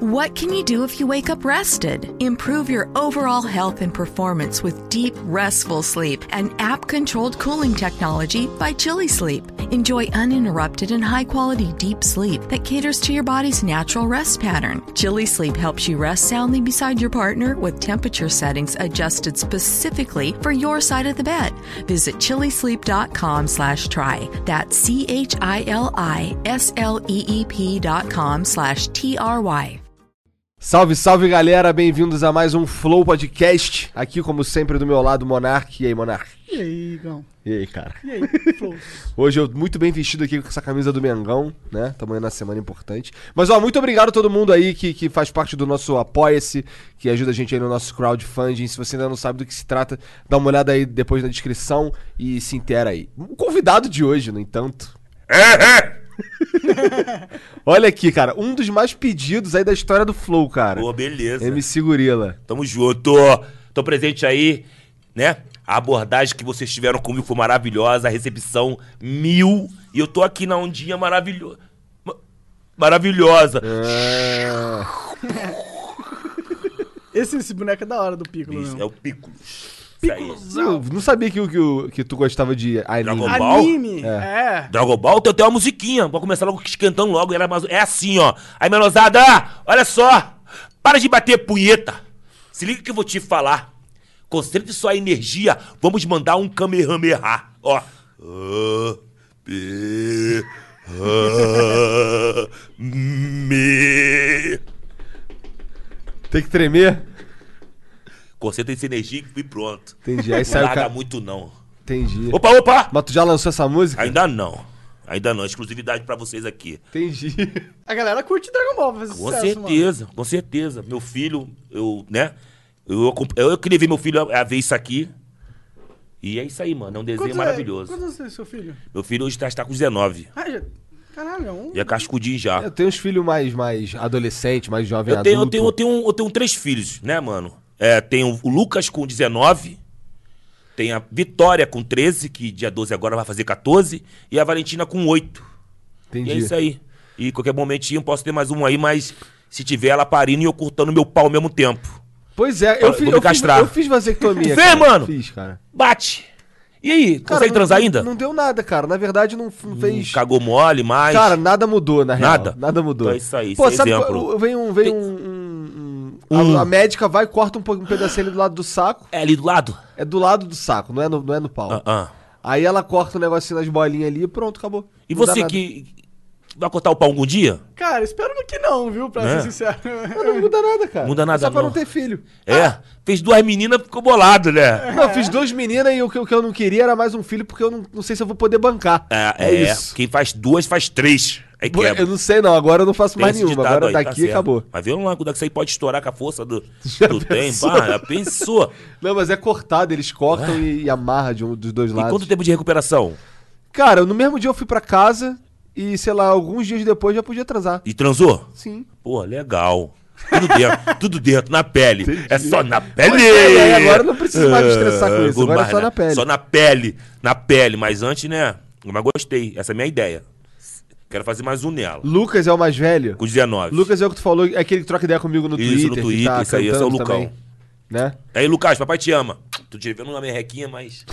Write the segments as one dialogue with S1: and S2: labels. S1: What can you do if you wake up rested? Improve your overall health and performance with deep, restful sleep and app controlled cooling technology by Chili Sleep. Enjoy uninterrupted and high quality deep sleep that caters to your body's natural rest pattern. Chili Sleep helps you rest soundly beside your partner with temperature settings adjusted specifically for your side of the bed. Visit chilisleep.com slash try. That's C H I L I S L E E P dot com slash T R Y.
S2: Salve, salve galera, bem-vindos a mais um Flow Podcast. Aqui, como sempre, do meu lado, Monark. E aí, Monark?
S3: E aí, Igão?
S2: E aí, cara?
S3: E aí, é Flow?
S2: Hoje eu muito bem vestido aqui com essa camisa do Mengão, né? Tamo indo na semana importante. Mas, ó, muito obrigado a todo mundo aí que, que faz parte do nosso Apoia-se, que ajuda a gente aí no nosso crowdfunding. Se você ainda não sabe do que se trata, dá uma olhada aí depois na descrição e se intera aí. O convidado de hoje, no entanto. Olha aqui, cara, um dos mais pedidos aí da história do Flow, cara.
S4: Pô, beleza.
S2: MC Gorila.
S4: Tamo junto. Tô presente aí, né? A abordagem que vocês tiveram comigo foi maravilhosa, a recepção mil. E eu tô aqui na ondinha maravilhosa. Maravilhosa.
S3: Esse, esse boneco é da hora do Piccolo,
S4: Isso,
S3: mesmo.
S4: é o Piccolo. Isso aí.
S2: Eu não sabia que, o- que, o- que tu gostava de anime.
S4: Dragon Ball.
S3: Anime! É.
S4: Dragon Ball tem até uma musiquinha. Vou começar logo esquentando logo. Era mais... É assim, ó. Aí, menosada, olha só. Para de bater punheta. Se liga que eu vou te falar. Concentre sua energia. Vamos mandar um Kamehameha. Ó. Ah, be, ah, me.
S2: Tem que tremer?
S4: Concentre essa energia e pronto.
S2: Entendi. Aí
S4: Não
S2: saiu o
S4: larga
S2: cara.
S4: muito, não.
S2: Entendi.
S4: Opa, opa!
S2: Mas tu já lançou essa música?
S4: Ainda não. Ainda não. Exclusividade pra vocês aqui.
S2: Entendi.
S3: A galera curte Dragon Ball, vai fazer
S4: Com
S3: sucesso, mano.
S4: certeza, com certeza. Meu filho, eu, né? Eu, acompa- eu, queria ver meu filho a, a ver isso aqui. E é isso aí, mano. É um desenho
S3: Quantos é-
S4: maravilhoso.
S3: Quantos anos tem seu filho?
S4: Meu filho hoje tá, está com 19.
S3: Ah, já... Caralho, é um...
S4: Já é cascudinho já.
S2: Eu tenho uns filhos mais, mais adolescentes, mais jovem
S4: Eu tenho, eu,
S2: adulto.
S4: tenho, eu, tenho, eu tenho três filhos, né, mano? É, tenho o Lucas com 19. Tem a Vitória com 13, que dia 12 agora vai fazer 14. E a Valentina com 8. E é
S2: Entendi.
S4: isso aí. E qualquer momentinho posso ter mais um aí, mas se tiver ela parindo e eu cortando meu pau ao mesmo tempo.
S2: Pois é, eu
S4: Vou
S2: fiz,
S4: me
S2: eu fiz,
S4: castrar.
S2: eu fiz vasectomia.
S4: Vem,
S2: cara.
S4: mano!
S2: Fiz, cara.
S4: Bate. E aí,
S2: Cara,
S4: consegue
S2: não-
S4: transar
S2: não-
S4: ainda?
S2: Não deu nada, cara. Na verdade, não, f- não fez.
S4: Cagou mole mais.
S2: Cara, nada mudou, na real.
S4: Nada?
S2: Nada mudou.
S4: Então é isso aí,
S2: Pô,
S4: isso é
S2: sabe,
S4: exemplo.
S2: qual- vem um. Vem
S4: Tem-
S2: um, um- um- a, a médica vai, corta um, po- um pedacinho ali do lado do saco.
S4: é ali do lado?
S2: É do lado do saco, não é no, não é no pau.
S4: Ah, ah.
S2: Aí ela corta o negocinho nas bolinhas ali e pronto, acabou.
S4: E
S2: Não dá
S4: você
S2: nada.
S4: que que vai cortar o pau algum dia?
S3: Cara, espero que não, viu? Pra
S4: Né?
S3: ser sincero.
S2: Mas Não muda nada, cara.
S4: Muda nada,
S2: É Só pra não,
S4: não
S2: ter filho. Ah.
S4: É. Fez duas meninas, ficou bolado, né?
S2: Não, eu fiz duas meninas e o que, o que eu não queria era mais um filho porque eu não, não sei se eu vou poder bancar.
S4: É, é, Quem faz duas, faz três. Aí
S2: Pô,
S4: quebra.
S2: Eu não sei não, agora eu não faço
S4: Tem
S2: mais
S4: esse
S2: nenhuma.
S4: ditado
S2: Agora
S4: aí, tá
S2: daqui
S4: certo.
S2: acabou.
S4: Mas vê lá, quando é que isso aí pode estourar com a força do,
S2: Já
S4: do tempo.
S2: pensou?
S4: Ah, já pensou.
S2: Não, mas é cortado, eles cortam e, e amarra de um dos dois
S4: E
S2: lados.
S4: quanto tempo de recuperação?
S2: Cara, no mesmo dia eu fui pra casa e, sei lá, alguns dias depois já podia transar.
S4: E transou?
S2: Sim.
S4: Pô, legal. Tudo dentro, tudo dentro, na pele. É só na pele!
S2: é, agora eu não preciso mais me estressar com
S4: Ah,
S2: isso, agora é
S4: mas
S2: só na pele.
S4: Só na pele, na pele. Mas antes, né? Mas gostei, essa é a minha ideia. Quero fazer mais um nela,
S2: Lucas é o mais velho.
S4: com 19.
S2: Lucas é o que tu falou, é aquele que troca ideia comigo no
S4: Isso,
S2: Twitter.
S4: no
S2: que tá
S4: Twitter, isso aí, esse é o
S2: cantando
S4: Lucão.
S2: também, né?
S4: Aí, Lucas, papai te ama. Tô te vendo na merrequinha, mas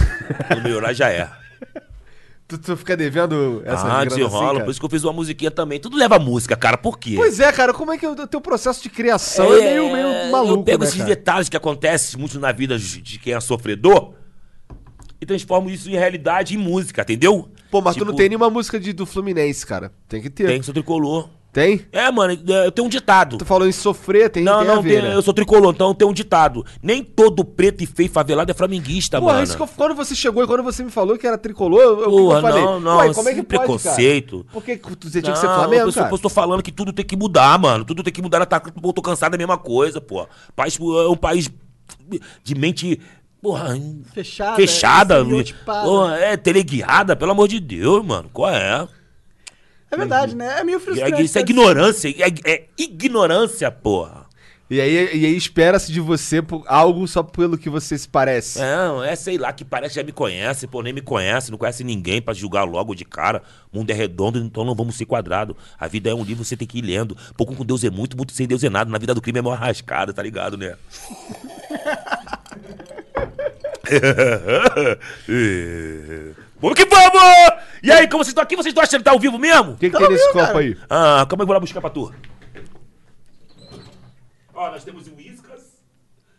S4: quando melhorar já é.
S2: Tu, tu fica devendo essa
S4: ah,
S2: grana assim,
S4: desenrola.
S2: cara?
S4: por isso que eu fiz uma musiquinha também. Tudo leva música, cara. Por quê?
S2: Pois é, cara, como é que é o teu processo de criação é, meio, meio maluco,
S4: Eu pego
S2: né,
S4: esses
S2: cara?
S4: detalhes que acontecem muito na vida de de quem é sofredor e transformo isso em realidade, em música, entendeu?
S2: Pô, mas tu não
S4: Tipo,
S2: tem nenhuma música de, do Fluminense, cara. Tem que ter.
S4: Tem, sou tricolor.
S2: Tem?
S4: É, mano, é, eu tenho um ditado.
S2: Tu falou em sofrer, tem,
S4: Não,
S2: tem a
S4: não,
S2: ver,
S4: tem-
S2: né?
S4: eu sou tricolor, então eu tenho um ditado. Nem todo preto e feio favelado é flamenguista,
S2: Porra,
S4: mano.
S2: isso que eu, quando você chegou e quando você me falou que era tricolor, eu, eu- o que
S4: Porra,
S2: eu falei?
S4: não, não,
S2: Ué, como é
S4: esse
S2: que pode,
S4: preconceito.
S2: Cara? Porque tu- você tinha que ser
S4: Não,
S2: Flamengo,
S4: eu tô,
S2: cara.
S4: eu tô falando que tudo tem que mudar, mano. Tudo tem que mudar. Tá, eu tô cansado da mesma coisa, pô. País, é um país de mente. Porra,
S3: Fechada, é,
S4: Fechada,
S3: estereotipada.
S4: porra, é teleguiada, pelo amor de Deus, mano. Qual é?
S3: É verdade, né? É meio frustrante.
S4: Isso é
S3: né?
S4: ignorância. É, é ignorância, porra.
S2: E aí, e aí espera-se de você por algo só pelo que você se parece.
S4: Não, é sei lá, que parece que já me conhece, pô, nem me conhece, não conhece ninguém pra julgar logo de cara. O mundo é redondo, então não vamos ser quadrado. A vida é um livro, você tem que ir lendo. Pouco com Deus é muito, muito sem Deus é nada. Na vida do crime é mó rascada, tá ligado, né? vamos que vamos! E aí, como vocês estão aqui, vocês estão achando que tá ao vivo mesmo?
S2: O que, que tem nesse
S3: viu,
S2: copo
S3: cara?
S2: aí?
S4: Ah, calma aí, vou lá buscar pra tu. Ó, nós temos uíscas.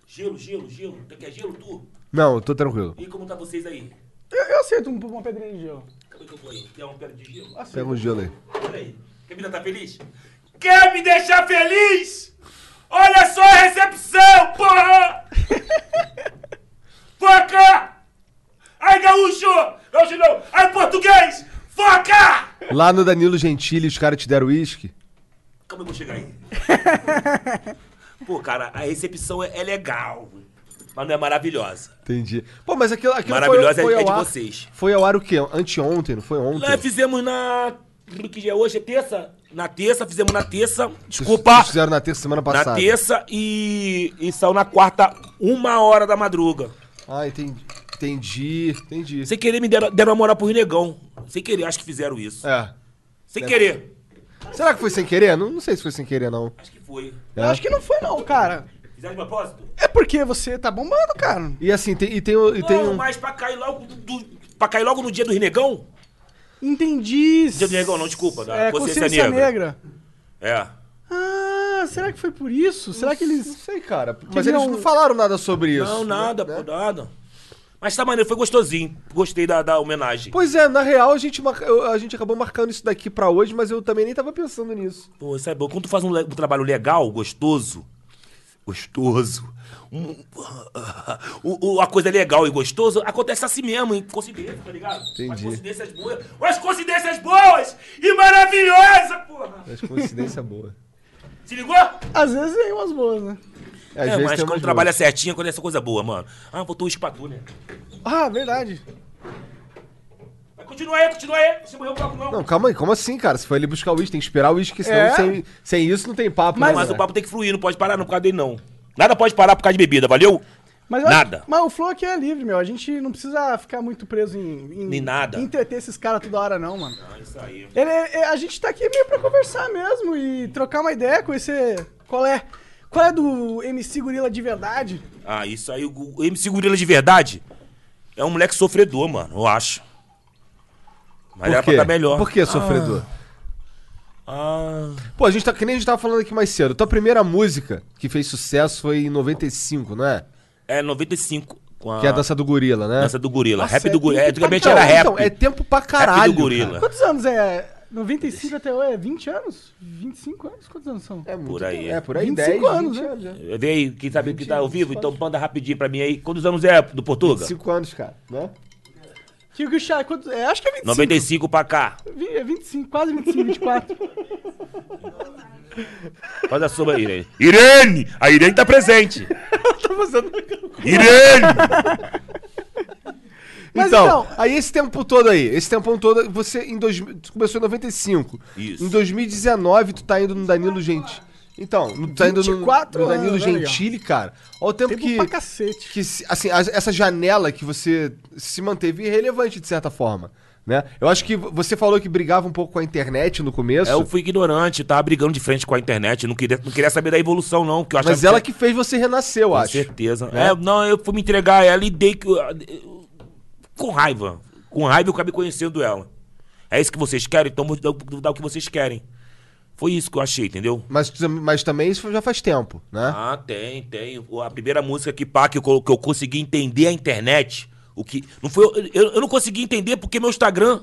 S4: Gelo, gelo, gelo. Quer é gelo, tu?
S2: Não, eu tô tranquilo.
S4: E como tá vocês aí?
S3: Eu, eu aceito um- uma pedrinha de gelo.
S4: Como é que eu vou aí? Quer um pé de gelo?
S2: Pega um gelo aí.
S4: Olha aí. Quer me deixar feliz? Quer me deixar feliz? Olha só a recepção, porra! Foca! Ai, gaúcho! Gaúcho não! Ai, português! Foca!
S2: Lá no Danilo Gentili, os caras te deram uísque?
S4: Calma, eu vou chegar aí. Pô, cara, a recepção é, é legal, mas não é maravilhosa.
S2: Entendi. Pô, mas aquilo, aquilo
S4: Maravilhosa
S2: foi, foi
S4: é- é de
S2: ao ar,
S4: vocês.
S2: Foi ao ar o quê? Anteontem, não foi ontem?
S4: Nós fizemos na. no Que dia é hoje? É terça? Na terça, fizemos na terça. Desculpa!
S2: Vocês fizeram na terça semana passada.
S4: Na terça e, e saiu na quarta, uma hora da madruga.
S2: Ah, entendi. Entendi, entendi.
S4: Sem querer, me deram, deram a moral pro Rio Negão. Sem querer, acho que fizeram isso.
S2: É.
S4: Sem querer.
S2: Será que foi sem querer? Não, não sei se foi sem querer, não.
S4: Acho que foi.
S2: É.
S3: Eu acho que não foi, não, cara.
S4: Fizeram de propósito?
S3: É porque você tá bombando, cara.
S2: E assim, tem, e tem, o- e tem
S4: não,
S2: um...
S4: mas pra cair logo do, do- pra cair logo no dia do Rio Negão?
S3: Entendi.
S4: Dia do Negão, não, desculpa. Da
S3: É,
S4: consciência,
S3: consciência
S4: negra.
S3: negra.
S4: É.
S3: Ah, será que foi por isso? Será que
S2: Não
S3: eles.
S2: sei, cara. Mas
S3: Queriam-
S2: eles não falaram nada sobre isso.
S4: um- Não,
S2: né?
S4: nada, pô, nada. Mas tá maneiro, foi gostosinho. Gostei da, da homenagem.
S2: Pois é, na real, a gente, marca- eu- a gente acabou marcando isso daqui pra hoje, mas eu também nem tava pensando nisso.
S4: Pô, isso é bom. Quando tu faz um, le- um trabalho legal, gostoso, gostoso, um- o- o- a coisa é legal e gostoso, acontece assim mesmo, em coincidência, tá ligado? As
S2: Entendi.
S4: coincidências boas. As coincidências boas e maravilhosas, porra!
S2: Mas coincidência boa.
S4: Se ligou?
S3: Às vezes tem umas boas, né?
S2: Às
S4: é, mas
S2: tem
S4: quando
S2: umas
S4: trabalha
S2: boas.
S4: certinho, acontece coisa boa, mano. Ah, botou o espatu, né?
S3: Ah, verdade.
S4: Mas continua aí, continua aí. Você morreu o papo, não.
S2: Não, calma aí, como assim, cara? Se foi ali buscar o uísque, tem que esperar o uísque, senão
S3: É.
S2: sem, sem isso não tem papo,
S4: mas
S2: né,
S4: o
S2: cara?
S4: papo tem que fluir, não pode parar não por causa dele, não. Nada pode parar por causa de bebida, valeu?
S3: Mas eu
S4: Nada.
S3: acho- mas o Flow aqui é livre, meu. A gente não precisa ficar muito preso em. em
S4: Nem nada.
S3: Entreter esses caras toda hora, não, mano.
S4: Ah, isso aí.
S3: Ele, é- a gente tá aqui meio pra conversar mesmo e trocar uma ideia, conhecer qual é. Qual é do MC Gorila de verdade?
S4: Ah, isso aí. O o MC Gorila de verdade é um moleque sofredor, mano, eu acho. Mas era pra tá melhor.
S2: Por que sofredor?
S4: Ah,
S2: Pô, a gente tá, que nem a gente tava falando aqui mais cedo. Tua primeira música que fez sucesso foi em 95, não é?
S4: é 95. Com a
S2: Que é a dança do gorila, né?
S4: Ah. dança do gorila.
S3: Nossa,
S4: rap
S3: é
S4: do gorila.
S3: tempo
S4: Antigamente
S3: pra
S4: era rap.
S2: Então, é tempo pra caralho.
S4: rap do
S2: cara.
S4: gorila.
S3: Quantos anos é? 95 até hoje é 20 anos? 25 anos? Quantos anos são?
S2: É muito
S4: Por aí,
S2: tempo.
S4: é.
S2: É, por aí
S3: 25
S2: 10
S3: anos,
S2: 20
S3: né?
S2: anos, né?
S4: Vê aí, quem sabe que tá ao vivo, então manda rapidinho pra mim aí. Quantos anos é do Portuga?
S2: 5 anos, cara, né?
S3: Que o Chá, quanto, é, acho que é 25.
S4: 95 pra cá.
S3: Vi- é 25, quase 25, 24.
S4: Faz a soma aí, Irene. Irene! A Irene tá presente.
S3: tá fazendo...
S4: Irene!
S3: Mas
S2: então,
S3: então-
S2: aí esse tempo todo aí, esse tempão todo, você em dois, tu começou em 95.
S4: Isso.
S2: Em 2019, tu tá indo no Danilo Gentili. Então, no- tu tá indo no,
S3: 24
S2: no Danilo
S3: anos, olha aí, ó.
S2: Gentili, cara. Olha o tempo,
S3: Tempo
S2: que.
S3: pra cacete.
S2: que se- assim, as- essa janela que você se manteve irrelevante, de certa forma. Né? Eu acho que vo- você falou que brigava um pouco com a internet no começo.
S4: É, eu fui ignorante, tava brigando de frente com a internet. Não queria, não queria saber da evolução, não. Que eu achava
S2: Mas ela que fez você renascer, eu
S4: Com
S2: acho.
S4: certeza.
S2: É.
S4: É, não, eu fui me entregar a ela e dei. que- Com raiva. Com raiva eu acabei conhecendo ela. É isso que vocês querem? Então vou dar, vou dar o que vocês querem. Foi isso que eu achei, entendeu?
S2: Mas, tu- mas também isso já faz tempo, né?
S4: Ah, tem, tem. O- A primeira música que, pá, que, eu, colo- que eu consegui entender a internet. O que. Não foi, eu, eu não consegui entender porque meu Instagram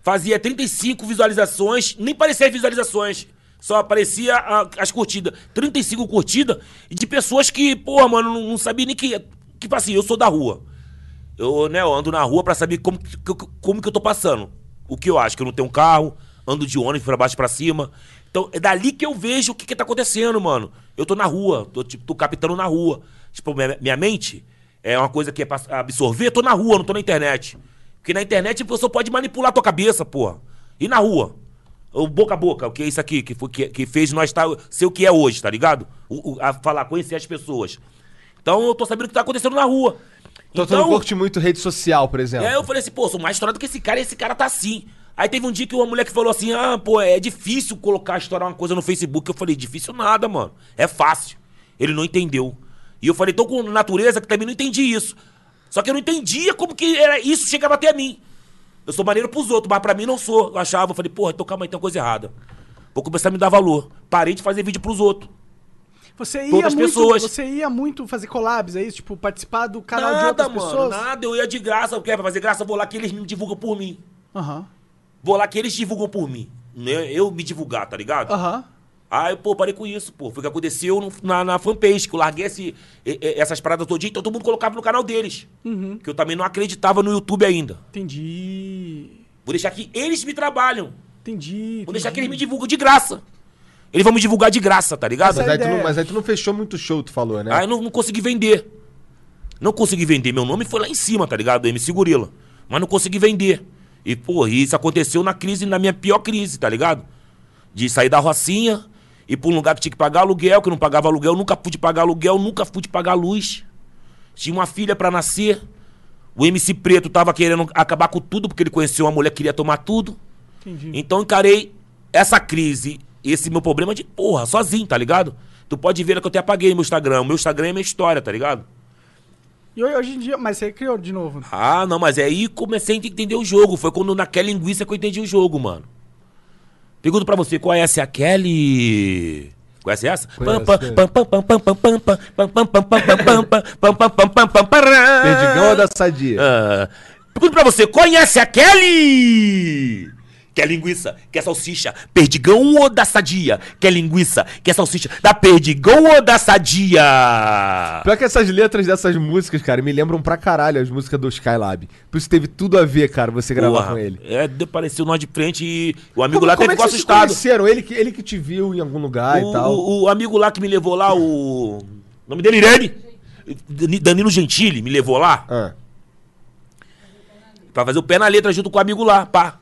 S4: fazia 35 visualizações, nem parecia as visualizações. Só aparecia a- as curtidas. 35 curtidas e de pessoas que, porra, mano, não, não sabia nem que. Tipo assim, eu sou da rua. Eu, né, eu ando na rua pra saber como que, que- como que eu tô passando. O que eu acho, que eu não tenho um carro, ando de ônibus pra baixo e pra cima. Então, é dali que eu vejo o que que tá acontecendo, mano. Eu tô na rua, tô, tipo, tô captando na rua. Tipo, minha, minha mente é uma coisa que é pra absorver, eu tô na rua, não tô na internet. Porque na internet você só pode manipular a tua cabeça, porra. E na rua? O boca a boca, o que é isso aqui, que, foi, que, que fez nós tá, ser o que é hoje, tá ligado? O- o- a falar, conhecer as pessoas. Então eu tô sabendo o que tá acontecendo na rua.
S2: Então, tu não curte muito rede social, por exemplo.
S4: E aí eu falei assim, pô, sou mais estourado que esse cara e esse cara tá assim. Aí teve um dia que uma mulher que falou assim, ah, pô, é difícil colocar, estourar uma coisa no Facebook. Eu falei, difícil nada, mano. É fácil. Ele não entendeu. E eu falei, tô com natureza que também não entendi isso. Só que eu não entendia como que era isso chegava até mim. Eu sou maneiro pros outros, mas pra mim não sou. Eu achava, eu falei, porra, então calma aí, tem uma coisa errada. Vou começar a me dar valor. Parei de fazer vídeo pros outros.
S3: Você ia
S4: Todas as
S3: muito,
S4: pessoas.
S3: Você ia muito fazer collabs, é isso? Tipo, participar do canal de
S4: Nada,
S3: outras
S4: mano,
S3: pessoas?
S4: nada. Eu ia de graça. Quer fazer graça? Eu vou lá que eles me divulgam por mim.
S3: Aham.
S4: Vou lá que eles divulgam por mim. Né? Eu me divulgar, tá ligado?
S3: Aham.
S4: Aí, pô, parei com isso, pô. Foi o que aconteceu no- na, na fanpage, que eu larguei esse- e- e- essas paradas todinha, então todo mundo colocava no canal deles. Que eu também não acreditava no YouTube ainda.
S3: Entendi.
S4: Vou deixar que eles me trabalham.
S3: Entendi.
S4: Vou deixar que eles
S3: entendi.
S4: me divulgam de graça. Eles vão me divulgar de graça, tá ligado?
S2: mas, aí tu não,
S3: ideia.
S2: mas aí tu não fechou muito show, tu falou, né?
S4: Aí eu não, não consegui vender. Não consegui vender. Meu nome foi lá em cima, tá ligado? Do MC Gorila. Mas não consegui vender. E, pô, isso aconteceu na crise, na minha pior crise, tá ligado? De sair da rocinha, ir pra um lugar que tinha que pagar aluguel, que eu não pagava aluguel, nunca pude pagar aluguel, nunca pude pagar luz. Tinha uma filha pra nascer. O MC Preto tava querendo acabar com tudo, porque ele conheceu uma mulher que queria tomar tudo.
S3: Entendi.
S4: Então encarei essa crise, esse meu problema de porra, sozinho, tá ligado? Tu pode ver que eu até apaguei meu Instagram. Meu Instagram é minha história, tá ligado?
S3: E hoje- hoje em dia. Mas você criou de novo.
S4: Ah, não, mas aí comecei a entender o jogo. Foi quando naquela linguiça que eu entendi o jogo, mano. Pergunto pra você, conhece a Kelly? Conhece essa?
S2: Conheço, conheço. Perdigão
S4: Perdigão
S2: ou é da Sadia?
S4: ah, pergunto pra você, conhece a Kelly? Quer linguiça, quer salsicha, perdigão ou da sadia? Quer linguiça, quer salsicha, da perdigão ou da sadia?
S2: Pior que essas letras dessas músicas, cara, me lembram pra caralho as músicas do Skylab. Por isso teve tudo a ver, cara, você gravar
S4: Porra,
S2: com ele.
S4: É, de- apareceu nós de frente e o amigo
S2: Como-
S4: lá
S2: como
S4: teve
S2: é que
S4: ficou
S2: vocês se
S4: assustado.
S2: conheceram? Ele que, ele que te viu em algum lugar
S4: o,
S2: e tal.
S4: o- o amigo lá que me levou lá, o. o nome dele, é Irene? Dani- Danilo Gentili me levou lá.
S2: Ah,
S4: Pra fazer o pé na letra junto com o amigo lá, pá.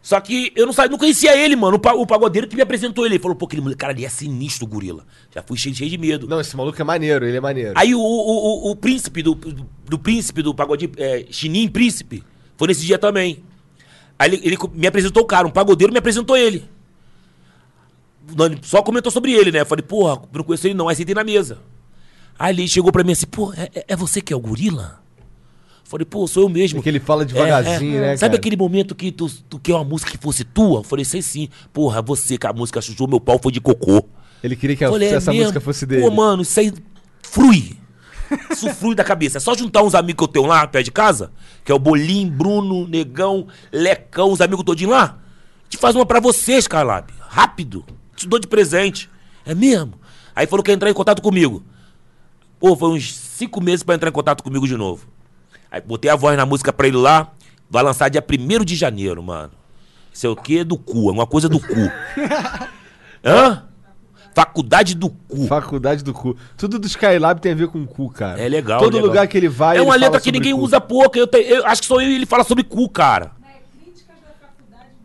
S4: Só que eu não, sabia, não conhecia ele, mano. O, pa- o pagodeiro que me apresentou ele. Ele falou, pô, aquele moleque, cara, ele é sinistro, gorila. Já fui cheio, cheio de medo.
S2: não, esse maluco é maneiro, ele é maneiro.
S4: Aí o, o- o- o príncipe do, do, do príncipe do pagodinho, é, Chinim Príncipe, foi nesse dia também. Aí ele, ele co- me apresentou o cara, um pagodeiro me apresentou ele. Nani Só comentou sobre ele, né? Eu falei, porra, não conheço ele não. Aí sentei na mesa. Aí ele chegou pra mim assim, pô, é, é- é você que é o gorila? Eu Falei, pô, sou eu mesmo.
S2: É que ele fala devagarzinho, né,
S4: Sabe
S2: cara?
S4: aquele momento que tu, tu quer uma música que fosse tua? Eu falei, sei sim. Porra, é você que a música chuchou, meu pau foi de cocô.
S2: Ele queria que a-
S4: Falei, é
S2: essa
S4: mesmo?
S2: música fosse dele.
S4: Pô, mano, isso aí frui. Isso frui da cabeça. É só juntar uns amigos que eu tenho lá, perto de casa, que é o Bolim, Bruno, Negão, Lecão, os amigos todinho lá. Te faz uma pra vocês, Calab. Rápido. Te dou de presente. É mesmo? Aí falou que ia entrar em contato comigo. Pô, foi uns cinco meses pra entrar em contato comigo de novo. Aí botei a voz na música pra ele lá. Vai lançar dia 1 de janeiro, mano. Sei o quê? Do cu. É uma coisa do cu. Hã? Faculdade do cu.
S2: Faculdade do cu. Tudo do Skylab tem a ver com cu, cara.
S4: É legal.
S2: Todo
S4: é legal.
S2: lugar que ele vai.
S4: É
S2: ele
S4: uma
S2: fala
S4: letra que
S2: sobre
S4: ninguém
S2: cu.
S4: usa pouco. Eu, te- eu acho que sou eu e ele fala sobre cu, cara.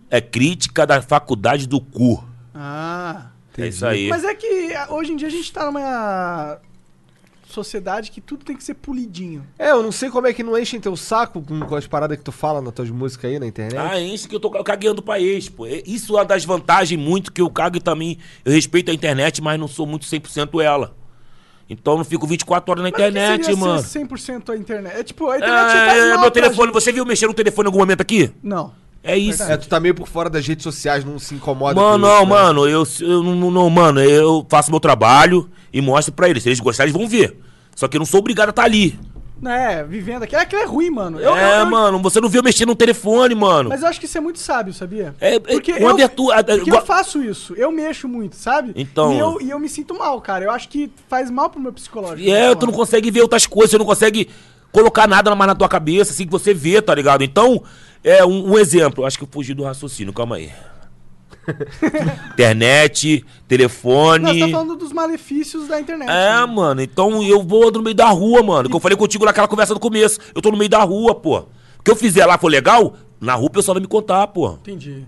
S4: É crítica da faculdade do cu.
S3: Ah.
S4: É isso aí.
S3: Mas é que a- hoje em dia a gente tá numa sociedade que tudo tem que ser polidinho.
S2: É, eu não sei como é que não enchem teu saco com, com as paradas que tu fala nas tuas músicas aí na internet.
S4: Ah, isso que eu tô ca- cagueando pra ex, pô. É- Isso é uma das vantagens muito que eu cago e também. Eu respeito a internet, mas não sou muito 100% ela. Então eu não fico 24 horas na
S3: Mas o que
S4: internet,
S3: seria ser
S4: mano.
S3: 100% a internet. É tipo, a
S4: É,
S3: internet já faz
S4: é,
S3: mal
S4: meu
S3: pra
S4: telefone,
S3: gente.
S4: você viu mexer no telefone em algum momento aqui?
S3: Não.
S4: É isso.
S2: É, tu tá meio por fora das redes sociais, não se incomoda.
S4: Mano,
S2: com isso,
S4: não,
S2: né?
S4: mano, eu, eu não, não, mano, eu faço meu trabalho e mostro pra eles. Se eles gostarem, eles vão ver. Só que eu não sou obrigado a estar ali.
S3: É, vivendo aqui. É que é ruim, mano. Eu,
S4: é,
S3: eu- eu-
S4: mano, você não viu eu mexer no telefone, mano.
S3: Mas eu acho que isso é muito sábio, sabia?
S4: É, é,
S3: porque
S4: uma
S3: eu,
S4: virtu- a- a-
S3: porque
S4: igual-
S3: eu faço isso. Eu mexo muito, sabe?
S4: Então-
S3: E eu, e eu me sinto mal, cara. Eu acho que faz mal pro meu psicológico.
S4: E é,
S3: essa
S4: tu não
S3: porra.
S4: consegue ver outras coisas, você não consegue colocar nada mais na tua cabeça, assim que você vê, tá ligado? Então, é um, um exemplo. Acho que eu fugi do raciocínio, calma aí. Internet, telefone.
S3: Não, você tá falando dos malefícios da internet.
S4: É,
S3: né?
S4: mano, então eu vou no meio da rua, mano. Que eu falei contigo naquela conversa do começo. Eu tô no meio da rua, pô. O que eu fizer lá for legal, na rua o pessoal vai me contar, pô.
S3: Entendi.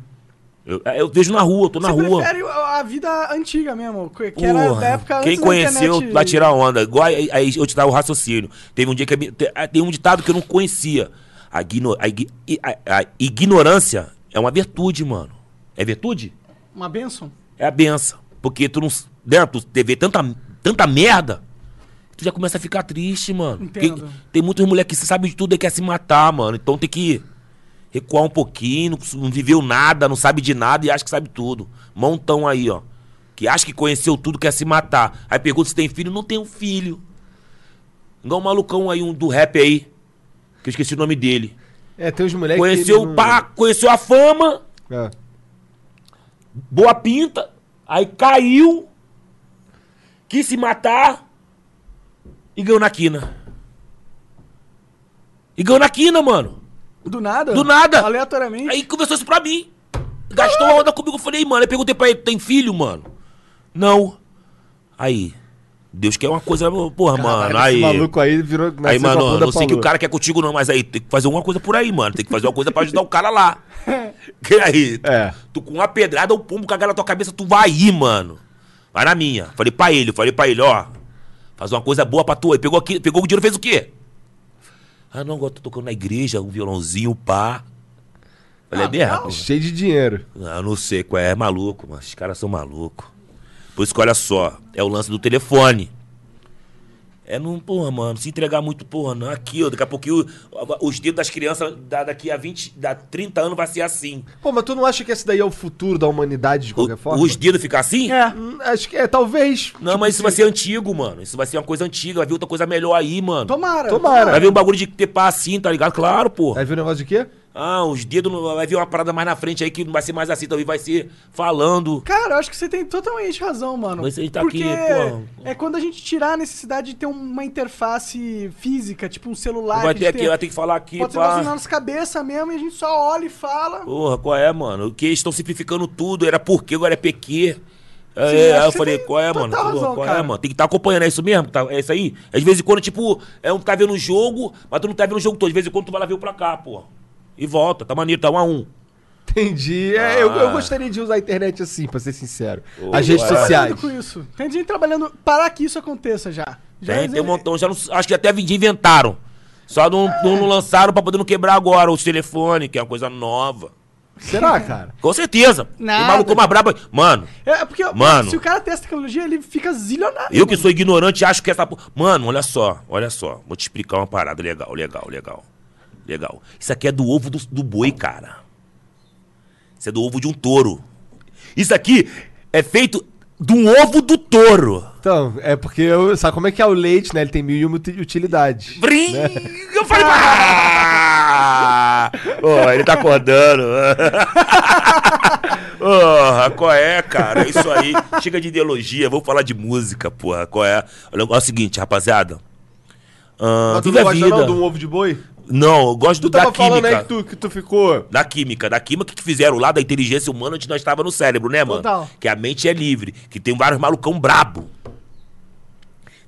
S4: Eu, é, eu vejo na rua, eu tô na
S3: Você
S4: rua.
S3: prefere a a vida antiga mesmo, que que era
S4: Porra,
S3: da época
S4: quem
S3: antes
S4: conheceu
S3: da internet.
S4: vai tirar onda. Igual aí, aí eu te dava o raciocínio. Teve um dia que a mi- te- ah, tem um ditado que eu não conhecia. A, igno- a igui- i- a- a ignorância é uma virtude, mano. É virtude?
S3: Uma benção?
S4: É a benção. Porque tu não. s- Né, tu te vê tanta, tanta merda, tu já começa a ficar triste, mano. Porque
S3: Entendo.
S4: tem muitas mulheres que sabem de tudo e quer se matar, mano. Então tem que recuar um pouquinho, não, não viveu nada, não sabe de nada e acha que sabe tudo. Montão aí, ó. Que acha que conheceu tudo, quer se matar. Aí pergunta se tem filho, não tenho filho. Igual um malucão aí, um do rap aí. Que eu esqueci o nome dele.
S2: É, tem uns moleques.
S4: conheceu o pá, conheceu a fama,
S2: É.
S4: boa pinta, aí caiu, quis se matar e ganhou na quina. E ganhou na quina, mano.
S3: Do nada?
S4: Do nada.
S3: Aleatoriamente?
S4: Aí começou isso pra mim. Gastou a onda comigo. Eu falei, mano, eu perguntei pra ele, tem filho, mano? Não. Aí, Deus quer uma coisa, porra, mano.
S2: Caralho,
S4: Aí,
S2: Esse maluco aí virou.
S4: aí
S2: nasceu com a
S4: mano,
S2: bunda
S4: não sei
S2: pra
S4: que o
S2: lua.
S4: cara quer contigo não, mas aí tem que fazer alguma coisa por aí, mano. Tem que fazer alguma coisa pra ajudar o cara lá. Que aí,
S2: É.
S4: Tu com uma pedrada, um pombo cagar na tua cabeça, tu vai ir, mano. Vai na minha. Falei pra ele, falei pra ele, ó. Faz uma coisa boa pra tu. Ele pegou, aqui, pegou o dinheiro e fez o quê? Ah, não, agora tô tocando na igreja, um violãozinho, pá. Falei, é mesmo?
S2: Cheio de dinheiro.
S4: Ah, Eu não sei qual é, é maluco, mano. Os caras são malucos. Por isso que olha só, é o lance do telefone. É não, porra, mano, se entregar muito, porra, não. Aqui, ó, daqui a pouquinho o- os dedos das crianças da- daqui a 20, da 30 anos vai ser assim.
S2: Pô, mas tu não acha que esse daí é o futuro da humanidade de
S4: O-
S2: qualquer forma?
S4: os dedos ficam assim?
S3: É.
S2: Hum, Acho que é, talvez.
S4: Não, mas isso vai ser antigo, mano. Isso vai ser uma coisa antiga, vai vir outra coisa melhor aí, mano.
S3: Tomara.
S2: Tomara.
S4: Vai vir um bagulho de ter pá assim, tá ligado? Claro, porra.
S2: Aí viu o negócio de quê?
S4: Ah, os dedos, não- vai vir uma parada mais na frente aí que não vai ser mais assim, talvez vai ser falando.
S3: Cara, eu acho que você tem totalmente razão, mano.
S4: Mas ele tá
S3: Porque
S4: aqui, pô.
S3: é quando a gente tirar a necessidade de ter uma interface física, tipo um celular.
S4: Vai
S3: que
S4: ter
S3: a gente
S4: aqui,
S3: tem-
S4: vai ter que falar aqui,
S3: Pode ser um
S4: pá.
S3: nós na nossa cabeça mesmo e a gente só olha e fala.
S4: Porra, qual é, mano? Que eles estão simplificando tudo, era porque, agora é PQ. É,
S3: acho
S4: aí eu
S3: que
S4: falei,
S3: tem
S4: qual é,
S3: total
S4: mano? Porra,
S3: razão,
S4: qual é,
S3: cara.
S4: mano? Tem que estar acompanhando, é isso mesmo? Tá- é isso aí? Às vezes em quando, tipo, é um tá vendo o jogo, mas tu não tá vendo o jogo todo. De vez em quando tu vai lá ver o pra cá, porra. E volta, tá maneiro, tá um a um.
S2: Entendi. É, eu, eu
S4: Ah.
S2: gostaria de usar a internet assim, pra ser sincero.
S4: Ô,
S2: As redes
S4: ué.
S2: sociais.
S3: Trabalhando com isso. Tem gente trabalhando para que isso aconteça já. já
S4: Tem, tem um
S3: é-
S4: montão. Já não- acho que até vendi inventaram. Só não, não- não lançaram pra poder não quebrar agora os telefones, que é uma coisa nova.
S2: Será, cara?
S4: Com certeza.
S3: Nada.
S4: O maluco mais brabo. Mano,
S3: É porque
S4: Mano.
S3: se o cara testa tecnologia, ele fica zilionário.
S4: Eu que sou ignorante acho que essa. po- Mano, olha só, olha só. Vou te explicar uma parada legal, legal, legal. Legal. Isso aqui é do ovo do, do boi, cara. Isso é do ovo de um touro. Isso aqui é feito de um ovo do touro.
S2: Então, é porque eu, sabe como é que é o leite, né? Ele tem mil e uma uti- utilidades.
S4: Brim! Eu falei. Ah! Ô, ele tá acordando. Porra, qual é, cara? É isso aí. Chega de ideologia, vamos falar de música, porra. Qual é? Olha, é o seguinte, rapaziada. Ah,
S2: Mas tu
S4: vive
S2: não
S4: a
S2: gosta
S4: vida.
S2: não de um ovo de boi?
S4: Não, eu gosto
S2: Tu
S4: da
S2: tava falando aí
S4: química.
S2: que tu, que tu ficou.
S4: Da química, da química que fizeram lá da inteligência humana onde nós estava no cérebro, né, mano?
S3: Total.
S4: Que a mente é livre, que tem vários malucão brabo.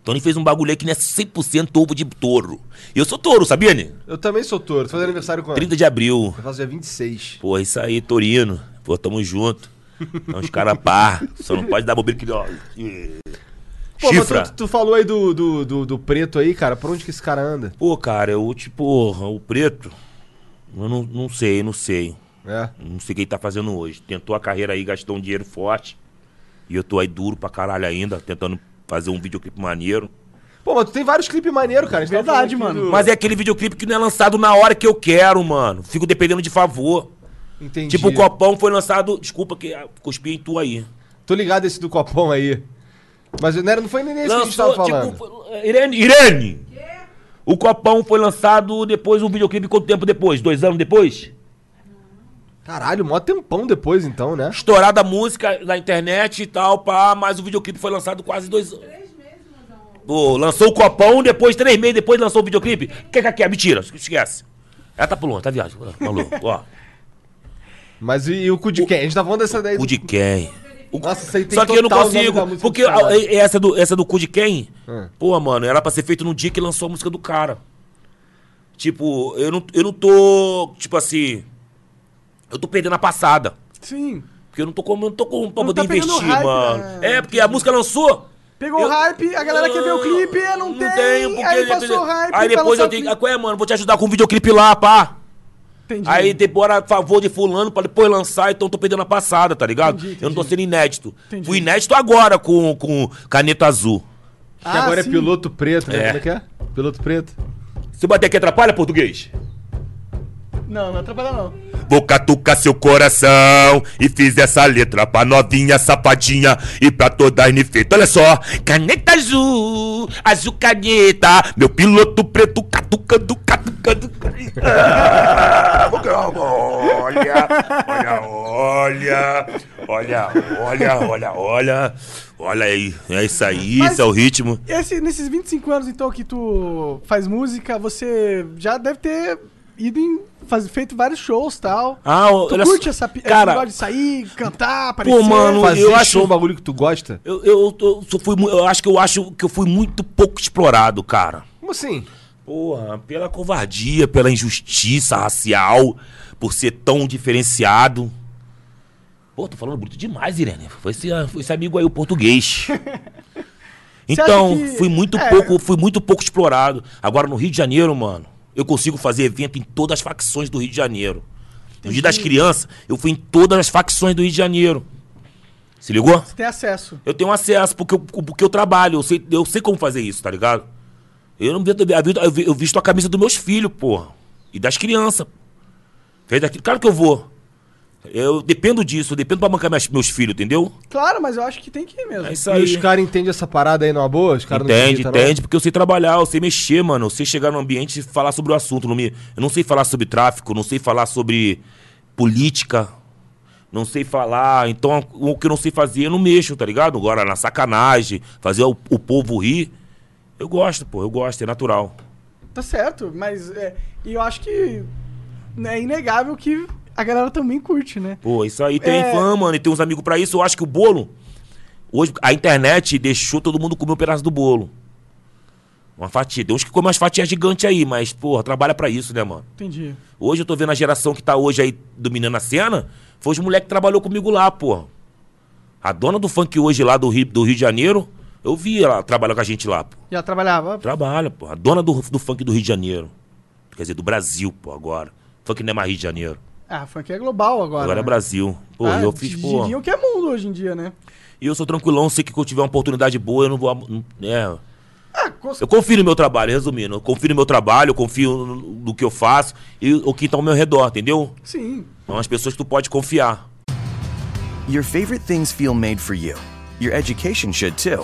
S4: Tony fez um bagulho aí que não é 100% ovo de touro. E eu sou touro, sabia, né?
S2: Eu também sou touro. Tu faz aniversário quando?
S4: 30 de abril.
S2: Eu faço dia 26.
S4: Pô, é isso aí, Torino. Pô, tamo junto. É uns caras pá. Só não pode dar bobeira que. Ó.
S2: Pô, mas
S4: Chifra.
S2: tu, tu falou aí do, do, do, do preto aí, cara. Por onde que esse cara anda?
S4: Pô, cara, eu, tipo, o preto. Eu não, não sei, não sei.
S2: É.
S4: Não sei o que ele tá fazendo hoje. Tentou a carreira aí, gastou um dinheiro forte. E eu tô aí duro pra caralho ainda, tentando fazer um videoclipe maneiro.
S2: Pô, mas tu tem vários clipes maneiros, cara. A gente tava
S3: Verdade,
S2: falando aqui
S3: mano.
S2: do-
S4: Mas é aquele videoclipe que não é lançado na hora que eu quero, mano. Fico dependendo de favor.
S2: Entendi. É
S4: Tipo, o Copão foi lançado. Desculpa que ah, cuspi em tu aí.
S2: Tô ligado esse do copão aí. Mas né, não, era- não foi nem esse que a gente tava falando.
S4: tipo, foi- Irene! Irene! O Copão foi lançado depois, o videoclipe, quanto tempo depois? Dois anos depois?
S2: Caralho, mó tempão depois então, né?
S4: Estourada a música na internet e tal, pá, mas o videoclipe foi lançado quase dois anos. Pô, lançou o copão, depois, três meses depois lançou o videoclipe. Que que que é? Mentira, esquece. Ela tá pulando, tá viagem. Maluco, ó.
S2: Mas e, e o cu de quem? A gente tá falando dessa daí.
S4: Cu de quem? O-
S2: Nossa, isso aí tem
S4: Só que eu não
S2: total o nome da
S4: consigo,
S2: música
S4: porque
S2: dos caras.
S4: a- essa do, essa do cu de quem?
S2: Hum.
S4: Pô, mano, era pra ser feito no dia que lançou a música do cara. Tipo, eu não, eu não tô, tipo assim, eu tô perdendo a passada.
S3: Sim.
S4: Porque eu não tô com, eu não tô com pra
S3: Não
S4: poder
S3: tá pegando
S4: investir,
S3: hype,
S4: mano.
S3: né?
S4: É, porque a música lançou.
S3: Pegou
S4: eu- Ah,
S3: o hype, a galera quer ver o clipe,
S4: eu
S3: não, tem. aí passou o hype, pra
S4: Aí depois
S3: lançar
S4: eu
S3: o
S4: tenho.
S3: clipe.
S4: Ah, qual é, mano? Vou te ajudar com o videoclipe lá, pá.
S3: Entendi.
S4: Aí demora a favor de fulano pra depois lançar, então eu tô perdendo a passada, tá ligado?
S3: Entendi,
S4: Eu não tô
S3: entendi.
S4: sendo inédito.
S3: Entendi.
S4: Fui inédito agora com, com caneta azul.
S2: que
S3: Ah,
S2: agora
S3: sim.
S2: é piloto preto, né?
S4: É.
S2: Como é que é? Piloto preto.
S4: Você bater aqui atrapalha português?
S3: Não, não atrapalha não.
S4: Vou catucar seu coração e fiz essa letra pra novinha safadinha e pra toda infeita. Olha só, caneta azul, azul caneta, meu piloto preto catucando, catucando. Ah, vou ganhar uma- olha, olha, olha, olha, olha, olha, olha, olha aí, é isso aí,
S3: Mas-
S4: esse é o ritmo.
S3: Esse, nesses 25 anos, então, que tu faz música, você já deve ter ido em. Faz, feito vários shows e tal.
S4: Ah,
S3: tu
S4: olha só-
S3: curte essa, pi- esse
S4: cara-
S3: negócio de sair, cantar, aparecer?
S4: mano,
S2: Fazer
S4: eu
S2: show
S4: acho-
S2: um bagulho que tu gosta?
S4: Eu, eu, eu, eu, fui, mu- eu acho que eu acho que eu fui muito pouco explorado, cara.
S2: Como assim?
S4: Porra, pela covardia, pela injustiça racial, por ser tão diferenciado. Pô, tô falando bonito demais, Irene. Foi esse, ah, foi esse amigo aí, o português. Então,
S3: acha que-
S4: fui muito
S3: é.
S4: pouco, fui muito pouco explorado. Agora no Rio de Janeiro, mano, eu consigo fazer evento em todas as facções do Rio de Janeiro. No dia das crianças, eu fui em todas as facções do Rio de Janeiro. Se ligou?
S3: Tem acesso.
S4: Eu tenho acesso porque eu, porque eu trabalho, eu sei, eu sei como fazer isso, tá ligado? Eu não visto, eu vi- eu vi- eu visto a camisa dos meus filhos, porra. E das crianças. Fez daquilo. Claro que eu vou. Eu dependo disso, eu dependo pra bancar minhas- meus filhos, entendeu?
S3: Claro, mas eu acho que tem que ir mesmo.
S4: É isso
S2: E
S4: aí.
S2: os caras entendem essa parada aí numa boa? Os caras não
S4: Entende,
S2: acreditam, não?
S4: entende, porque eu sei trabalhar, eu sei mexer, mano. Eu sei chegar no ambiente e falar sobre o assunto. Não me, eu não sei falar sobre tráfico, não sei falar sobre política, não sei falar. Então, o que eu não sei fazer, eu não mexo, tá ligado? Agora, na sacanagem, fazer o, o povo rir. Eu gosto, pô, eu gosto, é natural.
S3: Tá certo, mas. É, e eu acho que. É inegável que a galera também curte, né?
S4: Pô, isso aí tem
S3: É.
S4: fã, mano, e tem uns amigos pra isso. Eu acho que o bolo. Hoje a internet deixou todo mundo comer um pedaço do bolo. Uma fatia. Tem uns que comem umas fatias gigantes aí, mas, porra, trabalha pra isso, né, mano?
S3: Entendi.
S4: Hoje eu tô vendo a geração que tá hoje aí dominando a cena. Foi os moleques que trabalhou comigo lá, pô. A dona do funk hoje lá do Rio, do Rio de Janeiro, eu vi ela trabalhar com a gente lá, pô.
S3: Já trabalhava.
S4: Trabalha, pô. A dona do, do funk do Rio de Janeiro. Quer dizer, do Brasil, pô, agora. Funk não é mais Rio de Janeiro.
S3: Ah, funk é global agora.
S4: Agora é
S3: né?
S4: Brasil. Pô,
S3: Ah,
S4: e eu fiz, pô.
S3: diriam que é mundo hoje em dia, né?
S4: E eu sou tranquilão, sei que quando tiver uma oportunidade boa, eu não vou. ab- não- É.
S3: Ah, com
S4: Eu confio no meu trabalho, resumindo. Eu confio no meu trabalho, eu confio no, no que eu faço e o que tá ao meu redor, entendeu?
S3: Sim.
S4: São as pessoas que tu pode confiar.
S5: Your favorite things feel made for you. Your education should too.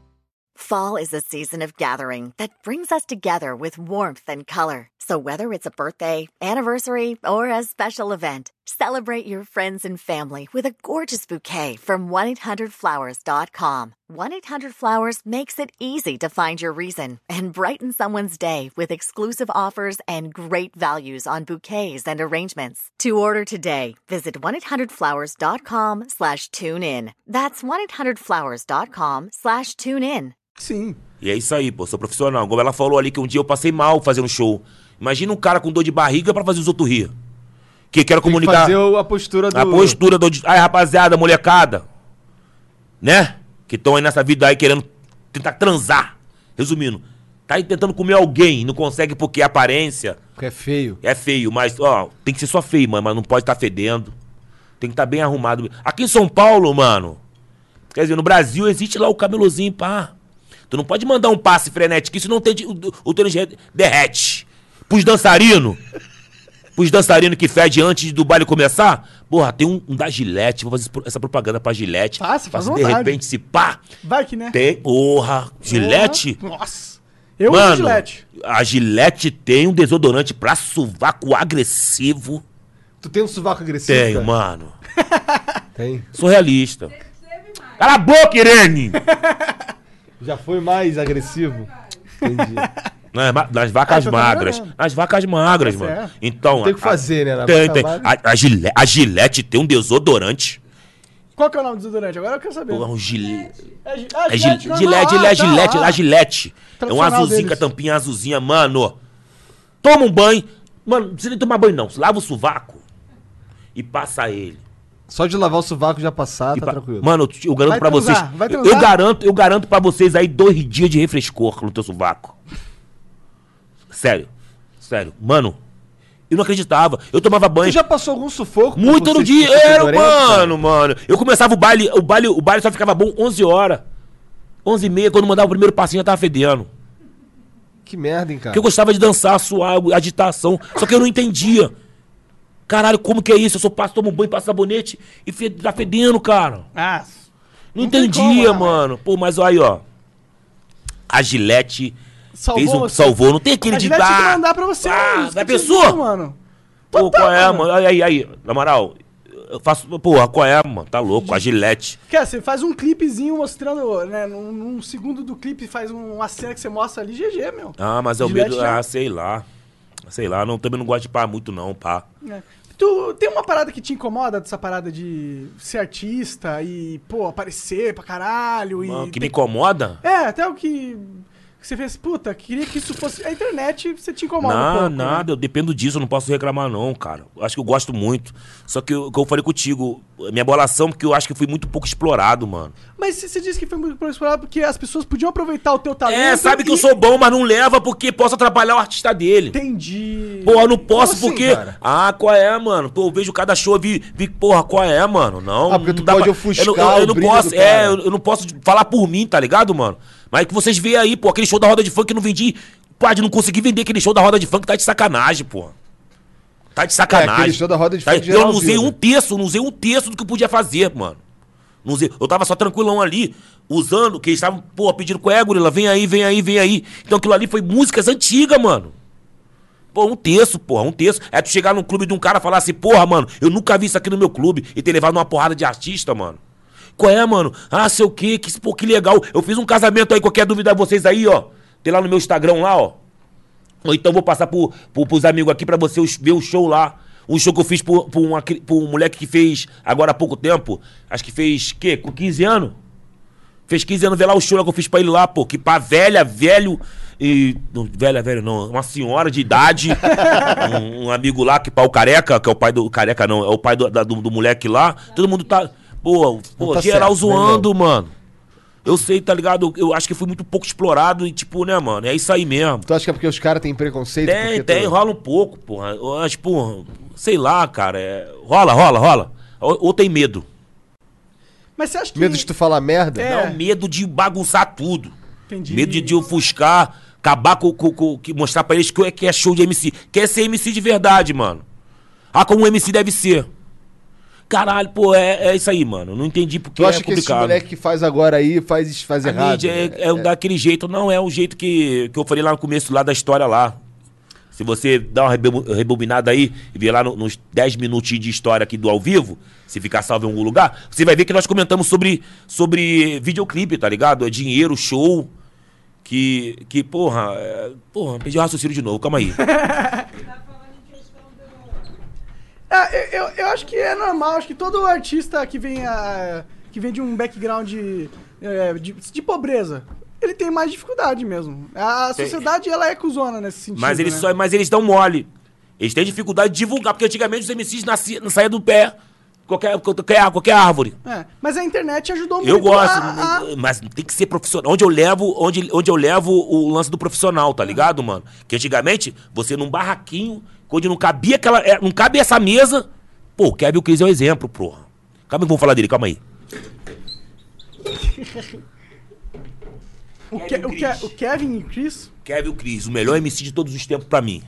S6: Fall is a season of gathering that brings us together with warmth and color. So, whether it's a birthday, anniversary, or a special event, celebrate your friends and family with a gorgeous bouquet from 1-800-Flowers.com. 1-800-Flowers makes it easy to find your reason and brighten someone's day with exclusive offers and great values on bouquets and arrangements. To order today, visit 1-800-Flowers.com slash tune in. That's 1-800-Flowers.com slash tune in.
S3: Sim.
S4: E é isso aí, pô, sou profissional. Como ela falou ali que um dia eu passei mal fazendo show. Imagina um cara com dor de barriga pra fazer os outros rir. Que quero
S2: Tem que
S4: comunicar
S2: fazer o- a postura do...
S4: a postura do. Ai, rapaziada, molecada. Né? Que estão aí nessa vida aí querendo tentar transar. Resumindo, tá aí tentando comer alguém, não consegue porque a aparência
S2: Que é feio.
S4: é feio, mas, ó, tem que ser só feio, mano, mas não pode estar fedendo. Tem que estar bem arrumado. Aqui em São Paulo, mano, quer dizer, no Brasil existe lá o camelozinho, pá. Tu não pode mandar um passe frenético, isso não tem. de- O, o tênis re- derrete. Pros dançarinos. Pros dançarinos que fede antes do baile começar. Porra, tem um, um da Gillette. Vou fazer esse pro- essa propaganda pra Gillette.
S3: Faça, faz
S4: de
S3: vontade.
S4: repente se pá.
S3: Vai que, né?
S4: Tem. Porra, Gillette?
S3: Porra. Nossa. Eu uso
S4: Mano,
S3: gilete.
S4: a Gillette tem um desodorante pra sovaco agressivo.
S2: Tu tem um sovaco agressivo?
S4: Tenho,
S2: cara?
S4: mano.
S2: Tem.
S4: Sou realista. Cala a boca, Irene!
S2: Já foi mais agressivo? Entendi.
S4: Nas, é ma- nas vacas
S3: Ah, então tá
S4: magras.
S3: melhorando.
S4: Nas vacas magras,
S3: Tá
S4: mano.
S3: certo.
S4: Então.
S2: Tem o que
S4: a-
S2: fazer, né, na
S4: Tem,
S2: vaca
S4: tem.
S2: magra?
S4: A, a, Gillette, a Gillette tem um desodorante.
S3: Qual que é o nome do desodorante? Agora eu quero saber.
S4: Porra, um Gillette.
S3: É, gi- ah,
S4: É Gil-
S3: Gillette, normal.
S4: Gillette, Gillette,
S3: Ah, tá,
S4: Gillette,
S3: ah.
S4: lá Gillette. É um
S3: Tradicional
S4: azulzinho com a
S3: deles.
S4: tampinha azulzinha, mano. Toma um banho. Mano, não precisa nem tomar banho, não. Lava o sovaco e passa ele.
S2: Só de lavar o sovaco já passar,
S4: E
S2: tá
S4: pa-
S2: tranquilo.
S4: Mano, eu te- eu garanto
S3: Vai
S4: pra vocês.
S3: transar, vai
S4: eu- eu
S3: transar?
S4: garanto, eu garanto para vocês aí dois dias de refrescor no teu sovaco. Sério. Sério. Mano, eu não acreditava. Eu tomava
S2: Tu
S4: banho.
S2: já passou algum sufoco? pra
S4: Muito
S2: você
S4: no
S2: que
S4: dia,
S2: fica
S4: era,
S2: fedorento, cara?
S4: mano, mano. Eu começava o baile, o baile, o baile só ficava bom 11 horas. 11 e meia, quando mandava o primeiro passinho, eu tava fedendo.
S2: Que merda, hein, cara.
S4: Porque eu gostava de dançar, suar, agitação. Só que eu não entendia. Caralho, como que é isso? Eu só passo, tomo banho, passo sabonete e fe- tá fedendo, cara.
S3: Ah,
S4: Não,
S3: tem
S4: entendia,
S3: como, né,
S4: mano. Pô, mas aí, ó. A Gillette
S3: Salvou
S4: fez um,
S3: você.
S4: salvou. Não tem aquele
S3: A
S4: de
S3: Gillette tem que
S4: dar.
S3: mandar pra você.
S4: Ah,
S3: isso
S4: vai
S3: que vocês
S4: pessoa.
S3: viram, mano.
S4: Pô,
S3: Total,
S4: qual é,
S3: mano.
S4: mano? Aí, aí, aí. Na moral, eu faço. Porra, qual é, mano? Tá louco. A Gillette.
S3: Quer, você faz um clipezinho mostrando, né? Num, num segundo do clipe, faz um- uma cena que você mostra ali, GG, meu.
S4: Ah, mas é o
S3: Gillette
S4: medo.
S3: já-
S4: Ah, sei lá. Sei lá. Não, também não gosto de pá muito, não, pá.
S3: É. Tu tem uma parada que te incomoda dessa parada de ser artista e, pô, aparecer pra caralho e.
S4: Mano, que me
S3: ter-
S4: incomoda.
S3: É, até o que. que você fez, puta, queria que isso fosse. A internet você te incomoda. um
S4: Não,
S3: pouco, né?
S4: nada, eu dependo disso, eu não posso reclamar, não, cara. Eu acho que eu gosto muito. Só que o que eu falei contigo, minha bolação, porque eu acho que eu fui muito pouco explorado, mano.
S3: Mas você- você disse que foi muito pro explorar porque as pessoas podiam aproveitar o teu talento.
S4: É, sabe que eu
S3: e-
S4: sou bom, mas não leva porque posso atrapalhar o artista dele.
S3: Entendi.
S4: Porra, eu não posso
S2: Como assim,
S4: porque.
S2: cara?
S4: Ah, qual é, mano? Pô, eu vejo cada show, vi, vi porra, qual é, mano? Não.
S2: Ah, porque tu
S4: não dá
S2: pode
S4: pra-
S2: ofuscar
S4: Eu, não- eu, eu
S2: o
S4: não
S2: brilho do
S4: posso,
S2: cara.
S4: é, eu, eu não posso falar por mim, tá ligado, mano? Mas que vocês veem aí, pô, aquele show da roda de funk que eu não vendi. Pô, de não consegui vender aquele show da roda de funk, tá de sacanagem, pô. Tá de sacanagem.
S2: aquele show da É, roda de
S4: Tá-
S2: funk
S4: Eu
S2: geral
S4: não usei
S2: viu,
S4: um
S2: né?
S4: terço, não usei um terço do que eu podia fazer, mano. Não usei. Eu tava só tranquilão ali, usando, que eles estavam, pô, pedindo com é, gorila, vem aí, vem aí, vem aí. Então aquilo ali foi músicas antigas, mano. Pô, um terço, porra, um terço. É tu chegar num clube de um cara e falar assim, porra, mano, eu nunca vi isso aqui no meu clube e ter levado uma porrada de artista, mano. Qual é, mano? Ah, sei o quê, que, pô, que legal. Eu fiz um casamento aí, qualquer dúvida vocês aí, ó. Tem lá no meu Instagram lá, ó. Ou então vou passar pro, pro, pros amigos aqui pra você os- ver o show lá. Um show que eu fiz por, por, uma, cri- por um moleque que fez agora há pouco tempo. Acho que fez, quê? Com 15 anos? Fez 15 anos, vê lá o show lá que eu fiz pra ele lá, pô. Que pra velha, velho. E. Não, velha, velho, não. Uma senhora de idade. um, um amigo lá, que pá, o careca, que é o pai do. Careca não, é o pai do, da- do, do moleque lá. Todo mundo tá. Pô, pô
S2: tá
S4: geral
S2: certo, né,
S4: zoando, mano. Eu sei, tá ligado? Eu, eu acho que fui muito pouco explorado e, tipo, né, mano? É isso aí mesmo.
S2: Tu acha que é porque os caras têm preconceito?
S4: Tem,
S2: porque tá-
S4: tem,
S2: tu-
S4: rola um pouco, porra. Eu acho, porra, sei lá, cara. é- Rola, rola, rola. Ou, ou tem medo.
S3: Mas você acha que.
S2: Medo de tu falar merda?
S3: É.
S4: Dá um medo de bagunçar tudo.
S3: Entendi.
S4: Medo de, de ofuscar, acabar com, com, com- que mostrar pra eles que é, que é show de MC. Quer ser MC de verdade, mano. Ah, como um MC deve ser. Caralho, pô, é, é isso aí, mano. Não entendi porque
S2: Tu acha
S4: é
S2: que esse
S4: complicado.
S2: moleque que faz agora aí faz, faz
S4: A
S2: errado?
S4: mídia
S2: né?
S4: é, é, daquele jeito, não é o jeito que, que eu falei lá no começo lá da história lá. Se você dá uma rebo- rebobinada aí e ver lá no- nos 10 minutos de história aqui do ao vivo, se ficar salvo em algum lugar, você vai ver que nós comentamos sobre, sobre videoclipe, tá ligado? É dinheiro, show. Que, que porra, é, porra, perdi o raciocínio de novo, calma aí.
S3: Ah, eu, eu, eu acho que é normal, acho que todo artista que vem, a, que vem de um background é, de, de pobreza, ele tem mais dificuldade mesmo. A
S4: Tem.
S3: sociedade, ela é cuzona nesse sentido,
S4: Mas eles,
S3: né?
S4: só, é mas eles dão mole. Eles têm dificuldade de divulgar, porque antigamente os MCs nasci, saíam do pé, qualquer, qualquer, qualquer árvore.
S3: É, mas a internet ajudou muito
S4: Eu gosto,
S3: a- a-
S4: mas tem que ser profissional. Onde eu levo, onde, onde eu levo o lance do profissional, tá ligado, mano? Que antigamente, você num barraquinho, onde não cabia aquela. é, Não cabe essa mesa. Pô, o Kevin Cris é um exemplo, porra. Calma aí que vamos falar dele, calma aí.
S3: O, Ke- o Ke-
S4: Chris.
S3: o Kevin e Chris?
S4: Kevin Cris, o melhor MC de todos os tempos pra mim.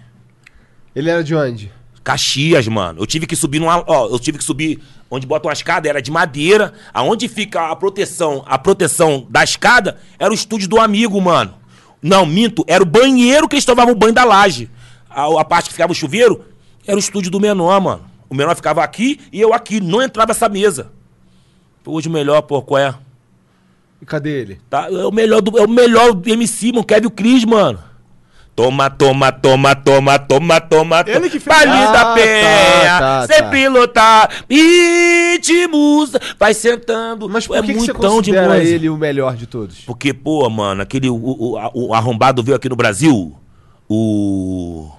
S2: Ele era de onde?
S4: Caxias, mano. Eu tive que subir numa. Ó, eu tive que subir onde bota uma escada, era de madeira. Aonde fica a proteção, a proteção da escada era o estúdio do amigo, mano. Não, minto, era o banheiro que eles tomavam o banho da laje. A, a parte que ficava o chuveiro era o estúdio do menor, mano. O menor ficava aqui e eu aqui. Não entrava essa mesa. Hoje o melhor, pô, qual é?
S2: E cadê ele?
S4: Tá? É o melhor do, é o melhor do MC, mano. Kevin Cris, mano. Toma, toma, toma, toma, toma, toma.
S3: Ele
S4: to-
S3: que fez.
S4: Palinho
S2: Ah,
S4: da
S2: tá,
S4: penha,
S2: tá, tá.
S4: sempre lotar. Ritmos, vai sentando.
S2: Mas por
S4: é
S2: que, que você
S4: muitão
S2: considera
S4: música.
S2: ele o melhor de todos?
S4: Porque, pô, mano, aquele. O, o- a- o arrombado veio aqui no Brasil. O.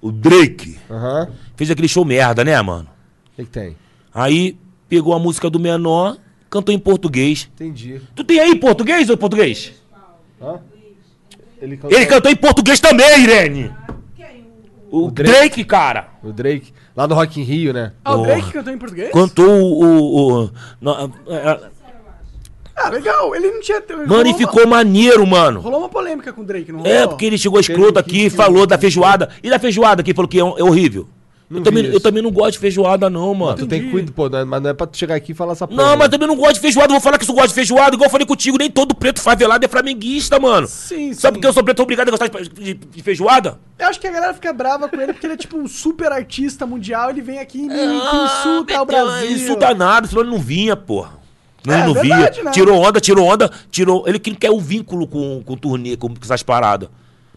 S4: O Drake.
S2: Aham.
S4: Fez aquele show merda, né, mano?
S2: O que, que tem?
S4: Aí pegou a música do menor, cantou em português.
S2: Entendi.
S4: Tu tem aí português ou português?
S2: Hã? Ele cantou...
S4: Ele cantou em português também, Irene. O,
S2: O
S4: Drake,
S2: Drake.
S4: cara.
S2: O Drake. Lá no Rock in Rio, né?
S3: Ah, o
S4: Porra.
S3: Drake cantou em português?
S4: Cantou o. o- o- na- a- a-
S3: Ah, legal. Ele não tinha.
S4: mano, e
S3: rolou
S4: ficou maneiro,
S3: Uma,
S4: mano.
S3: rolou uma polêmica com o Drake, não rolou?
S4: É, porque ele chegou escroto aqui e falou da feijoada. E da feijoada que falou que é, um- é horrível. Eu
S2: vi
S4: também, eu
S2: isso.
S4: também não gosto de feijoada, não,
S2: Tu
S4: mano.
S2: tem cuido, pô, não é- mas não é pra tu chegar aqui e falar essa porra.
S4: Não,
S2: né?
S4: mas também não gosto de feijoada. Vou falar que eu gosto de feijoada, igual eu falei contigo. Nem todo preto favelado é flamenguista, mano.
S3: Sim,
S4: Só
S3: sim.
S4: porque eu sou preto, eu sou obrigado a gostar de, de- de feijoada?
S3: Eu acho que a galera fica brava com ele porque ele é tipo um super artista mundial. Ele vem aqui e insulta
S4: Ah,
S3: o Brasil.
S4: Insulta nada, senão ele não vinha, porra. Não,
S3: É,
S4: ele não
S3: verdade,
S4: vinha.
S3: né?
S4: Tirou onda, tirou onda, tirou. Ele que não quer o vínculo com, com o turnê, com essas paradas.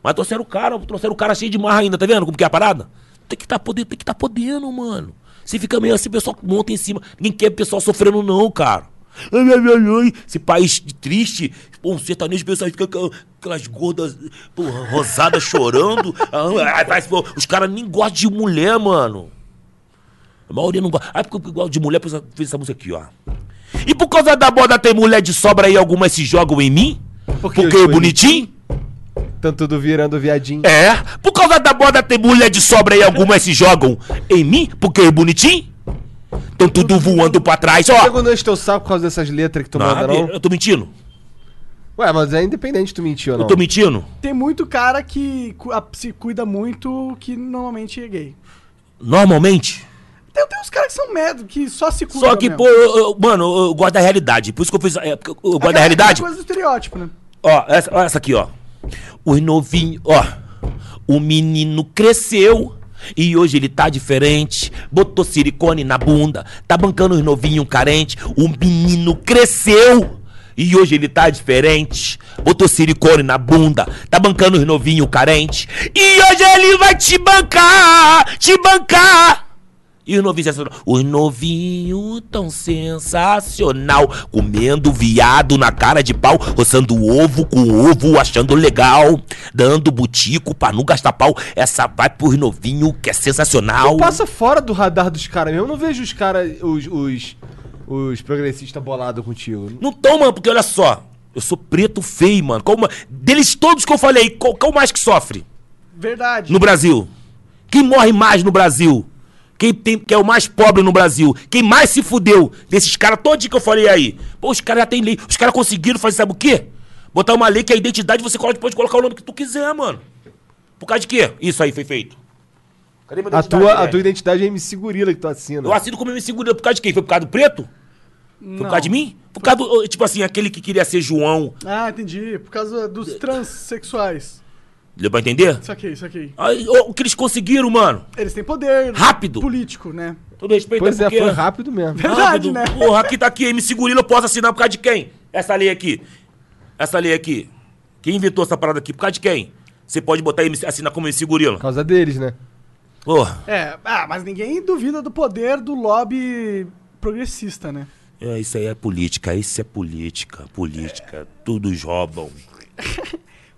S4: Mas trouxeram o cara, trouxeram o cara cheio de marra ainda, tá vendo? Como que é a parada? Tem que tá podendo, tem que tá podendo, mano. Se fica meio assim, o pessoal monta em cima. Ninguém quer o pessoal sofrendo, não, cara. Ai, ai, ai, ai. Esse país triste, pô, um sertanejo, pessoal fica com aquelas gordas, pô, rosadas chorando. Ai, ai, vai, pô, os caras nem gostam de mulher, mano. A maioria não gosta. Ah, porque igual de mulher, por isso fez essa música aqui, ó. E por causa da moda tem mulher de sobra aí, algumas se jogam em mim?
S2: Porque
S4: Porque,
S2: eu
S4: eu
S2: sou
S4: bonitinho?
S2: Tanto do virando viadinho.
S4: É. Por causa da moda tem mulher de sobra aí, algumas se jogam em mim? Porque eu bonitinho? Tão tudo voando pra trás, ó.
S2: Chegou no teu saco por causa dessas letras que tu manda,
S4: É Nada,
S2: não?
S4: eu tô mentindo?
S2: Ué, mas é independente tu mentir ou
S4: Eu
S2: não.
S4: tô mentindo?
S3: Tem muito cara que cu- a- se cuida muito que normalmente é gay.
S4: Normalmente?
S3: Tem, tem uns caras que são medo, que só se cuida.
S4: Só que,
S3: mesmo. É
S4: pô, eu- eu- mano, eu gosto da realidade. Por isso que eu fiz. é, porque Eu eu gosto da
S3: Aquela-
S4: realidade.
S3: aquela coisa do estereótipo, né?
S4: Ó, essa, ó, essa aqui, ó. Os novinhos, ó. O menino cresceu e hoje ele tá diferente. Botou silicone na bunda, tá bancando os novinhos carentes. O menino cresceu e hoje ele tá diferente. Botou silicone na bunda, tá bancando os novinhos carentes. E hoje ele vai te bancar, te bancar. E os novinhos sensacional. Os novinhos tão sensacional. Comendo viado na cara de pau. Roçando ovo com ovo, achando legal. Dando butico pra não gastar pau. Essa vai pros novinhos que é sensacional.
S2: Passa fora do radar dos caras mesmo. Eu não vejo os caras, os, os, os progressistas bolados contigo.
S4: Não tão, mano, porque olha só. Eu sou preto feio, mano. Qual, ma- deles todos que eu falei, qual, qual mais que sofre
S3: Verdade.
S4: no Brasil? Quem morre mais no Brasil? Quem, tem, que é o mais pobre no Brasil? Quem mais se fudeu desses caras todos que eu falei aí? Pô, os caras já têm lei. Os caras conseguiram fazer, sabe o quê? Botar uma lei que é a identidade você colo- pode colocar o nome que tu quiser, mano. Por causa de quê? Isso aí foi feito. Cadê minha
S2: A
S4: identidade,
S2: tua, a
S4: velho?
S2: tua identidade é MC Gorila que tu assina.
S4: Eu assino como MC Gorila por causa de quem? Foi por causa do preto? Foi por causa de mim? Por causa do, tipo assim, aquele que queria ser João.
S3: Ah, entendi. Por causa dos
S4: É.
S3: transexuais.
S4: Deu pra entender?
S3: Saquei, saquei.
S4: Aí, o o que eles conseguiram, mano?
S3: Eles têm poder.
S4: Rápido.
S3: Político, né?
S4: Todo respeito
S2: Pois é,
S4: porque-
S2: foi rápido mesmo.
S3: Verdade, né?
S4: Porra, aqui tá aqui, MC Gorila, eu posso assinar por causa de quem? Essa lei aqui. Essa lei aqui. Quem inventou essa parada aqui? Por causa de quem? Você pode botar MC, assinar como MC Gorila.
S2: Por causa deles, né?
S4: Porra.
S3: É, ah, mas ninguém duvida do poder do lobby progressista, né?
S4: É, isso aí é política, isso é política, política. Todos roubam.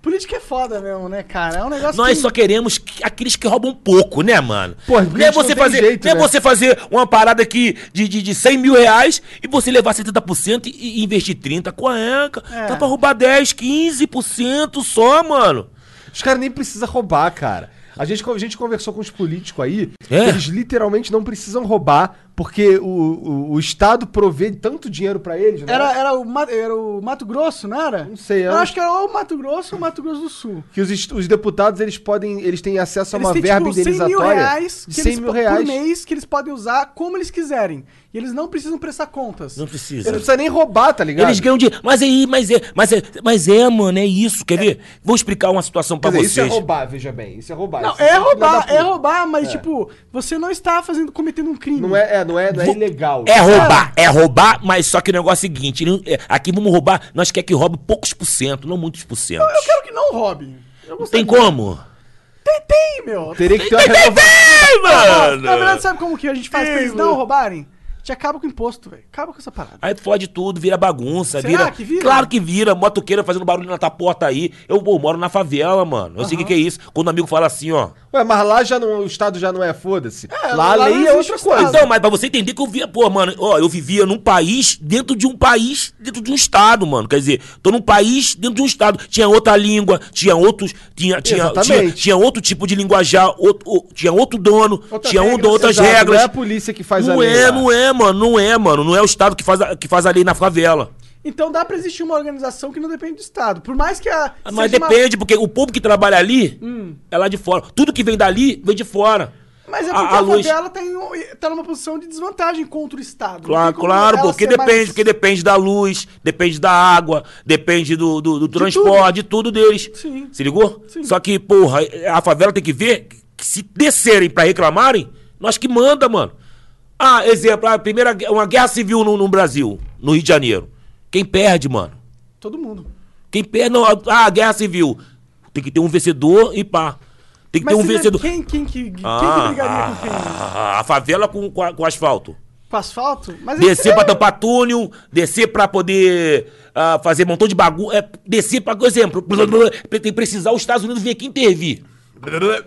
S3: Política é foda mesmo, né, cara? É um negócio
S4: Nós
S3: que-
S4: só queremos que- aqueles que roubam pouco, né, mano?
S2: Porra, porque
S4: não
S2: a
S4: é
S2: gente
S4: você
S2: não tem
S4: fazer,
S2: jeito,
S4: não é
S2: né?
S4: você fazer uma parada aqui de, de, de 100 mil reais e você levar 70% e, e investir 30. Qual é, cara?
S3: É.
S4: Dá pra roubar 10, 15% só, mano.
S2: Os caras nem precisam roubar, cara. A gente, a gente conversou com os políticos aí,
S4: É?
S2: eles literalmente não precisam roubar Porque o, o, o Estado provê tanto dinheiro pra eles, né?
S3: Era, era, o, Ma- era o Mato Grosso, não era?
S2: Não sei, eu
S3: Eu,
S2: não-
S3: acho que era ou o Mato Grosso ou o Mato Grosso do Sul.
S2: Que os, est- os deputados, eles podem. Eles têm acesso a
S3: Eles
S2: é uma
S3: têm,
S2: verba
S3: tipo, 100 mil
S2: indenizatória.
S3: reais,
S2: de
S3: que
S2: 100
S3: eles,
S2: mil reais.
S3: por mês que eles podem usar como eles quiserem. E eles não precisam prestar contas.
S4: Não
S2: Você
S4: precisa.
S2: não precisa nem roubar, tá ligado?
S4: Eles ganham dinheiro. Mas aí, mas é, mas é, mas é, mano, é isso. Quer ver? Vou explicar uma situação
S2: Quer
S4: pra
S2: dizer,
S4: vocês.
S2: isso é roubar, veja bem. Isso é roubar.
S3: Não,
S2: isso
S3: é
S2: filho da
S3: roubar,
S2: puta.
S3: é roubar, mas tipo, você não está fazendo, cometendo um crime.
S2: Não é, é, não é, não é
S4: Vo-
S2: ilegal.
S4: É roubar, é roubar, mas só que o negócio é o seguinte: ele não- é, aqui vamos roubar, nós quer que roube poucos por cento, não muitos por cento.
S3: Eu quero que não roubem. Eu
S4: Não
S3: gostaria-
S4: tem como?
S3: Tem, tem, meu.
S2: Teria que ter uma renovação.
S4: Ei,
S3: Ah, Na verdade,
S4: mano!
S3: sabe como que a gente faz pra eles não roubarem? A gente acaba com o imposto, velho. Acaba com essa parada.
S4: Aí fode tudo, vira bagunça,
S3: Será
S4: vira...
S3: que vira?
S4: Claro que vira, motoqueira fazendo barulho na tua porta aí. Eu, pô, moro na favela, mano. Eu sei o que que é isso. Quando o amigo fala assim, ó.
S2: Ué, mas lá já não, o Estado já não é, foda-se. lá
S3: lá
S2: a lei
S3: não
S2: é
S3: existe
S2: outra
S3: o
S2: coisa.
S3: Estado.
S4: Então, mas pra você entender que eu via, pô, mano, ó, eu vivia num país dentro de um país, dentro de um estado, mano. Quer dizer, tô num país dentro de um estado. Tinha outra língua, tinha outros. Tinha, tinha,
S2: Exatamente.
S4: tinha, tinha outro tipo de linguajar, outro- o- tinha outro dono,
S2: Outras
S4: tinha um,
S2: regras,
S4: outras
S2: exato,
S4: regras.
S2: Não é a polícia que faz né? a
S4: não
S2: lei.
S4: é,
S2: lá.
S4: não é, mano, não é, mano. Não é o estado que faz a, que faz a lei na favela.
S3: Então dá pra existir uma organização que não depende do Estado. Por mais que a.
S4: Ah, Mas
S3: seja uma-
S4: depende, porque o povo que trabalha ali
S2: Hum.
S4: é lá de fora. Tudo que vem dali vem de fora.
S3: Mas é
S4: A-
S3: porque
S4: a
S3: a,
S4: luz-
S3: favela tá, em um- tá numa posição de desvantagem contra o Estado. Não
S4: Claro,
S3: tem como
S4: claro,
S3: ela
S4: porque
S3: ser
S4: depende,
S3: mais-
S4: porque depende da luz, depende da água, depende do, do, do transporte, de tudo deles.
S3: Sim.
S4: Se ligou?
S3: Sim.
S4: Só que, porra, a favela tem que ver que se descerem pra reclamarem, nós que manda, mano. Ah, exemplo, a primeira, gue- uma guerra civil no, no Brasil, no Rio de Janeiro. Quem perde, mano?
S3: Todo mundo.
S4: Quem perde, não, ah, a guerra civil. Tem que ter um vencedor e pá. Tem que ter um
S3: se vê-
S4: vencedor.
S3: Quem, quem, que, quem que
S4: Ah,
S3: brigaria com quem?
S4: ah, a favela com, com, a- com asfalto.
S3: Com asfalto? Mas é
S4: Descer
S3: aí-
S4: pra tampar túnel, descer pra poder ah, fazer um montão de bagulho. É, descer pra, por exemplo, blá, blá, blá, tem que precisar os Estados Unidos vir aqui intervir.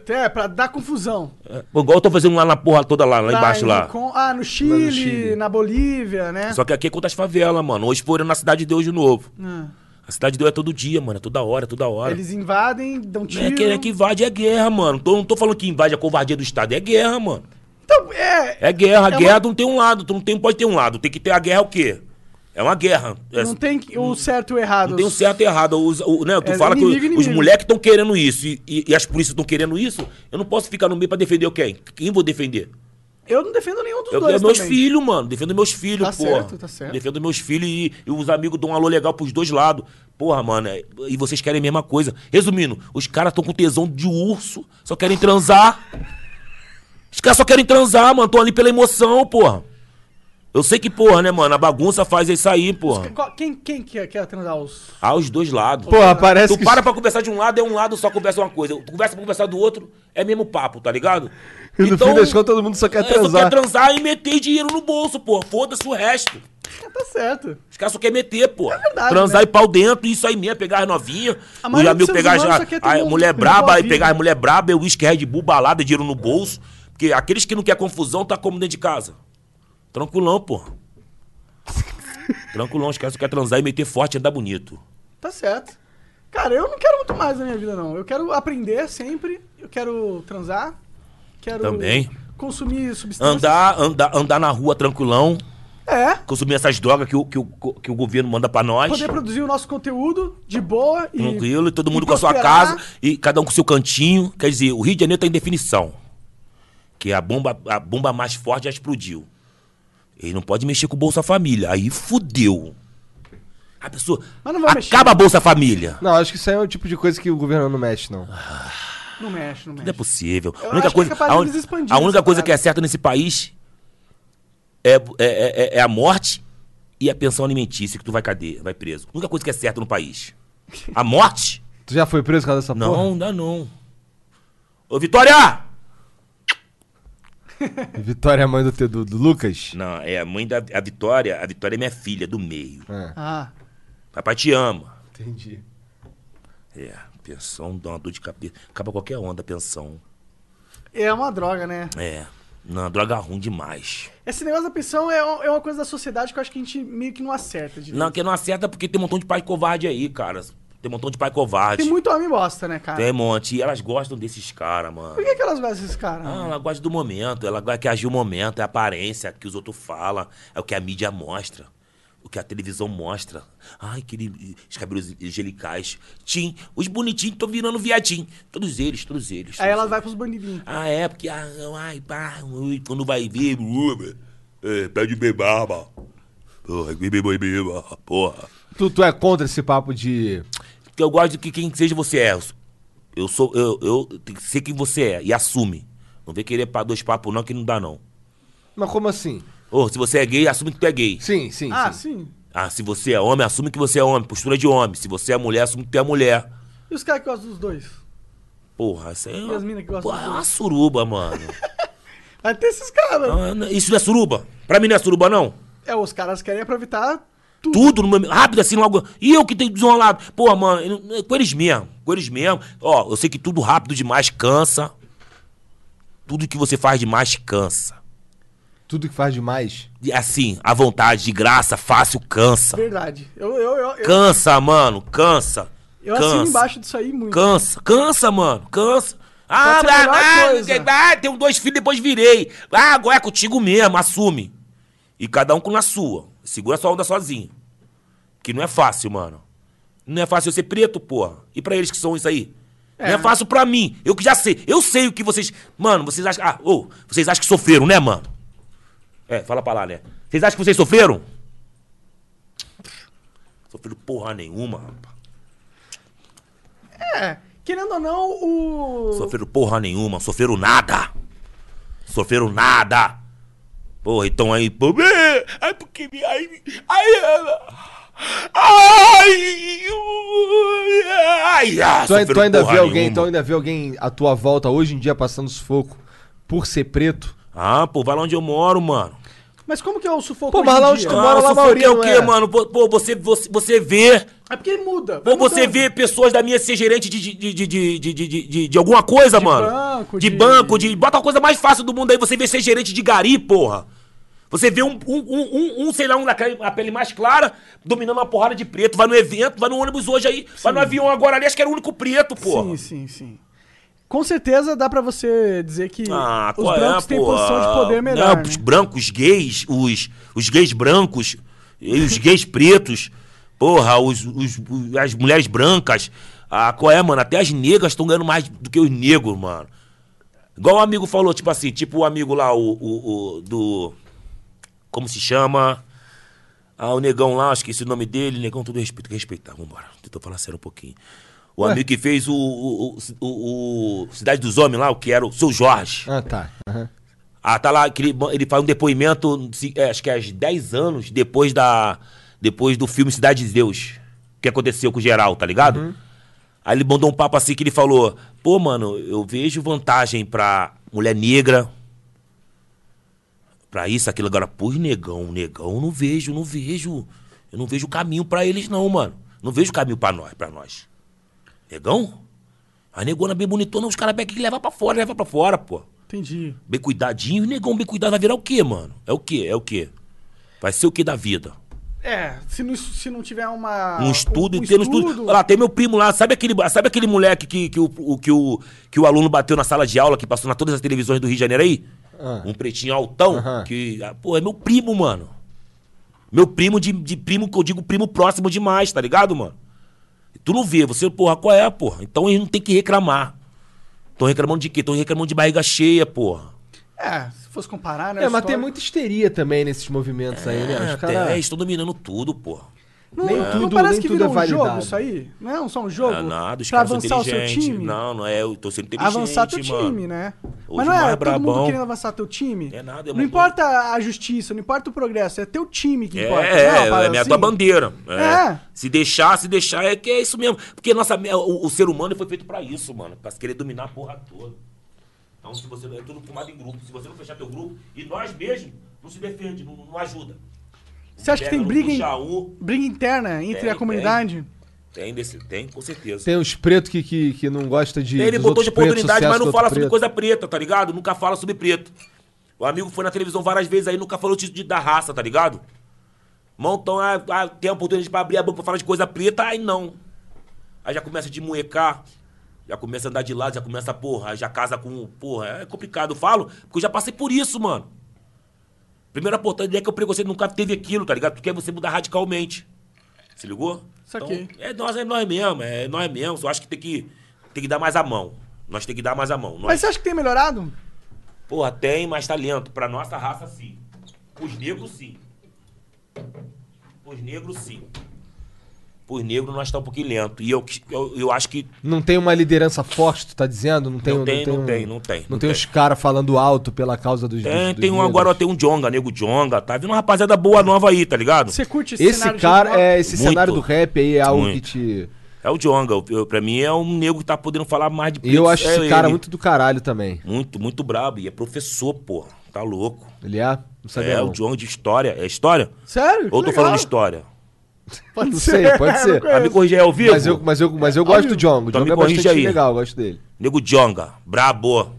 S3: É, pra dar confusão.
S4: É, bom, igual eu tô fazendo lá na porra toda lá, lá
S3: Pra
S4: embaixo
S3: ir
S4: lá.
S3: com- ah, no Chile,
S2: Chile.
S3: na Bolívia, né?
S4: Só que aqui é contra as favelas, mano. Hoje foram na Cidade de Deus de novo.
S3: Ah.
S4: A Cidade de Deus é todo dia, mano. É toda hora, é toda hora.
S3: Eles invadem, dão tiro.
S4: É que, é que invade é guerra, mano. Tô, não tô falando que invade a covardia do Estado, é guerra, mano.
S3: Então, é.
S4: É guerra, a
S3: uma-
S4: guerra não tem um lado, tu não tem, pode ter um lado. Tem que ter a guerra é o quê? É uma guerra. É-
S3: Não tem o certo e o errado.
S4: Não tem um o certo e errado. Os, o- né, tu
S3: É
S4: fala
S3: inimigo,
S4: que o- os
S3: inimigo.
S4: moleques estão querendo isso e, e- e as polícias estão querendo isso. Eu não posso ficar no meio pra defender quem? Quem vou defender?
S3: Eu não defendo nenhum dos
S4: Eu,
S3: dois.
S4: eu- meus
S3: também.
S4: filhos, mano. Defendo meus filhos,
S3: Tá
S4: porra.
S3: certo, tá certo.
S4: Defendo meus filhos e, e os amigos dão um alô legal pros dois lados. Porra, mano. é- E vocês querem a mesma coisa. Resumindo, os caras estão com tesão de urso, só querem transar. Os caras só querem transar, mano. Tô ali pela emoção, porra. Eu sei que, porra, né, mano? A bagunça faz isso aí, porra.
S3: Qual- Quem, quem quer, quer transar os.
S4: Aos dois lados.
S2: Porra, parece
S4: Tu
S2: que.
S4: para pra conversar de um lado, é um lado só conversa uma coisa. Tu conversa pra conversar do outro, é mesmo papo, tá ligado? Então,
S2: E no fim das contas, todo mundo só quer
S4: é, Só
S2: transar.
S4: quer transar e meter dinheiro no bolso, pô. Foda-se o resto.
S3: Ah, Tá certo.
S4: Os caras só querem meter, pô.
S3: verdade,
S4: transar
S3: né?
S4: e pau dentro, isso aí mesmo, é pegar as novinhas.
S3: A
S4: Os
S3: maioria
S4: amigos
S3: dos seres
S4: pegar as,
S3: humanos só quer ter
S4: a- a
S3: um-
S4: mulher
S3: um
S4: braba, e
S3: novinho.
S4: pegar as mulher braba, e uísque, Red Bull, balada, dinheiro no bolso. Porque aqueles que não quer confusão, tá como dentro de casa. Tranquilão, pô. Tranquilão, os caras só querem transar e meter forte e andar bonito.
S3: Tá certo. Cara, eu não quero muito mais da minha vida, não. Eu quero aprender sempre. Eu quero transar. Quero.
S4: Também.
S3: Consumir substâncias.
S4: Andar, andar, andar na rua tranquilão.
S3: É.
S4: consumir essas drogas que o, que o, que o governo manda pra nós.
S3: Poder produzir o nosso conteúdo de boa e.
S4: Tranquilo, e todo mundo
S3: e
S4: com a sua
S3: prosperar.
S4: casa e cada um com o seu cantinho. Quer dizer, o Rio de Janeiro tá em definição. Que é a bomba, a bomba mais forte já explodiu. Ele não pode mexer com o Bolsa Família. Aí fudeu. A pessoa.
S3: Mas não vai
S4: acaba
S3: mexer.
S4: a Bolsa Família.
S2: Não, acho que isso aí é o tipo de coisa que o governo não mexe, não.
S3: Não mexe, não mexe.
S4: Não é possível.
S3: Eu
S4: A única
S3: acho que
S4: coisa,
S3: é capaz
S4: a,
S3: deles
S4: un-
S3: expandirem
S4: a única
S3: essa
S4: coisa
S3: parada.
S4: que é certa nesse país é, é, é- é a morte e a pensão alimentícia, que tu vai cadeia, vai preso. A única coisa que é certa no país. A morte
S2: Tu já foi preso por causa dessa
S4: Não,
S2: porra?
S4: ainda não. Ô, Vitória!
S2: Vitória, é mãe do, teu- do, do Lucas.
S4: Não, é a mãe da a Vitória. A Vitória é minha filha, do meio.
S3: Ah.
S4: Papai te ama.
S2: Entendi.
S4: É, pensão dá uma dor de cabeça. Acaba qualquer onda, pensão.
S3: É uma droga, né?
S4: É. Não, droga ruim demais.
S3: Esse negócio da pensão é, é uma coisa da sociedade que eu acho que a gente meio que não acerta. direito.
S4: Não, que não acerta porque tem um montão de pai covarde aí, cara. Tem um montão de pai covarde.
S3: Tem muito homem bosta, né, cara?
S4: Tem um monte. E elas gostam desses caras, mano.
S3: Por que, que elas gostam desses caras?
S4: Ah,
S3: mano?
S4: ela gosta do momento, ela gosta que agir o momento, é a aparência, é o que os outros falam, é o que a mídia mostra, o que a televisão mostra. Ai, aquele, os cabelos angelicais. Tim, os bonitinhos estão virando viadinho. Todos eles, todos eles.
S3: Aí
S4: todos
S3: ela
S4: eles.
S3: vai pros bandidinhos.
S4: Ah, é, porque. Ah, ai, pá, ui, quando vai ver. ui, É, pede bebaba. Porra, que beba, beba, porra.
S2: Tu, tu é contra esse papo de.
S4: Porque eu gosto de que quem seja você é. Eu sou. Eu, eu tenho que ser quem você é e assume. Não vem querer pa- dois papos, não, que não dá, não.
S2: Mas como assim?
S4: Ô, se você é gay, assume que tu é gay.
S2: Sim, sim.
S3: Ah,
S2: sim.
S3: sim.
S4: Ah, se você é homem, assume que você é homem. Postura de homem. Se você é mulher, assume que tu é mulher.
S3: E os caras que gostam dos dois?
S4: Porra, isso aí é
S3: E as mina que
S4: uma,
S3: gostam
S4: porra,
S3: de
S4: é uma suruba, mano.
S3: Vai ter Ah, esses caras.
S4: Não, eu não- Isso não é suruba? Pra mim não é suruba, não.
S3: É, os caras querem aproveitar
S4: Tudo no meu. Rápido assim, logo. E eu que tenho que desenrolar. Porra, mano, eu não- é com eles mesmo. Com eles mesmo. Ó, eu sei que tudo rápido demais cansa. Tudo que você faz demais cansa.
S2: Tudo que faz demais.
S4: E assim, à vontade, de graça, fácil, cansa.
S3: verdade. Eu, eu, eu, eu,
S4: Cansa, mano, cansa.
S3: eu
S4: cansa.
S3: assino embaixo disso aí muito.
S4: Cansa, cansa, mano, cansa. Ah,
S3: Pode ser a
S4: ah,
S3: melhor
S4: ah,
S3: coisa.
S4: ninguém- ah, tenho dois filhos, depois virei. Ah, agora é contigo mesmo, assume. E cada um com na sua. Segura sua onda sozinho. Que não é fácil, mano. Não é fácil eu ser preto, porra. E pra eles que são isso aí? Não é fácil pra mim. Eu que já sei. Eu sei o que vocês. Mano, vocês acham. Ah, ô, vocês acham que sofreram, né, mano? É, fala pra lá, né? Vocês acham que vocês sofreram? Sofreram porra nenhuma, rapaz.
S3: É, querendo ou não, o.
S4: Sofreram porra nenhuma, sofreram nada. Sofreram nada. Porra, então aí. pô, é, Ai, porque. me- Ai. Ai. Ai. Ai. ai, ai
S2: Tu, ai- tu
S4: sofreram
S2: ainda
S4: porra
S2: vê alguém, então?
S4: nenhuma.
S2: tu ainda vê alguém à tua volta hoje em dia passando sufoco por ser preto?
S4: Ah, pô, vai lá onde eu moro, mano.
S3: Mas como que é o sufoco?
S2: Pô,
S3: hoje
S2: mas
S3: em
S2: lá onde
S3: dia?
S2: tu mora? lá,
S4: sufoco
S2: Maurinho,
S4: é o quê,
S2: é?
S4: mano? Pô, pô, você, você, você vê.
S3: É porque muda. vai
S4: Pô, você
S3: mudando.
S4: vê pessoas da minha ser gerente de, de, de, de, de, de, de- de- de alguma coisa, mano.
S3: banco,
S4: de,
S3: de-
S4: banco, de. Bota a coisa mais fácil do mundo aí, você vê ser gerente de gari, porra. Você vê um, um, um, um, um, sei lá, um da ca- a pele mais clara, dominando uma porrada de preto, vai no evento, vai no ônibus hoje aí, vai no avião agora ali, acho que era o único preto, porra.
S3: Sim, sim, sim. Com certeza dá pra você dizer que
S4: Ah,
S3: os
S4: qual
S3: brancos
S4: é,
S3: têm
S4: pô?
S3: posição de poder melhor.
S4: Não, os
S3: né?
S4: brancos gays, os, os gays brancos, e os gays pretos, porra, os, os- os- as mulheres brancas. Ah, qual é, mano? Até as negras estão ganhando mais do que os negros, mano. Igual o amigo falou, tipo assim, tipo o amigo lá, o, o- o do. Como se chama? Ah, o negão lá, esqueci o nome dele, negão, todo respeito, tem que respeitar, vambora. Tentou falar sério um pouquinho. O amigo que fez o, o- o- o- o Cidade dos Homens lá, o que era o seu Jorge.
S2: Ah, tá. Aham.
S4: Ah, tá lá, que ele, ele faz um depoimento, se- é, acho que é às 10 anos depois da depois do filme Cidade de Deus, que aconteceu com o geral, tá ligado? Aí ele mandou um papo assim que ele falou: "Pô, mano, eu vejo vantagem pra mulher negra, pra isso, aquilo agora, pô, negão, negão, não vejo, não vejo. Eu não vejo caminho pra eles não, mano. Não vejo caminho pra nós, para nós. Negão? A negona bem bonitona, os caras pegam que levar pra fora, leva pra fora, pô
S3: Entendi.
S4: bem cuidadinho, e negão bem cuidado vai virar o quê, mano? É o quê? É o quê? Vai ser o quê da vida?
S3: É, se não, se não tiver uma.
S4: Um estudo e ter um estudo. Olha lá, tem meu primo lá, sabe aquele, sabe aquele moleque que, que, o, o- que, o, que o aluno bateu na sala de aula, que passou na todas as televisões do Rio de Janeiro aí? Um pretinho altão,
S2: Aham.
S4: que. ah, Pô, é meu primo, mano. Meu primo de, de primo, que eu digo primo próximo demais, tá ligado, mano? Tu não vê, você, porra, qual é, porra? Então eles não tem que reclamar. Tão reclamando de quê? Tão reclamando de barriga cheia, porra.
S3: É, se fosse comparar, né?
S2: É,
S3: a
S2: mas tem
S3: história-
S2: muita histeria também nesses movimentos aí, né?
S4: É,
S2: Os caras.
S4: tem- estão dominando tudo, porra.
S3: Não,
S2: nem
S3: não
S2: tudo-
S3: parece
S2: nem
S3: que
S2: tudo
S3: virou
S2: é
S3: um jogo
S2: validado.
S3: isso aí? Não é um- só um jogo?
S4: Ah, nada, os
S3: pra
S4: caras são
S3: avançar o seu
S4: inteligentes.
S3: time?
S4: Não, não é, eu tô sendo inteligente.
S3: avançar teu
S4: mano.
S3: time, né?
S4: Hoje
S3: Mas não
S4: o
S3: é
S4: mais
S3: todo mundo
S4: brabão-
S3: querendo avançar teu time.
S4: É nada, é
S3: Não
S4: uma
S3: importa a justiça, não importa o progresso, é teu time que
S4: É,
S3: importa.
S4: é,
S3: não uma
S4: é,
S3: parada
S4: minha
S3: assim?
S4: tua bandeira. É.
S3: É.
S4: Se deixar, se deixar, é que é isso mesmo. Porque nossa, o, o ser humano foi feito pra isso, mano. Pra se querer dominar a porra toda. Então, se você. É tudo formado em grupo. Se você não fechar teu grupo, e nós mesmos, não se defende, não, não ajuda.
S3: Você acha que
S4: Pega,
S3: tem
S4: não
S3: briga, em-
S4: puxa um.
S3: briga interna entre
S4: Tem,
S3: a comunidade?
S4: Tem, desse, tem, com certeza.
S2: Tem uns pretos que, que, que não gosta de. dos
S4: Ele botou
S2: outros
S4: de
S2: pretos,
S4: oportunidade,
S2: sucesso
S4: mas
S2: do
S4: não
S2: outro
S4: fala sobre
S2: preto.
S4: coisa preta, tá ligado? Nunca fala sobre preto. O amigo foi na televisão várias vezes aí, nunca falou de, de- da raça, tá ligado? então, Montão, ah, ah, tem a oportunidade pra abrir a boca pra falar de coisa preta, aí não. Aí já começa a de muecar, já começa a andar de lado, já começa, porra, aí já casa com. Porra, é complicado, eu falo, porque eu já passei por isso, mano. Primeira oportunidade é que eu preconceito nunca teve aquilo, tá ligado? Tu quer você mudar radicalmente. Se ligou?
S3: Saquei.
S4: Então, é nós, é nós mesmo, é nós mesmo. Eu acho que tem que, tem que dar mais a mão. Nós tem que dar mais a mão. Nós-
S3: Mas você acha que tem melhorado?
S4: Porra, tem mais talento. Pra nossa raça, sim. Os negros, sim. Os negros, sim. Os negros, nós estamos um pouquinho lento. E eu, que- eu, eu acho que
S2: Não tem uma liderança forte, tu tá dizendo? Não tem,
S4: Não
S2: um-
S4: tem, não
S2: um-
S4: tem, não tem,
S2: Não,
S4: não
S2: tem
S4: tem.
S2: os caras falando alto pela causa dos
S4: tem,
S2: dos
S4: tem um
S2: negros.
S4: agora, ó, tem um Jonga, nego Jonga. Tá vindo uma rapaziada boa nova aí, tá ligado?
S3: Você curte esse,
S2: Esse
S3: cenário de
S2: cara,
S3: hip hop?
S2: é, esse
S4: Muito.
S2: cenário do rap aí é algo que
S4: Muito.
S2: te.
S4: É o Jonga. Eu- eu- Pra mim é um nego que tá podendo falar mais de
S2: E eu
S4: preto,
S2: acho
S4: é
S2: esse cara
S4: ele.
S2: muito do caralho também.
S4: Muito, muito brabo. E é professor, porra. Tá louco.
S2: Ele é? Não sabia.
S4: É,
S2: não.
S4: o Jonga de história. É história?
S3: Sério? Que
S4: Ou tô
S3: legal.
S4: falando história?
S2: É, Não sei, pode ser.
S4: Ah, me corrija aí ao vivo.
S2: Mas eu, mas eu, mas eu gosto do Django. O
S4: Então
S2: Django
S4: me
S2: é bastante
S4: corrija aí.
S2: legal, eu gosto dele.
S4: Nego Jonga. Brabo.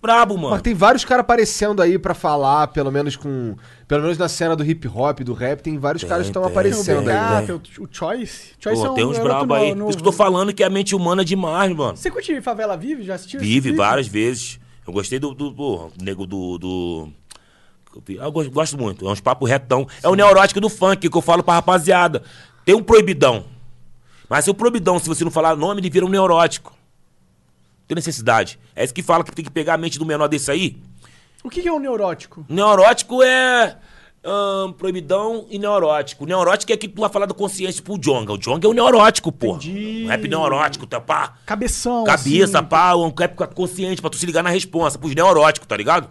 S4: Brabo, mano.
S2: Mas tem vários caras aparecendo aí pra falar, pelo menos com. Pelo menos na cena do hip hop, do rap, tem vários caras que estão
S4: tem,
S3: Tem o
S2: aparecendo
S4: tem.
S2: aí.
S3: BK,
S4: né?
S3: tem o, o Choice. Choice é um
S4: Pô, tem uns
S3: garoto
S4: brabo aí.
S3: no-
S4: Por isso que eu tô falando que a mente humana é demais, mano.
S3: Você curte Favela Vive? Já assistiu? esse
S4: Vive
S3: clipe?
S4: várias vezes. Eu gostei do. do, do nego do. do- Eu gosto, gosto muito. É uns papo retão. É o neurótico do funk que eu falo pra rapaziada. Tem um proibidão. Mas se o proibidão, se você não falar nome, ele vira um neurótico. Tem necessidade. É isso que fala que tem que pegar a mente do menor desse aí.
S3: O que que é um neurótico?
S4: Neurótico é. ahn, proibidão e neurótico. Neurótico é que tu vai falar do consciente pro Jonga. O Jonga é o neurótico, pô.
S3: Entendi.
S4: Rap neurótico, tá pá.
S3: Cabeção.
S4: Cabeça,
S3: assim.
S4: pá, um cap consciente, pra tu se ligar na responsa, pros neuróticos, tá ligado?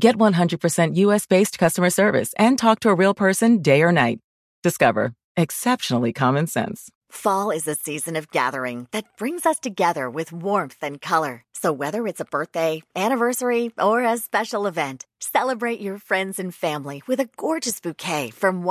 S7: Get 100% US based customer service and talk to a real person day or night. Discover exceptionally common sense.
S6: Fall is a season of gathering that brings us together with warmth and color. So, whether it's a birthday, anniversary, or a special event, celebrate your friends and family with a gorgeous bouquet from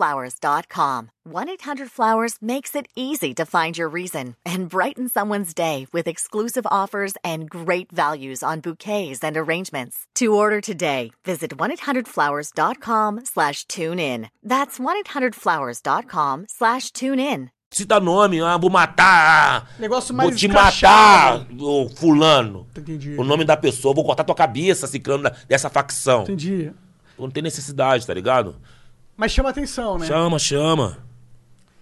S6: 1-800-Flowers.com. 1-800-Flowers makes it easy to find your reason and brighten someone's day with exclusive offers and great values on bouquets and arrangements. To order today, visit 1-800-Flowers.com slash tune in. That's 1-800-Flowers.com slash tune in.
S4: cita nome, ah, vou matar, ah,
S3: Negócio mais
S4: vou te
S3: escrachado,
S4: matar, ô fulano.
S3: Entendi.
S4: O nome da pessoa, vou cortar tua cabeça, ciclano da- dessa facção.
S3: Entendi.
S4: Não tem necessidade, tá ligado?
S3: Mas chama atenção, né?
S4: Chama, chama.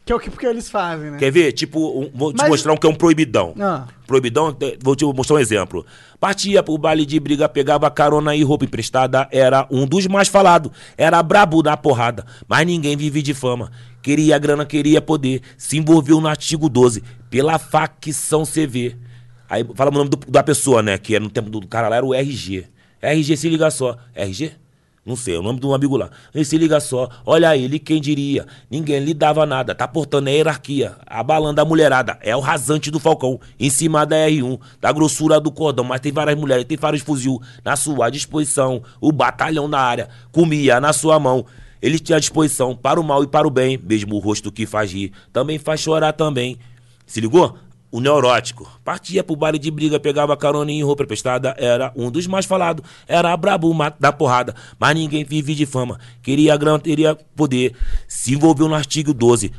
S3: Que é o que porque eles fazem, né?
S4: Quer ver? Tipo, um- vou te
S3: Mas-
S4: mostrar um que é um proibidão.
S3: Ah.
S4: Proibidão, te- vou te mostrar um exemplo. Partia pro baile de briga, pegava carona e roupa emprestada. Era um dos mais falados. Era brabo na porrada, mas ninguém vive de fama. Queria grana, queria poder. Se envolveu no artigo 12, pela facção CV. Aí fala o nome do- da pessoa, né? Que era no tempo do cara lá, era o RG. RG, se liga só. RG? Não sei, é o nome de um amigo lá. Ele se liga só, olha ele, quem diria? Ninguém lhe dava nada, tá portando a hierarquia, abalando a mulherada. É o rasante do Falcão, em cima da R1, da grossura do cordão, mas tem várias mulheres, tem vários fuzil na sua disposição. O batalhão na área, comia na sua mão. Ele tinha disposição para o mal e para o bem, mesmo o rosto que faz rir, também faz chorar também. Se ligou? O neurótico. Partia pro baile de briga, pegava carona em roupa prestada. Era um dos mais falados. Era brabo ma- da porrada. Mas ninguém vive de fama. Queria grana, teria poder. Se envolveu no artigo 12.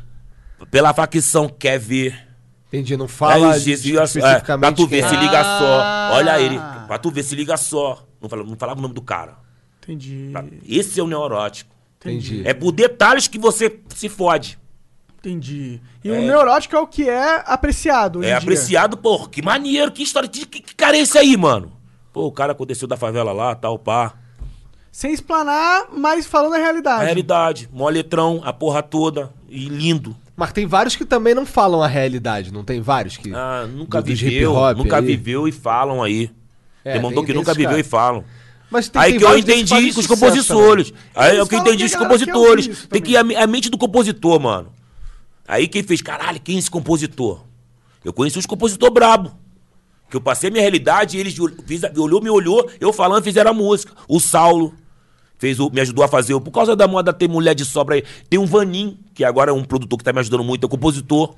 S4: Pela facção, quer ver.
S2: Entendi, não fala
S4: Aí,
S2: de-
S4: se liga só, é, pra tu ver,
S2: quem
S4: se
S2: é.
S4: liga
S3: Ah.
S4: só. Olha ele. Pra tu ver, se liga só. Não falava, não falava o nome do cara.
S3: Entendi.
S4: Pra- Esse é o neurótico.
S2: Entendi.
S4: É por detalhes que você se fode.
S3: Entendi. E o neurótico é o que é apreciado hoje
S4: É
S3: em dia.
S4: apreciado, pô, que maneiro, que história, que, que cara é esse aí, mano? Pô, o cara aconteceu da favela lá, tal, pá.
S3: Sem explanar, mas falando a
S4: É A
S3: realidade.
S4: realidade, mó letrão, a porra toda, e lindo.
S2: Mas tem vários que também não falam a realidade, não tem vários que.
S4: Ah, nunca
S2: do- dos
S4: viveu,
S2: hip-hop
S4: nunca
S2: aí.
S4: viveu e falam aí.
S2: É,
S4: tem
S2: tem-
S4: mandou que
S2: tem
S4: nunca
S2: esses
S4: viveu
S2: cara.
S4: e falam.
S2: Mas tem-
S4: aí
S2: tem
S4: que eu
S2: vários que
S4: entendi
S2: fazem
S4: com os
S2: sucesso
S4: compositores. Aí é o
S3: Eles
S4: que eu
S3: falam
S4: entendi
S3: que
S4: dos
S3: a galera quer ouvir
S4: compositores.
S3: isso
S4: Tem que ir a, me- a mente do compositor, mano. Aí quem fez, caralho, quem é esse compositor? Eu conheci uns compositor brabo. Que eu passei a minha realidade, eles ol- fiz, a- olhou, me olhou, eu falando, fizeram a música. O Saulo fez o, me ajudou a fazer. o- Por causa da moda tem mulher de sobra aí. Tem um Vanin, que agora é um produtor que tá me ajudando muito, é um compositor.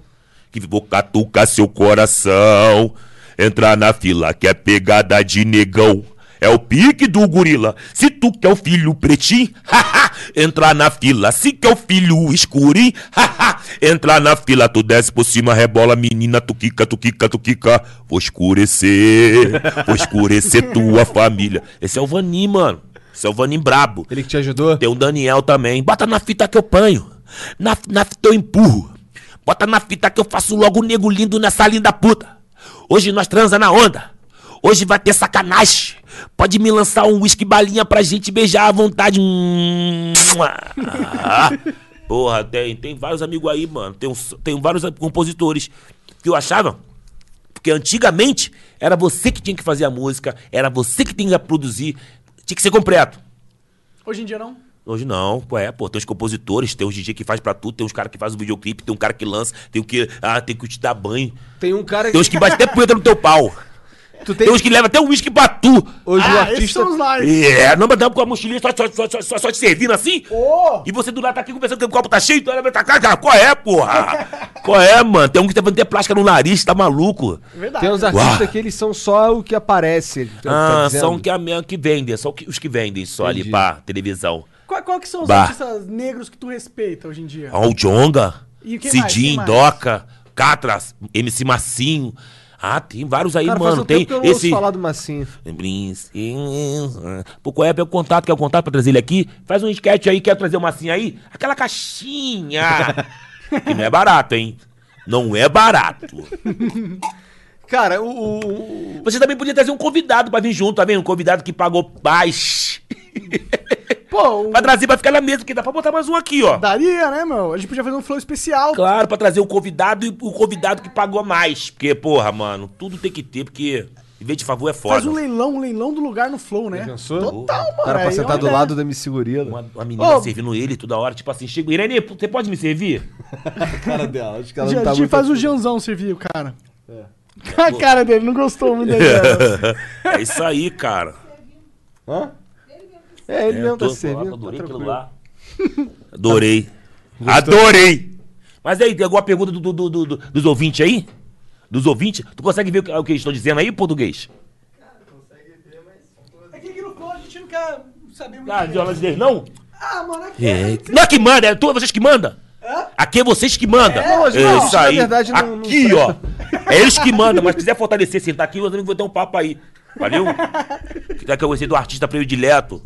S4: Que ficou catuca seu coração. Entrar na fila que é pegada de negão. É o pique do gorila. Se tu quer o filho pretinho, haha, entrar na fila. Se quer o filho escurinho, haha, entrar na fila. Tu desce por cima, rebola, menina, tu quica, tu quica, tu quica. Vou escurecer, vou escurecer tua família. Esse é o Vanim, mano. Esse é o Vanim brabo.
S2: Ele que te ajudou?
S4: Tem o Daniel também. Bota na fita que eu panho. Na, na fita eu empurro. Bota na fita que eu faço logo o nego lindo nessa linda puta. Hoje nós transa na onda. Hoje vai ter sacanagem. Pode me lançar um uísque balinha pra gente beijar à vontade. Hum, ah. Porra, tem, tem vários amigos aí, mano. Tem, uns- tem vários compositores que eu achava porque antigamente era você que tinha que fazer a música, era você que tinha que produzir, tinha que ser completo.
S3: Hoje em dia não.
S4: Hoje não, pô, é, pô, tem os compositores, tem os DJ que faz pra tudo, tem os caras que faz o videoclipe, tem um cara que lança, tem o que, ah, tem que te dar banho.
S2: Tem um cara
S4: Tem os que bate até punheta no teu pau.
S2: Tu tem...
S4: Tem os que levam até um uísque pra tu.
S2: Hoje o
S3: Ah, esses
S2: artista.
S3: são os lives.
S4: É, não, mas dá com a mochilinha só, só, só, só, só, só te servindo assim?
S3: Ô!
S4: E você do lado tá aqui conversando que o copo tá cheio, então ela vai tacar, cara, qual é, porra? qual é, mano? Tem um que tá fazendo até plástica no nariz, tá maluco?
S3: É verdade.
S2: Tem uns artistas
S4: Uau.
S2: que eles são só o que aparece. ele tá- tá
S4: Ah,
S2: dizendo.
S4: são que, a, minha- que vendem, só que- os que vendem só
S2: Entendi.
S4: ali pra televisão.
S3: Qual, qual que são os
S4: Bah.
S3: artistas negros que tu respeita hoje em dia?
S4: Ó, o Jonga,
S3: E quem mais? Quem
S4: Cidinho,
S3: mais?
S4: Doca, Catra, MC Massinho. Ah, tem vários aí,
S2: Cara, faz
S4: mano.
S2: um tempo
S4: Tem
S2: que eu não ouço
S4: esse.
S2: falar do Massinho.
S4: Pô, qual é? Pega o contato, quer o contato pra trazer ele aqui? Faz um sketch aí, quer trazer o Massinho aí? Aquela caixinha. que não é barato, hein? Não é barato.
S2: Cara, o- o, o-
S4: Você também podia trazer um convidado pra vir junto, tá vendo? Um convidado que pagou paz.
S3: Pô, o...
S4: Pra trazer pra ficar na mesa, que dá pra botar mais um aqui, ó.
S3: daria, né, meu? A gente podia fazer um flow especial.
S4: Claro, pra trazer o convidado e o convidado que pagou mais. Porque, porra, mano, tudo tem que ter, porque em vez de favor é
S3: Faz
S4: foda.
S3: um leilão, um leilão do lugar no flow, né?
S2: Pensou?
S3: Total, mano.
S2: O cara pra
S3: aí é
S2: sentar
S3: uma
S2: do
S3: ideia.
S2: lado da MC Gorila.
S4: Uma, uma menina
S3: Ô.
S4: servindo ele toda hora, tipo assim, chega, Irene, você pode me servir?
S2: cara dela, acho que
S3: A
S2: ela
S3: gente,
S2: não tá
S3: a gente
S2: muito...
S3: faz o Janzão servir o cara. A cara dele não gostou muito da ideia.
S4: é isso aí, cara.
S2: Hã? É, ele
S4: É,
S2: mesmo
S4: tô-
S2: tá servindo. tá
S4: adorei aquilo
S2: tranquilo.
S4: lá. Adorei. Adorei! Mas aí, tem alguma pergunta do- do- do- do- do- dos ouvintes aí? Dos ouvintes? Tu consegue ver o que, o que eles estão dizendo aí, português?
S3: É que aqui no flow a gente não quer saber muito.
S4: Ah, as violas deles não?
S3: Ah, mano, é que
S4: É. Não é que manda, é tu, é vocês que mandam. Aqui é vocês que mandam.
S2: É, mas
S4: É
S2: não,
S4: isso
S2: isso na
S4: aí.
S2: verdade não- não
S4: aqui, ó. É eles que mandam, mas se quiser fortalecer, sentar aqui, eu também vou ter um papo aí. Valeu? Quiser que eu gostei do artista predileto.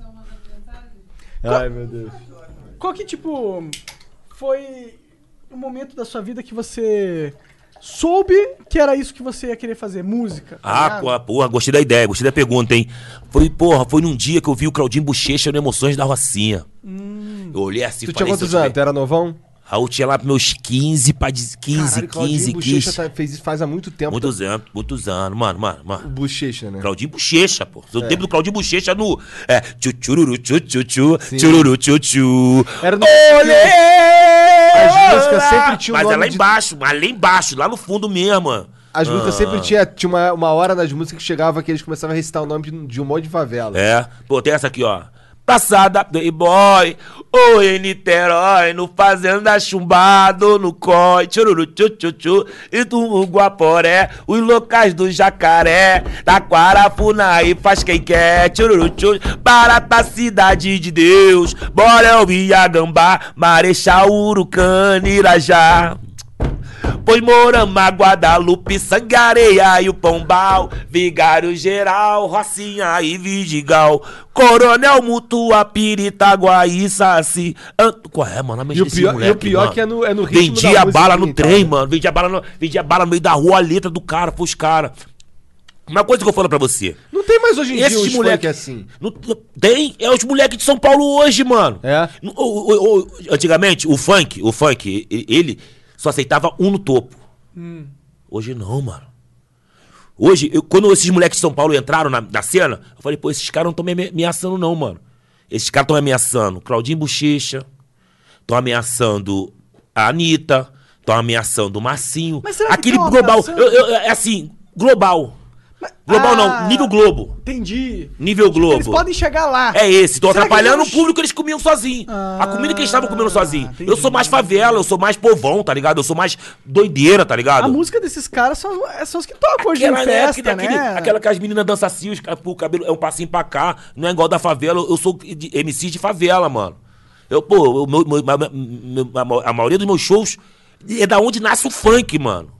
S2: Ai, meu Deus.
S3: Qual que, tipo, foi o momento da sua vida que você soube que era isso que você ia querer fazer? Música. tá
S4: Ah,
S3: ligado?
S4: co- porra, gostei da ideia, gostei da pergunta, hein? Foi, porra, foi num dia que eu vi o Claudinho Bochecha no Emoções da Rocinha. Eu olhei assim,
S2: Hum. Tu tinha
S4: falei,
S2: quantos
S4: "Seu
S2: anos? Tu era novão?
S4: Raul tinha lá meus 15, pra de- 15,
S2: Caralho, Claudinho
S4: 15,
S2: Bochecha
S4: 15.
S2: tá- fez isso faz há muito tempo.
S4: Muitos anos, muitos anos, mano, mano, mano.
S2: Bochecha, né? É.
S4: Claudinho Bochecha, pô. Do tempo do Claudinho Bochecha no. É. Tchururu, tchutchu,
S2: Sim.
S4: tchururu, tchutchu.
S2: Era no- As
S4: As
S2: músicas sempre tinham um
S4: Mas
S2: nome
S4: é lá
S2: de-
S4: embaixo, mas lá embaixo, lá no fundo mesmo. mano.
S2: As músicas
S4: Ah.
S2: sempre tinha, tinha uma, uma hora nas músicas que chegava que eles começavam a recitar o nome de, de um monte de favela.
S4: É. Pô, tem essa aqui, ó. Passada Playboy, ou em Niterói, no Fazenda Chumbado, no COI, tchururu, tchutchu, e do Guaporé, os locais do Jacaré, Taquarafuna e faz quem quer, tchururu, tchutchu, Barata Cidade de Deus, Borel, Viagambá, Marechal, Urucã, Irajá. Pois Morama, Guadalupe, Sangareia e o Pombal, Vigário Geral, Rocinha e Vidigal, Coronel Mutua, Piritaguá e Saci. An- Qual é, mano?
S2: E o pior- e o pior que é no- é no ritmo
S4: Vendia
S2: da
S4: a bala no
S2: música,
S4: trem,
S2: então, né?
S4: mano. Vendia bala no, vendia bala no meio da rua, a letra do cara, pros caras. Uma coisa que eu falo pra você.
S2: Não tem mais hoje em dia
S4: Esses
S2: uns
S4: moleque
S3: é
S2: funk assim.
S4: Não- não- tem, é os moleques de São Paulo hoje, mano.
S2: É?
S4: No- o- o- o- antigamente, o funk, o funk, e- ele só aceitava um no topo.
S3: Hum.
S4: Hoje não, mano. Hoje, eu- quando esses moleques de São Paulo entraram na, na cena, eu falei, pô, esses caras não estão me ame- ameaçando, não, mano. Esses caras estão ameaçando Claudinho Bochecha, estão ameaçando a Anitta, estão ameaçando o Marcinho.
S3: Mas será que
S4: Aquele
S3: tão
S4: global.
S3: ameaçando?
S4: eu- eu- é assim, global. Global
S3: Ah.
S4: não, nível Globo.
S3: Entendi.
S4: Nível Globo.
S3: Tipo, Eles podem chegar lá.
S4: É esse, estão
S3: Será que
S4: atrapalhando
S3: eles-
S4: o público que eles comiam sozinho.
S3: Ah,
S4: a comida que eles estavam comendo sozinho. Eu
S3: entendi.
S4: sou mais favela, eu sou mais povão, tá ligado? Eu sou mais doideira, tá ligado?
S3: A música desses caras são, é- são os que tocam hoje
S4: Aquela,
S3: em
S4: né,
S3: festa,
S4: aquele-
S3: né?
S4: aquele- aquela que as meninas dançam assim, os caras, pô, o cabelo é um passinho pra cá, não é igual da favela. Eu sou de- MC de favela, mano. Eu, pô, o meu- meu- ma- ma- meu- a ma- a maioria dos meus shows é da onde nasce o funk, mano.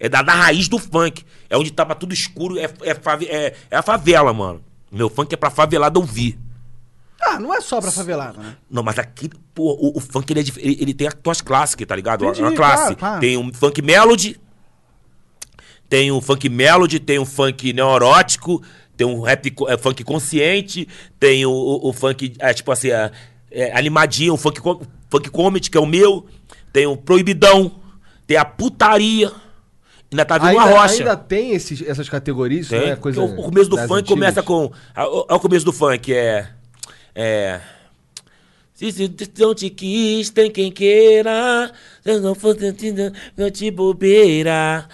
S4: É da, da raiz do funk. É onde tava tudo escuro, é, é, fave- é- é a favela, mano. Meu funk é pra favelada ouvir.
S3: Ah, não é só pra favelada, né?
S4: Não, mas aqui, pô, o, o funk ele, é dif- ele, ele tem as tuas clássicas, tá ligado?
S3: Entendi,
S4: a, a classe.
S3: claro, claro.
S4: Tem um funk melody, tem um funk melody, tem um funk neurótico, tem um rap co- é, funk consciente, tem o, o- o funk, é, tipo assim, é, é, animadinho, o funk, co- funk comedy, que é o meu, tem o proibidão, tem a putaria, ainda tá vindo
S2: Ainda,
S4: uma rocha.
S2: ainda tem esses, essas categorias,
S4: Tem.
S2: não é coisa
S4: o, o começo do
S2: das
S4: funk
S2: antigas?
S4: começa com. a- o- Olha o começo do funk, é. É. Se se- se não te quis, tem quem queira. Se não for sentido, não te bobeira.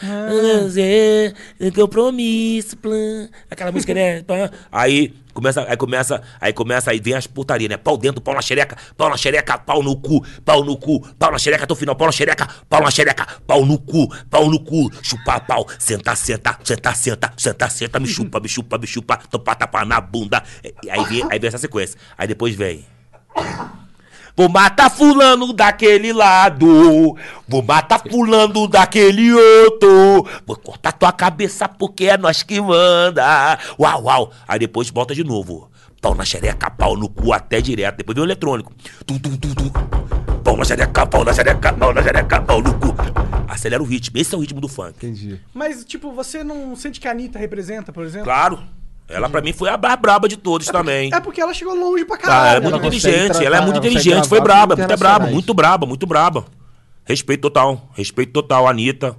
S4: É é compromisso, plan. Aquela música, né? Pá. Aí começa, aí começa, aí começa, aí vem as putarias, né? Pau dentro, pau na xereca, pau na xereca, pau no cu, pau no cu, pau na xereca até o final, pau na xereca, pau na xereca, pau no cu, pau no cu, chupar pau, sentar, sentar, sentar, sentar, sentar, sentar, me chupa, me chupa, me chupa, topa, tapa na bunda. E- Aí vem, aí vem essa sequência. Aí depois vem. Vou matar fulano daquele lado. Vou matar fulano daquele outro. Vou cortar tua cabeça porque é nós que manda. Uau, uau. Aí depois volta de novo. Pau na xereca, pau no cu até direto. Depois vem o eletrônico. Tu, tu, tu, tu. Pau na xereca, pau na xereca, pau na xereca, pau no cu. Acelera o ritmo. Esse é o ritmo do funk.
S2: Entendi.
S3: Mas, tipo, você não sente que a Anitta representa, por exemplo?
S4: Claro. Ela pra mim foi a mais braba de todos também.
S3: É porque ela chegou longe pra
S4: Ah, ela é
S3: caralho.
S4: muito
S3: né?
S2: consegue
S4: inteligente,
S2: tratar,
S4: ela é muito
S2: ela consegue
S4: inteligente, foi
S2: gravar
S4: braba,
S2: com
S4: muito braba,
S2: internacionais.
S4: muito braba, muito braba. Respeito total, respeito total, Anitta.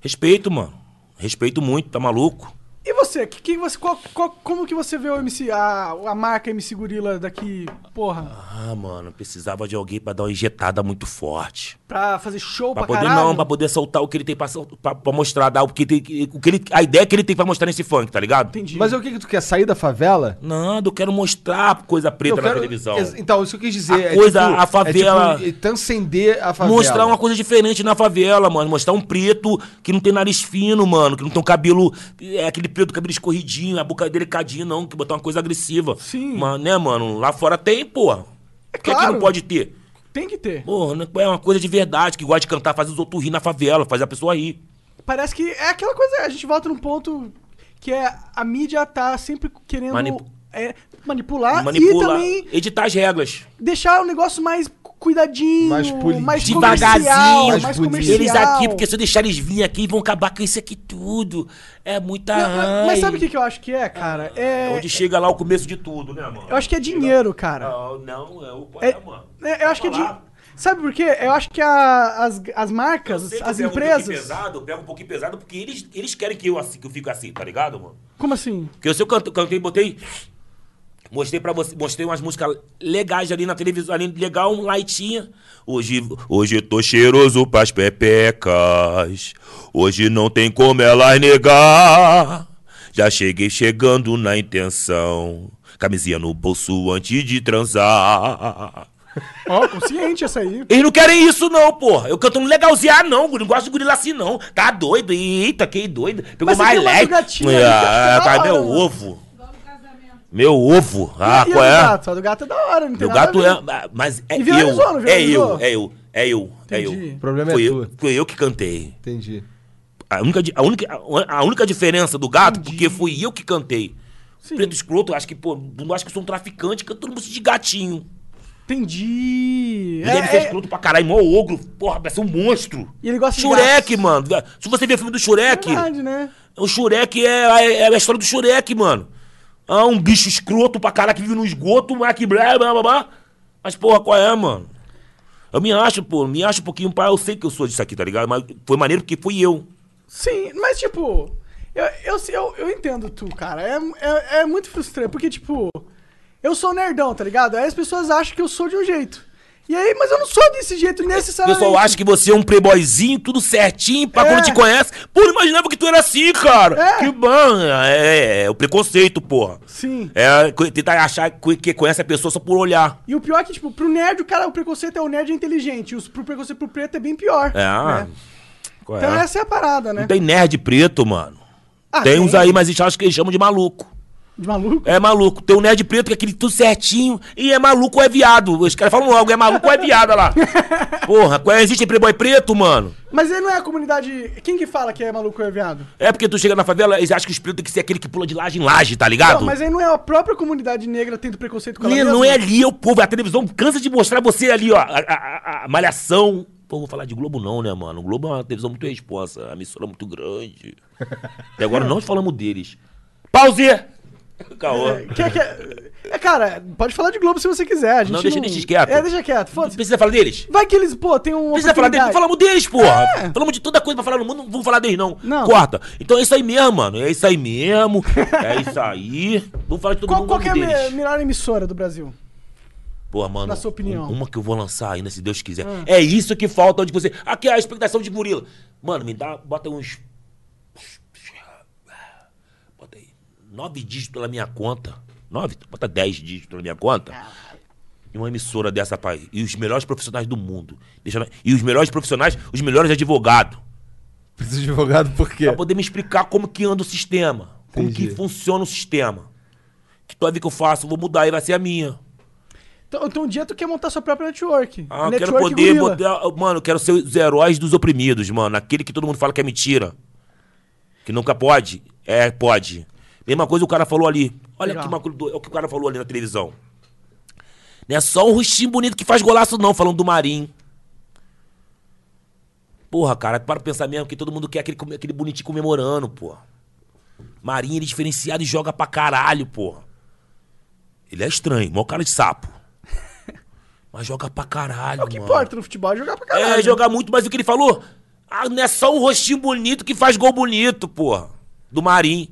S4: Respeito, mano. Respeito muito, tá maluco?
S3: E você? Que, que você qual- qual- como que você vê o MC, a, a marca MC Gorila daqui, porra,
S4: Ah, mano, precisava de alguém pra dar uma injetada muito forte.
S3: pra fazer show
S4: Pra
S3: pra,
S4: poder
S3: caralho?
S4: não, pra poder soltar o que ele tem pra, sol- pra, pra mostrar, dar o que tem, o que ele, a ideia que ele tem pra mostrar nesse funk, tá ligado?
S3: Entendi.
S2: Mas é o que, que tu quer? Sair da favela?
S4: Nada, eu quero mostrar coisa preta
S2: Eu
S4: na
S2: quero-
S4: televisão.
S2: ex- Então, isso que eu quis dizer.
S4: A coisa, a favela-
S2: É tipo, transcender a favela.
S4: Mostrar uma coisa diferente na favela, mano. Mostrar um preto que não tem nariz fino, mano. Que não tem um cabelo. É aquele preto, cabelo escorridinho, a boca delicadinha, não. Que botar uma coisa agressiva.
S3: Sim.
S4: Mas, né, mano? Lá fora tem, porra. É que aqui
S3: claro.
S4: não pode ter?
S3: Tem que ter.
S4: Porra, né, é uma coisa de verdade. Que gosta de cantar, faz os outros rir na favela, faz a pessoa rir.
S3: Parece que é aquela coisa, a gente volta num ponto que é a mídia tá sempre querendo
S4: Manipu-
S3: é, manipular e
S4: Manipula.
S3: também
S4: Editar as regras.
S3: deixar o negócio mais cuidadinho,
S2: Mais
S3: mais,
S2: poli-
S3: comercial,
S4: Devagarzinho,
S2: mais
S3: mais,
S2: bonito.
S3: comercial.
S4: Eles aqui, porque se eu deixar eles vir aqui, vão acabar com isso aqui tudo. É muita.
S3: Não, mas-
S4: ai.
S3: Mas sabe o que, que eu acho que é, cara?
S4: É
S3: É,
S4: onde chega lá o começo de tudo, né, mano?
S3: eu acho que é dinheiro, cara.
S4: Não, não, é o pai,
S3: É,
S4: é, mano.
S3: é, eu acho que é
S4: Vamos lá.
S3: dinheiro. Sabe por quê? Eu acho que a- as, as marcas,
S4: Sempre
S3: as
S4: eu pego Um pouquinho
S3: empresas.
S4: pesado, eu pego um pouquinho pesado porque eles, eles querem que eu, assim, que eu fique assim, tá ligado, mano?
S3: Como assim?
S4: Porque se eu canto- cantei, botei. Mostrei pra você, mostrei umas músicas legais ali na televisão, ali legal, um lightinha. Hoje, hoje eu tô cheiroso pras pepecas. Hoje não tem como elas negar. Já cheguei chegando na intenção. Camisinha no bolso antes de transar.
S3: Ó, consciente essa aí.
S4: Eles não querem isso, não, porra. Eu canto um legalzinho, ah, não, não gosto de gorila assim, não. Tá doido, eita, que doido. Pegou
S3: Mas você
S4: mais
S3: tem uma
S4: leve.
S3: do gatinho ali,
S4: Ah,
S3: que é da
S4: tá,
S3: hora,
S4: meu
S3: mano.
S4: ovo. Meu ovo. Ah,
S3: e a
S4: qual
S3: do
S4: é?
S3: gato? A do gato é da hora, não tem
S4: Meu
S3: nada
S4: gato
S3: a ver.
S4: é. ah, Mas é
S3: E
S4: eu.
S3: viralizou, não
S4: É eu,
S3: viralizou?
S4: é eu, é eu, é eu.
S3: Entendi. O
S2: problema é
S4: foi
S2: tua.
S4: Eu, foi eu que cantei.
S2: Entendi.
S4: A única, di- a única, a única diferença do gato, porque fui eu que cantei. Preto escroto, acho que, pô, não acho que sou um traficante, canto todo mundo de gatinho.
S3: Entendi.
S4: Ele
S3: É,
S4: deve ser
S3: é-
S4: escroto pra caralho, mó ogro. Porra, parece um monstro.
S3: E ele gosta de gatos.
S4: Shurek, mano. Se você ver o filme do Shurek,
S3: Tá verdade, né?
S4: o Shurek é, é a história do Shurek, mano. Ah, um bicho escroto pra caralho que vive no esgoto, mas que blá, blá, blá, blá. Mas, porra, qual é, mano? Eu me acho, pô, me acho um pouquinho pai. Eu sei que eu sou disso aqui, tá ligado? Mas foi maneiro porque fui eu.
S3: Sim, mas tipo, eu, eu, eu, eu entendo tu, cara. É, é, é muito frustrante, porque, tipo, eu sou nerdão, tá ligado? Aí as pessoas acham que eu sou de um jeito. E aí, mas eu não sou desse jeito
S4: O
S3: necessariamente.
S4: pessoal acha que você é um playboyzinho, tudo certinho, pra
S3: É.
S4: quando te conhece. Pô, eu imaginava que tu era assim, cara.
S3: É.
S4: Que bom. É, é, é o preconceito, porra.
S3: Sim.
S4: É, co- tentar achar que que conhece a pessoa só por olhar.
S3: E o pior é que, tipo, pro nerd, o cara, o preconceito é o nerd é inteligente. E os, pro preconceito pro preto é bem pior.
S4: É.
S3: né?
S4: Qual
S3: Então
S4: é?
S3: essa é a parada, né?
S4: Não tem nerd preto, mano.
S3: Ah,
S4: tem, uns aí, mas eles acham que eles chamam de maluco.
S3: De maluco?
S4: É maluco. Tem um nerd preto que é aquele tudo certinho e é maluco ou é viado. Os caras falam logo, é maluco ou é viado, olha lá. Porra, qual é- existe playboy preto, mano?
S3: Mas ele não é a comunidade. Quem que fala que é maluco ou é viado?
S4: É porque tu chega na favela, eles acham que os pretos tem que ser aquele que pula de laje em laje, tá ligado?
S3: Não, mas aí não é a própria comunidade negra tendo preconceito com ela um
S4: Lê, não
S3: mesma?
S4: é ali, é o povo. A televisão cansa de mostrar você ali, ó. A, a- a- a malhação. Pô, vou falar de Globo não, né, mano? O Globo é uma televisão muito responsa. A emissora é muito grande. E agora nós falamos deles. Pause! Caô.
S3: Quer- quer- É, cara, pode falar de Globo se você quiser. A gente
S4: Não, deixa- deixa quieto.
S3: É, deixa quieto.
S4: Não
S3: Foda-se.
S4: precisa falar deles?
S3: Vai que eles, pô, tem um.
S4: Precisa falar deles? Falamos deles, porra.
S3: É.
S4: Falamos de toda coisa pra falar no mundo, não vamos falar deles, não.
S3: Não.
S4: Corta. Então é isso aí mesmo, mano. É isso aí mesmo. É isso aí. Vamos falar de todo
S3: Qual,
S4: mundo
S3: qual que é a
S4: vamos
S3: me-
S4: deles.
S3: melhor emissora do Brasil?
S4: Porra, mano.
S3: Na sua opinião. Ah.
S4: um- Uma que eu vou lançar ainda, se Deus quiser. É isso que falta onde você. Aqui é a expectação de Murilo. Mano, me dá. Bota uns. Bota aí. Nove dígitos na minha conta. Nove? Bota dez dígitos na minha conta.
S3: Ah.
S4: E uma emissora dessa, pai. E os melhores profissionais do mundo. Deixa eu- E os melhores profissionais, os melhores advogados.
S2: Precisa de advogado por quê?
S3: É.
S4: Pra poder me explicar como que anda o sistema. Como
S2: Entendi.
S4: que funciona o sistema. Que toda vez que eu faço, eu vou mudar e vai ser a minha.
S3: Então, então um dia tu quer montar sua própria network.
S4: Ah, eu
S3: network
S4: quero poder
S3: gorila.
S4: botar. ah, Mano, eu quero ser os heróis dos oprimidos, mano. Aquele que todo mundo fala que é mentira. Que nunca pode. É, pode. Mesma coisa o cara falou ali. Olha
S3: Legal.
S4: que macro do... é o que o cara falou ali na televisão. Não é só um rostinho bonito que faz golaço, não, falando do Marinho. Porra, cara, para pra pensar mesmo que todo mundo quer aquele, come- aquele bonitinho comemorando, porra. Marinho, ele é diferenciado e joga pra caralho, porra. Ele é estranho, mó cara de sapo. Mas joga pra caralho,
S3: O que
S4: mano.
S3: importa no futebol é jogar pra caralho.
S4: É, jogar muito, mas o que ele falou? Ah, não é só um rostinho bonito que faz gol bonito, porra. Do Marim.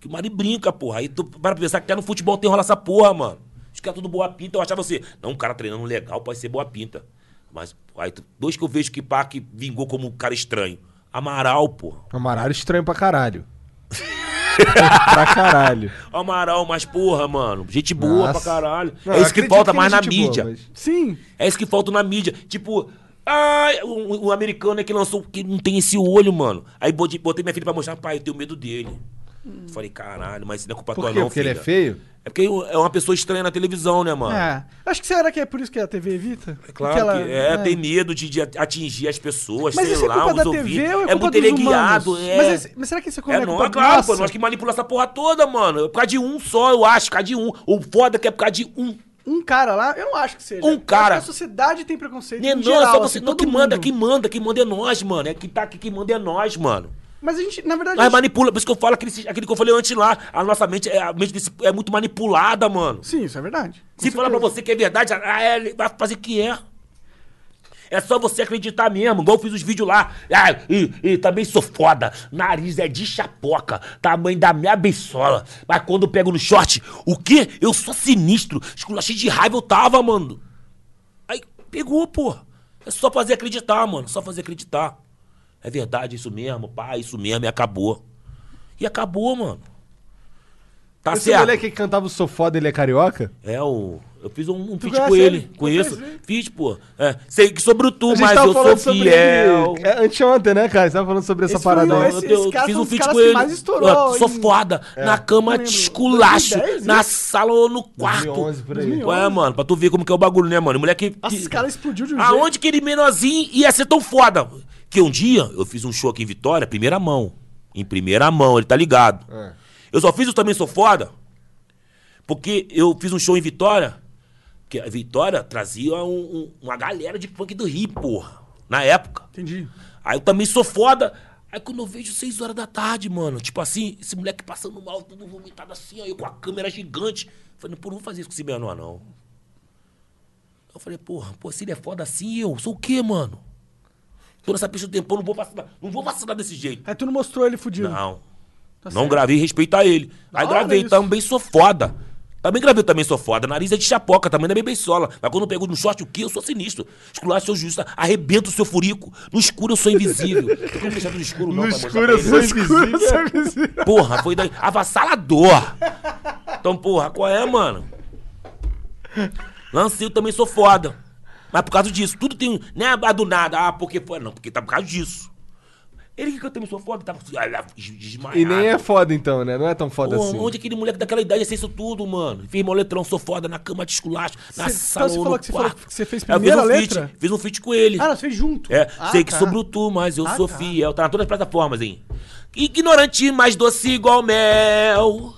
S4: Que o Marim brinca, porra. Aí tu para pra pensar que até no futebol tem rola essa porra, mano. Os caras tudo boa pinta, eu achava assim, não, um cara treinando legal pode ser boa pinta. Mas, aí, tu- dois que eu vejo que pá, que vingou como um cara estranho. Amaral, porra.
S2: Amaral estranho pra caralho. pra caralho.
S4: Amaral, mas porra, mano. Gente boa
S2: Nossa.
S4: pra caralho.
S2: Não,
S4: é
S2: eu
S4: isso que
S2: acredito
S4: falta
S2: ele
S4: mais
S2: é
S4: na
S2: gente boa,
S4: mídia.
S2: mas-
S3: Sim.
S4: É isso que falta na mídia. Tipo, ah, o, o americano é que lançou que não tem esse olho, mano. Aí botei, botei minha filha pra mostrar, pai, eu tenho medo dele. Falei, caralho, mas isso não é culpa
S2: Por
S4: tua,
S2: quê?
S4: não.
S2: Porque ele é
S4: filha."
S2: feio?
S4: É porque eu- é uma pessoa estranha na televisão, né, mano? É.
S3: É. Acho que será que é por isso que a TV evita?
S4: Claro
S3: Porque ela-
S4: que é, tem medo de, de atingir as pessoas,
S3: Mas
S4: sei
S3: isso é
S4: lá,
S3: culpa da
S4: os ouvidos.
S3: TV ou é,
S4: é
S3: culpa
S4: muito
S3: dos
S4: ele é
S3: humanos?
S4: guiado, é.
S3: Mas, esse- mas será que isso é
S4: É,
S3: culpa
S4: não, é
S3: do-
S4: claro,
S3: Nossa.
S4: pô, nós que manipula essa porra toda, mano. É por causa de um só, eu acho, por causa de um. O foda que é por causa de um.
S3: Um cara lá, eu não acho que seja.
S4: Um
S3: Eu acho
S4: cara.
S3: que a sociedade tem preconceito.
S4: Não,
S3: em
S4: não,
S3: geral,
S4: é só você.
S3: assim,
S4: não,
S3: todo
S4: que manda,
S3: mundo.
S4: que manda, que manda é nós, mano. É que tá aqui, que manda é nós, mano.
S3: Mas a gente, na verdade. a
S4: Nós
S3: gente-
S4: manipula, por isso que eu falo aquele, aquele que eu falei antes lá. A nossa mente, é- a mente desse, é muito manipulada, mano.
S3: Sim, isso é verdade. Com
S4: Se falar pra
S3: certeza.
S4: você que é verdade, ah, é, ele vai fazer que é. É só você acreditar mesmo, igual eu fiz os vídeos lá. Ah, e, e também sou foda. Nariz é de chapoca, tamanho da minha beisola. Mas quando eu pego no short, o quê? Eu sou sinistro. Esculachei de raiva eu tava, mano. Aí pegou, pô. É só fazer acreditar, mano. Só fazer acreditar. É verdade, isso mesmo, pá, isso mesmo, e acabou. E acabou, mano. Tá
S2: Esse
S4: certo.
S2: moleque que cantava o Sou Foda, ele é carioca?
S4: É, o. Eu fiz um, um feat
S3: conhece
S4: com ele.
S3: ele?
S4: Conheço.
S3: Conhece ele?
S4: Fiz, pô. É, sei que sou bruto, mas eu sou fiel.
S2: sobre ele. É, anteontem, né, cara? Você tava falando sobre essa
S3: Esse
S2: parada
S3: foi
S2: aí.
S3: esse-
S4: Eu tenho-
S3: esse cara
S4: fiz
S3: foi um
S4: um
S3: dos
S4: feat
S3: caras
S4: com
S3: que
S4: ele.
S3: mais estourou
S4: Ah, sou
S3: em- É.
S4: foda. Na cama
S3: lembro.
S4: te esculacho.
S3: 2010,
S4: na
S3: né?
S4: sala ou no quarto.
S2: 2011, por aí.
S4: Ué, mano, pra tu ver como que é o bagulho, né, mano? Moleque.
S3: Nossa,
S4: que-
S3: esse cara explodiu de um jeito.
S4: Aonde que ele menorzinho ia ser tão foda? Que um dia eu fiz um show aqui em Vitória, primeira mão. Em primeira mão, ele tá ligado.
S2: É.
S4: Eu só fiz o Também Sou Foda porque eu fiz um show em Vitória. Que a Vitória trazia um- um- uma galera de punk do Rio, porra. Na época.
S3: Entendi.
S4: Aí eu também sou foda. Aí quando eu vejo 6 horas da tarde, mano, tipo assim, esse moleque passando mal, todo vomitado assim, aí eu com a câmera gigante. Falei, pô, não vou fazer isso com esse menor, não. Eu falei, porra, pô, se ele é foda assim, eu sou o quê, mano? Tô nessa pista do tempo, não vou vacilar, não vou vacilar desse jeito.
S3: Aí tu não mostrou ele fudido.
S4: Não.
S3: Tá
S4: não
S3: certo.
S4: gravei, respeitar ele. Aí
S3: hora
S4: gravei,
S3: isso.
S4: também sou foda. Também gravei, também sou foda. Nariz é de chapoca, também da bebensola. Mas quando eu pego no short o quê? Eu sou sinistro. Esculacho seu justa, arrebento o seu furico. No escuro eu sou invisível. Não tem como deixar no escuro, não,
S2: No
S4: pra mostrar
S2: escuro
S4: pra
S2: eu
S4: ele.
S2: sou
S4: é
S2: invisível.
S4: Porra, foi daí. Avassalador! Então, porra, qual é, mano? Lance, eu também sou foda. Mas por causa disso, tudo tem. Não é ah, do nada, ah, porque foi. Não, porque tá por causa disso. Ele que eu também sou foda, tá ah, desmaiado.
S2: E nem é foda então, né? Não é tão foda
S4: Pô,
S2: assim.
S4: Onde aquele moleque daquela idade ia ser isso tudo, mano? Fiz moletrão, sou foda, na cama de esculacho, na
S3: Cê-
S4: sala
S3: então você
S4: ou
S3: falou
S4: no
S3: que você falou
S4: quarto.
S3: que você fez
S4: Eu fiz
S3: primeira
S4: um feat-
S3: letra?
S4: fiz um feat com ele.
S3: Ah, não, você fez junto.
S4: É,
S3: Ah,
S4: sei que
S3: tá.
S4: sobrou tu, mas eu
S3: Ah,
S4: sou
S3: tá.
S4: fiel. Tá na todas as plataformas, hein? Ignorante, mas doce igual mel.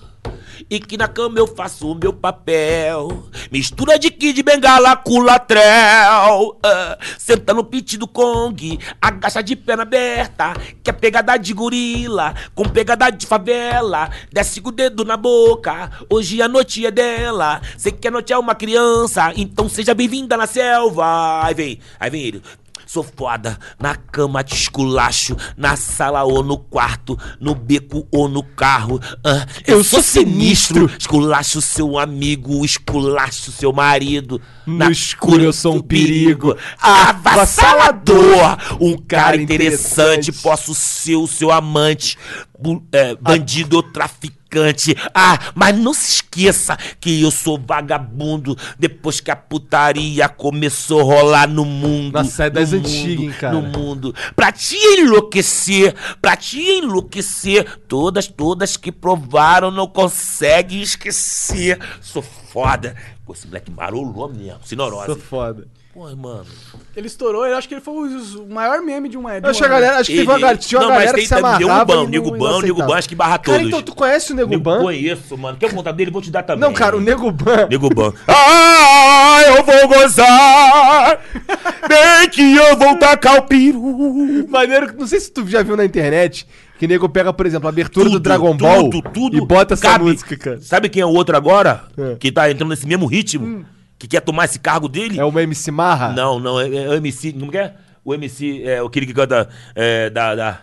S4: E que na cama eu faço o meu papel. Mistura de kid, bengala, culatrel. Ah, senta no pit do Kong, agacha de perna aberta. Que é pegada de gorila, com pegada de favela. Desce com o dedo na boca, hoje a noite é dela. Sei que a noite é uma criança, então seja bem-vinda na selva. Aí vem, aí vem ele. Sou foda na cama de esculacho, na sala ou no quarto, no beco ou no carro. Ah, eu sou sinistro, esculacho seu amigo, esculacho seu marido.
S2: No
S4: Na
S2: escuro eu sou um
S4: do perigo,
S2: perigo,
S4: avassalador, um cara
S2: cara
S4: interessante.
S2: interessante.
S4: Posso ser o seu amante, bu- é, bandido ou traficante. Ah, mas não se esqueça que eu sou vagabundo depois que a putaria começou a rolar no mundo.
S2: Nossa, é das
S4: no
S2: antigas,
S4: mundo,
S2: hein, cara?
S4: No mundo. Pra te enlouquecer, pra te enlouquecer, todas, todas que provaram não conseguem esquecer. Sou foda. Pô, esse moleque marolou mesmo,
S2: Sou
S4: sinorose.
S2: foda.
S4: Pô, mano.
S3: Ele estourou, eu acho que ele foi os- o maior meme de uma. de um
S2: Eu acho que a
S3: uma-
S2: galera, acho que teve uma, galera- tinha uma
S4: não,
S2: galera
S4: mas
S2: que se
S4: tem também Nego
S2: amarrava
S4: Ban,
S2: e
S4: Nego
S2: não-
S4: Ban,
S2: não
S4: Nego Ban,
S2: aceitava.
S4: acho que barra
S2: Cara,
S4: todos.
S2: então tu conhece o Nego
S4: Nego
S2: Ban?
S4: Conheço, mano. Quer o contato dele? Vou te dar também.
S2: Não, cara, o Nego Ban.
S4: Nego Ban. Ah, eu vou gozar. Bem que eu vou tacar o peru.
S2: Maneiro, que- não sei se tu já viu na internet, que nego pega, por exemplo, a abertura
S4: Tudo,
S2: do Dragon Ball
S4: tudo, tudo
S2: e bota essa
S4: cabe.
S2: música, cara.
S4: Sabe quem é o outro agora?
S2: É. Hum.
S4: Que tá entrando nesse mesmo ritmo? Que quer tomar esse cargo dele?
S2: É uma MC Marra?
S4: Não, não, é, é o MC, como que é? O MC, é aquele que canta é, da... da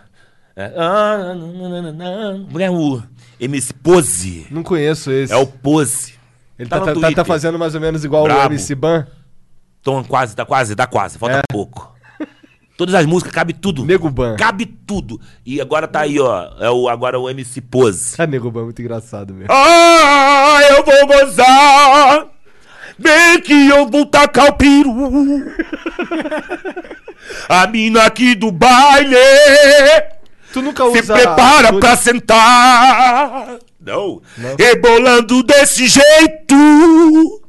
S4: é, ah, nananana, como é o MC Pose?
S2: Não conheço esse.
S4: É o Pose.
S2: Ele tá,
S4: tá no
S2: tá- tá-
S4: Twitter.
S2: tá fazendo mais ou menos igual
S4: Brabo.
S2: o MC Ban.
S4: Então quase, tá quase, dá quase, falta pouco. Todas as músicas, cabe tudo.
S2: É. Nego Ban.
S4: Cabe tudo. E agora tá aí, ó. É o, agora é o MC Pose.
S2: Ah, Nego Ban é muito engraçado mesmo.
S4: Ah, eu vou gozar. Bem que eu vou tacar o peru. A mina aqui do baile
S2: Tu nunca
S4: se
S2: usa...
S4: prepara
S2: tu-
S4: pra sentar. Não. Rebolando desse jeito.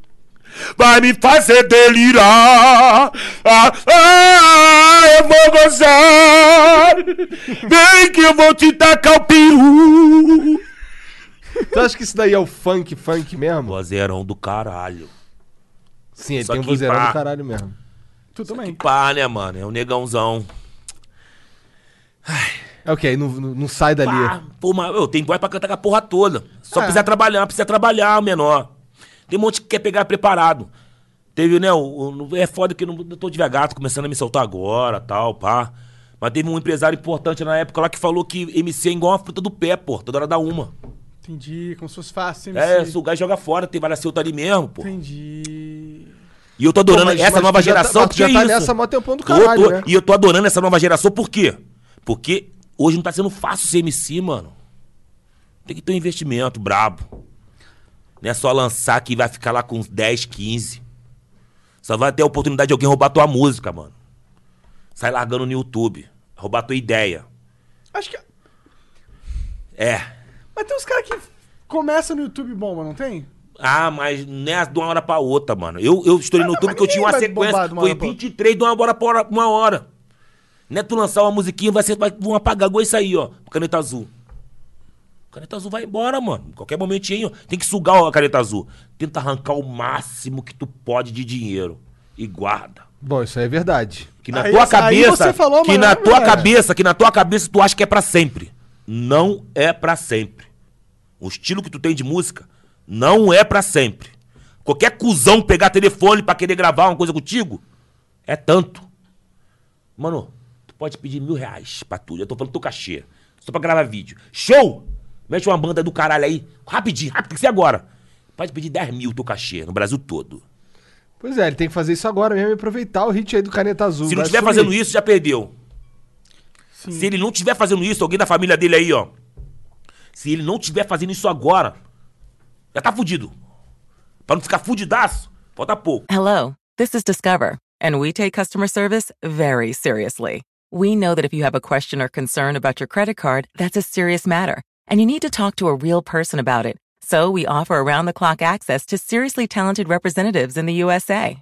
S4: Vai me fazer delirar. Ah, ah, eu vou gozar. Bem que eu vou te tacar o peru.
S2: Tu acha que isso daí é o funk, funk mesmo?
S4: Vozeirão do caralho.
S2: Sim, ele
S4: Só
S2: tem um
S4: que
S2: vozeirão
S4: pá.
S2: do caralho mesmo.
S3: Tu também.
S4: Pá, né, mano? É um negãozão.
S2: É o que? Aí não, não- não sai dali.
S4: Pá, Ah, pô, mas eu tenho voz pra cantar com a porra toda. Só
S3: É.
S4: precisa trabalhar, precisa trabalhar, o menor. Tem um monte que quer pegar preparado. Teve, né? o- o- é foda que eu não eu tô devagar, tô começando a me soltar agora, tal, pá. Mas teve um empresário importante na época lá que falou que MC é igual uma fruta do pé, pô. Toda hora dá uma.
S3: Entendi, como se fosse fácil.
S4: É,
S3: MC.
S4: sugar e joga fora, tem várias ciútas ali mesmo, pô.
S3: Entendi.
S4: E eu tô adorando
S2: Pô, mas-
S4: essa
S2: mas
S4: nova
S2: tu já tá-
S4: geração.
S2: mas tu
S4: porque
S2: já
S4: é
S2: tá
S4: isso.
S2: nessa há mó tempão do
S4: Tô,
S2: caralho,
S4: tô,
S2: né?
S4: E eu tô adorando essa nova geração, por quê? Porque hoje não tá sendo fácil ser MC, mano. Tem que ter um investimento brabo. Não é só lançar que vai ficar lá com uns 10, 15. Só vai ter a oportunidade de alguém roubar tua música, mano. Sai largando no YouTube. Roubar tua ideia.
S3: Acho que.
S4: É.
S3: Mas tem uns caras que começam no YouTube bomba, não tem?
S4: Ah, mas não é de uma hora pra outra, mano. Eu, eu estourei no
S3: Mas-
S4: YouTube
S3: mas
S4: que eu tinha uma
S3: ninguém vai
S4: sequência.
S3: bombar de uma
S4: Foi
S3: hora pra outra.
S4: 23 de uma hora pra hora- uma hora. Não é tu lançar uma musiquinha, vai ser, vai, vão apagar igual isso aí, ó. Caneta azul. Caneta azul vai embora, mano. Qualquer momentinho, ó, tem que sugar a caneta azul. Tenta arrancar o máximo que tu pode de dinheiro. E guarda.
S2: Bom, isso aí é verdade.
S4: Que na
S3: Aí-
S4: tua
S3: aí
S4: cabeça.
S3: você falou,
S4: que
S3: mas
S4: na
S3: é
S4: tua
S3: verdade.
S4: cabeça, que na tua cabeça tu acha que é pra sempre. Não é pra sempre. O estilo que tu tem de música não é pra sempre. Qualquer cuzão pegar telefone pra querer gravar uma coisa contigo é tanto. Mano, tu pode pedir mil reais pra tu. Eu tô falando teu cachê. Só pra gravar vídeo. Show! Mete uma banda do caralho aí. Rapidinho, rápido, tem que ser agora. Pode pedir 10 mil teu cachê no Brasil todo.
S2: Pois é, ele tem que fazer isso agora mesmo e aproveitar o hit aí do Caneta Azul.
S4: Se não estiver fazendo isso, já perdeu. Se ele não estiver fazendo isso, alguém da família dele aí, ó. Se ele não estiver fazendo isso agora, já tá fudido. Pra não ficar fudidaço, falta pouco.
S7: Hello, this is Discover, and we take customer service very seriously. We know that if you have a question or concern about your credit card, that's a serious matter, and you need to talk to a real person about it. So we offer around the clock access to seriously talented representatives in the USA.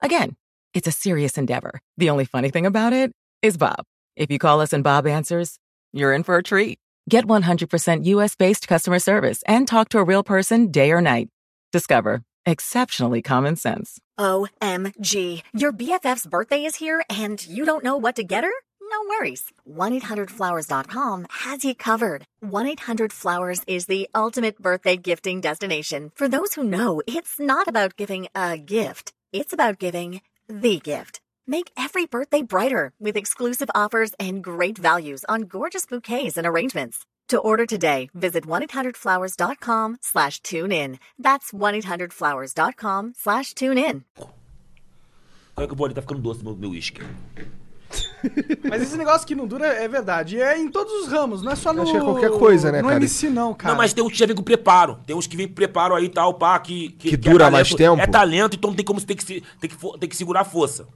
S7: Again, it's a serious endeavor. The only funny thing about it is Bob. If you call us and Bob answers, you're in for a treat. Get 100% US based customer service and talk to a real person day or night. Discover exceptionally common sense.
S6: OMG. Your BFF's birthday is here and you don't know what to get her? No worries. 1-800-Flowers.com has you covered. 1-800-Flowers is the ultimate birthday gifting destination. For those who know, it's not about giving a gift. It's about giving the gift. Make every birthday brighter with exclusive offers and great values on gorgeous bouquets and arrangements. To order today, visit 1-800-Flowers.com slash tune in. That's 1-800-Flowers.com slash tune in.
S4: Olha que o bolinho tá ficando doce meu meu uísque.
S3: Mas esse negócio que não dura é verdade. E é em todos os ramos, não é só no.
S2: Acho que é qualquer coisa, né,
S3: no
S2: cara?
S3: MC, não, cara.
S4: Não, mas tem uns que já vem com preparo. Tem uns que vem com preparo aí e tal, pá, que.
S2: Que dura
S4: é
S2: mais
S4: talento-
S2: tempo.
S4: É talento, então tem como você tem que, se- tem que, fo- tem que segurar a força.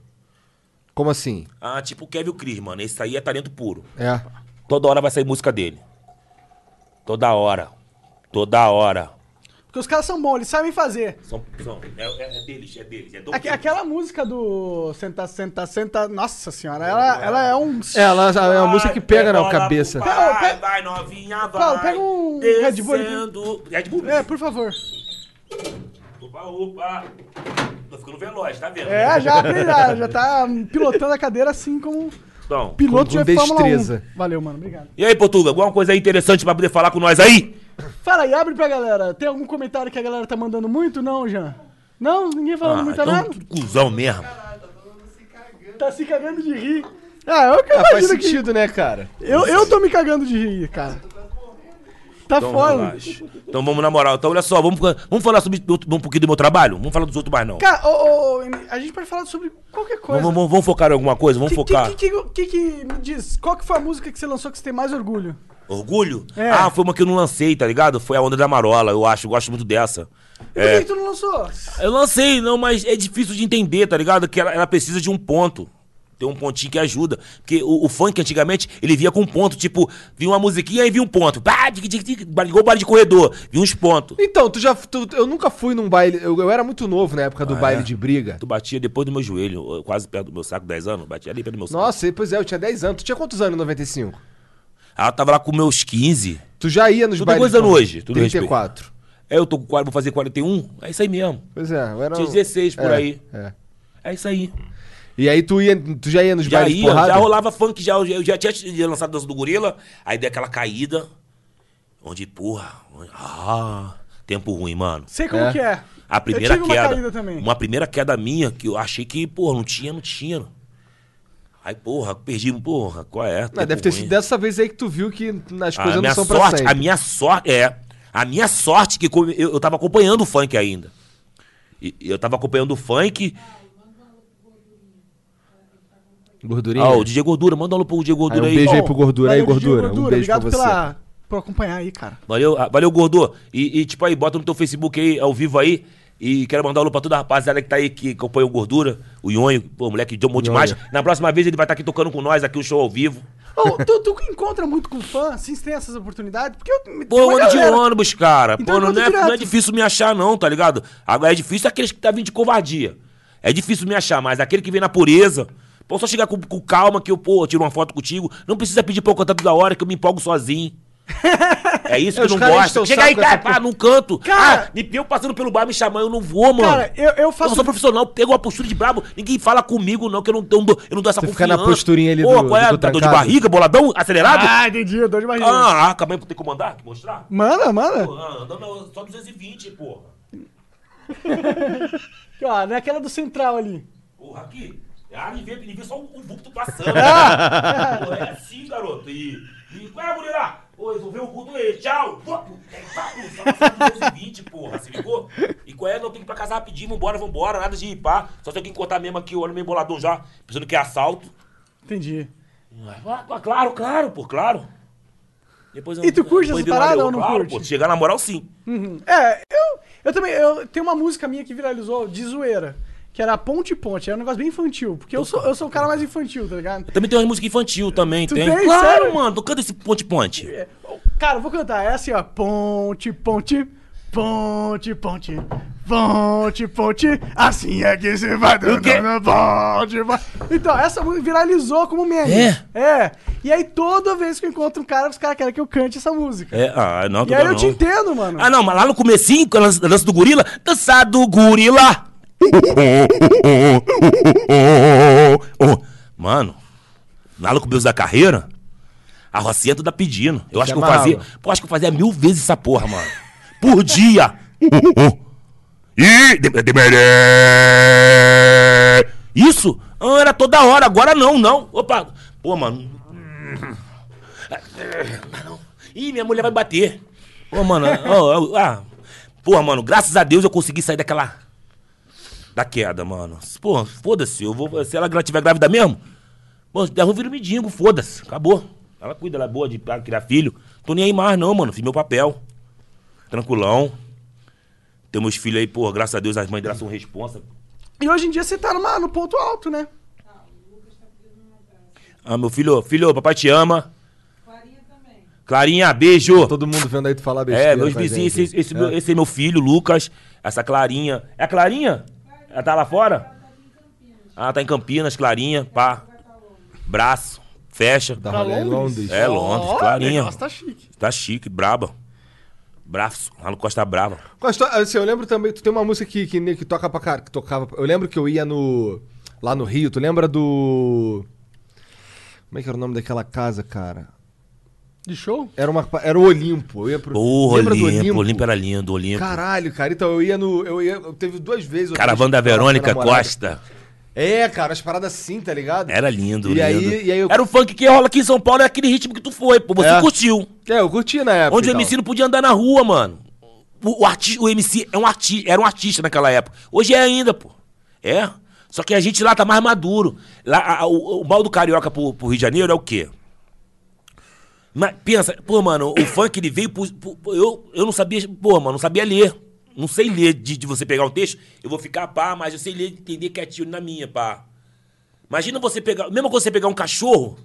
S2: Como assim?
S4: Ah, tipo o Kevin Cris, mano. Esse aí é talento puro.
S2: É.
S4: Toda hora vai sair música dele. Toda hora. Toda hora.
S3: Porque os caras são bons, eles sabem fazer.
S4: São, são, é, é- é deles, é deles. É do
S3: Aque- aquela música do Senta, Senta, Senta. Nossa senhora, ela, ela é um.
S2: Ela é uma
S4: Vai,
S2: música que pega na
S4: bola pro
S2: cabeça.
S4: pai,
S3: Pega- pega-
S4: vai, novinha, vai.
S3: Paulo, pega um Red Bull aqui.
S4: descendo. Red Bull?
S3: É, por favor.
S4: Opa, opa. Tô ficando veloz, tá vendo?
S3: É, já aprendi, já, já tá pilotando a cadeira assim como
S4: Então,
S3: piloto
S2: Com- com
S3: de Fórmula 1.
S2: destreza.
S3: Valeu, mano, obrigado.
S4: e aí, Portuga, alguma coisa aí interessante pra poder falar com nós aí?
S3: Fala aí, abre pra galera. Tem algum comentário que a galera tá mandando muito? Não, Jean? Não? Ninguém falando muito
S4: então,
S3: nada?
S4: tu cuzão mesmo.
S3: Tá se cagando de rir. Ah, eu que
S2: Ah, faz
S3: imagino que...
S2: sentido, né, cara?
S3: Eu, eu tô me cagando de rir, cara. Tá
S4: Então,
S3: foda.
S4: relaxa. Então vamos na moral. Então, olha só, vamos, vamos falar sobre do- um pouquinho do meu trabalho? Vamos falar dos outros mais não.
S3: Cara, ô, ô, a gente pode falar sobre qualquer coisa.
S4: Vamos, vamos- vamos focar em alguma coisa? Vamos
S3: Que- que-
S4: focar.
S3: Que, que, que, que me diz? Qual que foi a música que você lançou que você tem mais orgulho?
S4: Orgulho?
S3: É.
S4: Ah, foi uma que eu não lancei, tá ligado? Foi a Onda da Marola, eu acho. eu Gosto muito dessa.
S3: E
S4: É.
S3: por que que tu não lançou?
S4: Eu lancei, não, mas é difícil de entender, tá ligado? Que ela, ela precisa de um ponto. Tem um pontinho que ajuda. Porque o, o funk, antigamente, ele via com um ponto. Tipo, vinha uma musiquinha e vinha um ponto. Pá, tic, tic, tic, igual baile de corredor. Vinha uns pontos.
S2: Então, tu já. tu- eu nunca fui num baile. Eu, eu era muito novo na época do
S4: Ah, é?
S2: baile de briga.
S4: Tu batia depois do meu joelho, eu quase perto do meu saco, 10 anos. Batia ali perto do meu saco.
S2: Nossa, e- pois é, eu tinha 10 anos. Tu tinha quantos anos em 95?
S4: Ela tava lá com meus 15.
S2: Tu já ia nos
S4: Tu tem
S2: bailes.
S4: quantos anos hoje? Tudo
S2: 34.
S4: Aí É, eu tô com 40, vou fazer 41. É isso aí mesmo.
S2: Pois é, eu era.
S4: Tinha 16 por
S2: é,
S4: aí.
S2: É.
S4: É isso aí.
S2: E aí tu, ia, tu já ia nos
S4: Já
S2: bailes de
S4: ia,
S2: porrada?
S4: já rolava funk, já, eu já tinha já lançado Dança do Gorila, aí deu aquela caída, onde, porra, onde- ah, tempo ruim, mano.
S3: Sei como
S2: É.
S3: que é.
S4: A primeira
S3: eu tive
S4: queda,
S3: uma caída também.
S4: uma primeira queda minha, que eu achei que, porra, não tinha, não tinha. Aí, porra, perdi, porra, qual é?
S2: Ah,
S4: Tempo
S2: deve ter
S4: ruim.
S2: sido dessa vez aí que tu viu que as
S4: A
S2: coisas
S4: minha
S2: não são pra
S4: sorte,
S2: sempre.
S4: A minha sorte, é. A minha sorte que come- eu, eu tava acompanhando o funk ainda. E- e eu tava acompanhando o funk.
S2: Gordurinha.
S4: Ah, o DJ Gordura, manda um alô pro DJ Gordura
S2: Aí, um
S4: aí.
S2: beijo aí
S4: Ó,
S2: pro Gordura aí,
S3: Valeu, DJ
S2: Gordura. Um beijo pra
S3: Obrigado
S2: você.
S3: pela, por acompanhar aí, cara.
S4: Valeu, ah, valeu Gordô. E, e, tipo aí, bota no teu Facebook aí, ao vivo aí. E quero mandar um alô pra toda a rapaziada que tá aí, que acompanha o Gordura, o Ionho, pô, moleque de amor demais. Na próxima vez ele vai estar aqui tocando com nós, aqui o show ao vivo.
S3: Ô, tu, tu encontra muito com fã, assim, se tem essas oportunidades? Porque eu tem
S4: Pô, eu
S3: uma
S4: ando de
S3: galera-
S4: ônibus, cara.
S3: Então
S4: pô, não,
S3: manda
S4: é, não é
S3: direto.
S4: difícil me achar, não, tá ligado? Agora é difícil aqueles que tá vindo de covardia. É difícil me achar, mas aquele que vem na pureza. Pô, só chegar com, com calma que eu, pô, tiro uma foto contigo. Não precisa pedir pra eu cantar toda hora que eu me empolgo sozinho. É isso
S2: É, os
S4: que eu não
S2: caras enchem
S4: gosto.
S2: o
S4: Chega
S2: saco
S4: aí,
S2: com
S4: cara,
S2: essa
S4: pá, num canto.
S3: Cara-
S4: ah, me pio passando pelo bar me chamando, eu não vou, mano.
S3: Cara, eu, eu
S4: Eu
S3: faço.
S4: não sou profissional, pego uma postura de brabo, ninguém fala comigo, não, que eu não, eu não dou, eu não dou essa
S2: Você fica
S4: confiança.
S2: na posturinha ali
S4: Pô,
S2: do-
S4: qual é?
S2: do
S4: Tá dor de
S2: trancado.
S4: barriga, boladão, acelerado?
S3: Ah, entendi, eu dou de barriga.
S4: Ah, ah, calma aí, tem que mandar, que mostrar?
S3: Manda, manda.
S4: Ah, não, não, só 220, porra.
S3: Aqui, ó, naquela do central ali.
S4: Porra, aqui. Ah, ele vê, né? ele vê só o, o vulto passando. Porra, é assim, garoto. E, e qual é, mulherá? Ô, resolveu o cu do ex, tchau! Pô, é papo, só no 20, porra, se ligou? E qual é? Não, tem que ir pra casa rapidinho, vambora, vambora, nada de ir pá. Só tenho que encurtar mesmo aqui o olho meio boladão já, pensando que é assalto.
S3: Entendi.
S4: Ah, ah, Claro, claro, pô, claro. Depois eu-
S3: E tu curte
S4: depois
S3: essa
S4: dei uma
S3: parada
S4: leoa,
S3: ou não
S4: claro,
S3: curte?
S4: Pô, chegar na moral, sim.
S3: Uhum. É, eu, eu também. Eu, tem uma música minha que viralizou de zoeira. Que era Ponte Ponte, era um negócio bem infantil. Porque eu sou, eu sou o cara mais infantil, tá ligado?
S4: Também tem uma música infantil também,
S3: Tu
S4: tem.
S3: tem?
S4: claro,
S3: Sério?
S4: mano, tu canta esse ponte-ponte.
S3: É, ó, Cara, eu vou cantar. É assim, ó. Ponte, ponte, ponte, ponte. Ponte, ponte, assim é que se vai dando
S4: quê?
S3: na ponte, ponte. Então, essa música viralizou como meme.
S4: É?
S3: É. E aí, toda vez que eu encontro um cara, os caras querem que eu cante essa música.
S4: É, ah, não,
S3: E aí eu te entendo, mano.
S4: Ah, não, mas lá no comecinho, com a dança dança do gorila, dança do gorila. Mano, lá no começo da carreira, a Rocinha tu tá pedindo. Eu acho que eu
S2: amarrava.
S4: fazia, pô, acho que eu fazia mil vezes essa porra, mano. Por dia. Ih, de- demerê. Isso? Ah, era toda hora, agora não, não. Opa, pô, mano. Mas não. Ih, minha mulher vai bater. Ô, mano, ó, ó, ah. Porra, mano, graças a Deus eu consegui sair daquela. Da queda, mano. Porra, foda-se, eu vou. Se ela gra- tiver grávida mesmo, mano, derruba vira um mendigo, foda-se, acabou. Ela cuida, ela é boa de pra criar filho. Tô nem aí mais, não, mano. Fiz meu papel. Tranquilão. Tem meus filhos aí, porra, graças a Deus as mães dela são responsa.
S3: E hoje em dia você tá numa, no ponto alto, né?
S4: Ah, meu filho, filho, papai te ama. Clarinha também. Clarinha, beijo.
S2: Todo mundo vendo aí tu falar besteira.
S4: É, meus
S2: com a
S4: vizinhos,
S2: gente. né?
S4: esse, esse meu- esse é meu filho, Lucas, essa Clarinha. É a Clarinha? Ela tá lá fora? Ah, tá em Campinas, Clarinha, pá. Braço, fecha.
S2: Da rolê em Tá, Londres.
S4: É, Londres,
S3: Ó,
S4: Clarinha.
S3: negócio tá chique.
S4: Tá chique, braba. Braço, lá no Costa Brava.
S2: Mas to- assim, eu lembro também, tu tem uma música que, que, que toca pra cara, que tocava. Eu lembro que eu ia no. Lá no Rio, tu lembra do. Como é que era o nome daquela casa, cara?
S3: De show?
S2: Era, uma, pa- era o Olimpo. Eu ia pro.
S4: Porra,
S2: lembra do
S4: Olimpo, Olimpo era lindo, Olimpo.
S2: Caralho, cara. Então eu ia no. Eu ia. eu- Teve duas vezes. eu
S4: Caravana da
S2: tava-
S4: Verônica
S2: com a namorada.
S4: Costa.
S2: É, cara, as paradas assim, tá ligado?
S4: Era lindo,
S2: E
S4: lindo.
S2: aí- e aí eu-
S4: Era o funk que rola aqui em São Paulo, é aquele ritmo que tu foi, pô. Você
S2: É.
S4: curtiu.
S2: É, eu curti na época.
S4: Onde
S2: e
S4: o
S2: tal.
S4: MC não podia andar na rua, mano. O, o, arti o MC é um arti era um artista naquela época. Hoje é ainda, pô. É. Só que a gente lá tá mais maduro. Lá, a- a- o, o mal do carioca pro, pro Rio de Janeiro é o quê? Mas pensa, pô, mano, o funk ele veio pro, pro- pro- eu, eu não sabia, pô, mano, não sabia ler. Não sei ler de, de você pegar um texto, eu vou ficar pá, mas eu sei ler, entender quietinho na minha, pá. Imagina você pegar, mesmo quando você pegar um cachorro,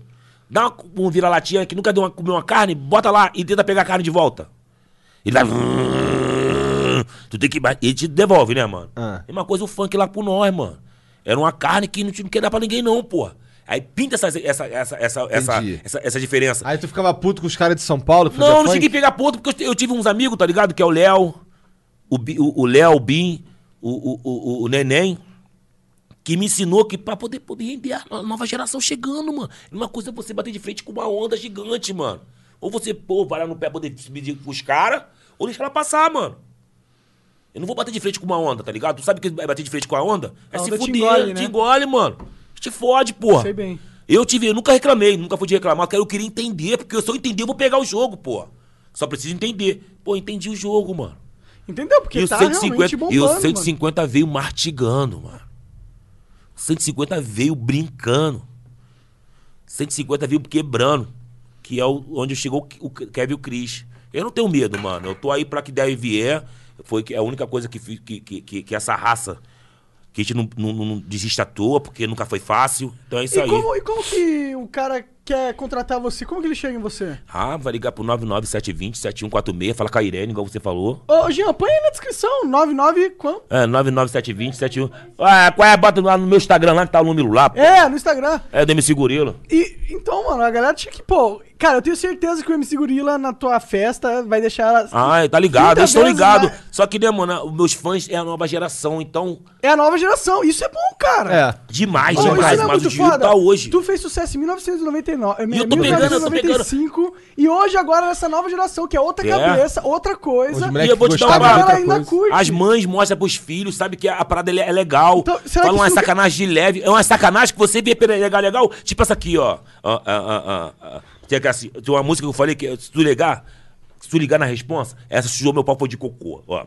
S4: dá uma, um vira-latinha que nunca deu uma, comeu uma carne, bota lá e tenta pegar a carne de volta. Ele dá. Tu tem que. Ele te devolve, né, mano?
S2: Ah.
S4: Mesma coisa o funk lá pro nós, mano. Era uma carne que não, tinha- não quer dar pra ninguém, não, porra. Aí pinta essas- essa, essa, essa, essa,
S2: Entendi.
S4: essa, essa diferença.
S2: Aí tu ficava puto com os caras de São Paulo. que fazia
S4: Não, não
S2: funk?
S4: cheguei a pegar ponto, porque eu te- eu, tive uns amigos, tá ligado? Que é o Léo, o Bi- o o Léo, o Bim, o, o, o, o Neném, que me ensinou que pra poder, poder render a no- nova geração chegando, mano. Uma coisa é você bater de frente com uma onda gigante, mano. Ou você, pô, parar no pé poder medir com os caras, ou deixar ela passar, mano. Eu não vou bater de frente com uma onda, tá ligado? Tu sabe que é bater de frente com a onda? É
S3: A
S4: se
S3: onda te
S4: fuder,
S3: engole, né?
S4: te engole, mano. Te fode, porra.
S3: Sei bem.
S4: Eu tive, eu nunca reclamei, nunca fui de reclamar, porque eu queria entender, porque se eu entender, eu vou pegar o jogo, pô. Só preciso entender. Pô, eu entendi o jogo, mano.
S3: Entendeu? Porque
S4: e, o
S3: tá
S4: 150,
S3: realmente bombando,
S4: e o
S3: mano.
S4: 150 veio martigando, mano. O 150 veio brincando. O 150 veio quebrando. Que é o- onde chegou o Ke- o Kevin e o Chris. Eu não tenho medo, mano. Eu tô aí pra que der e vier. Foi que- é a única coisa que, fi- que, que, que, que essa raça. Que a gente não, não, não desiste à toa, porque nunca foi fácil. Então é isso
S3: E
S4: aí.
S3: como, e como que o cara quer contratar você? Como que ele chega em você?
S4: Ah, vai ligar pro 99720-7146, fala com a Irene, igual você falou.
S3: Ô, Jean, põe aí na descrição. 99 quanto?
S4: É, 99720-71. Ah, qual é? Bota lá no meu Instagram lá que tá o número lá. pô.
S3: É, no Instagram.
S4: É, do MC Gorila.
S3: E, então, mano, a galera tinha que, pô... Cara, eu tenho certeza que o MC Gorila na tua festa vai deixar ela...
S4: Ah, tá ligado,
S3: 30
S4: eles estão
S3: vezes
S4: ligados.
S3: mais-
S4: Só que, né, mano, os meus fãs é a nova geração, então,
S3: É a nova geração. Isso é bom, cara.
S2: É.
S4: demais,
S3: Pô, isso
S4: demais.
S3: não é
S4: Mas o
S3: muito
S4: dinheiro
S3: foda.
S4: tá hoje.
S3: Tu fez sucesso em 1999,
S4: E eu tô pegando, eu tô pegando.
S3: 1995, e hoje agora essa nova geração que é outra
S4: É.
S3: cabeça, outra coisa.
S2: Os
S4: E
S2: moleques
S4: eu vou te dar
S2: gostavam
S4: uma-
S2: de outra
S3: Ela ainda
S2: coisa.
S3: curte.
S4: As mães mostram pros filhos, sabe que a, a parada ele é, é legal.
S3: Então, será
S4: Fala
S3: que
S4: uma
S3: isso não-
S4: sacanagem de leve. É uma sacanagem que você vê pela legal, legal. Tipo essa aqui, ó. Ah, ah, ah, ah, ah. Tem, aquela, assim, tem uma música que eu falei que se tu ligar, se tu ligar na responsa, essa sujou meu papo de cocô. Ó.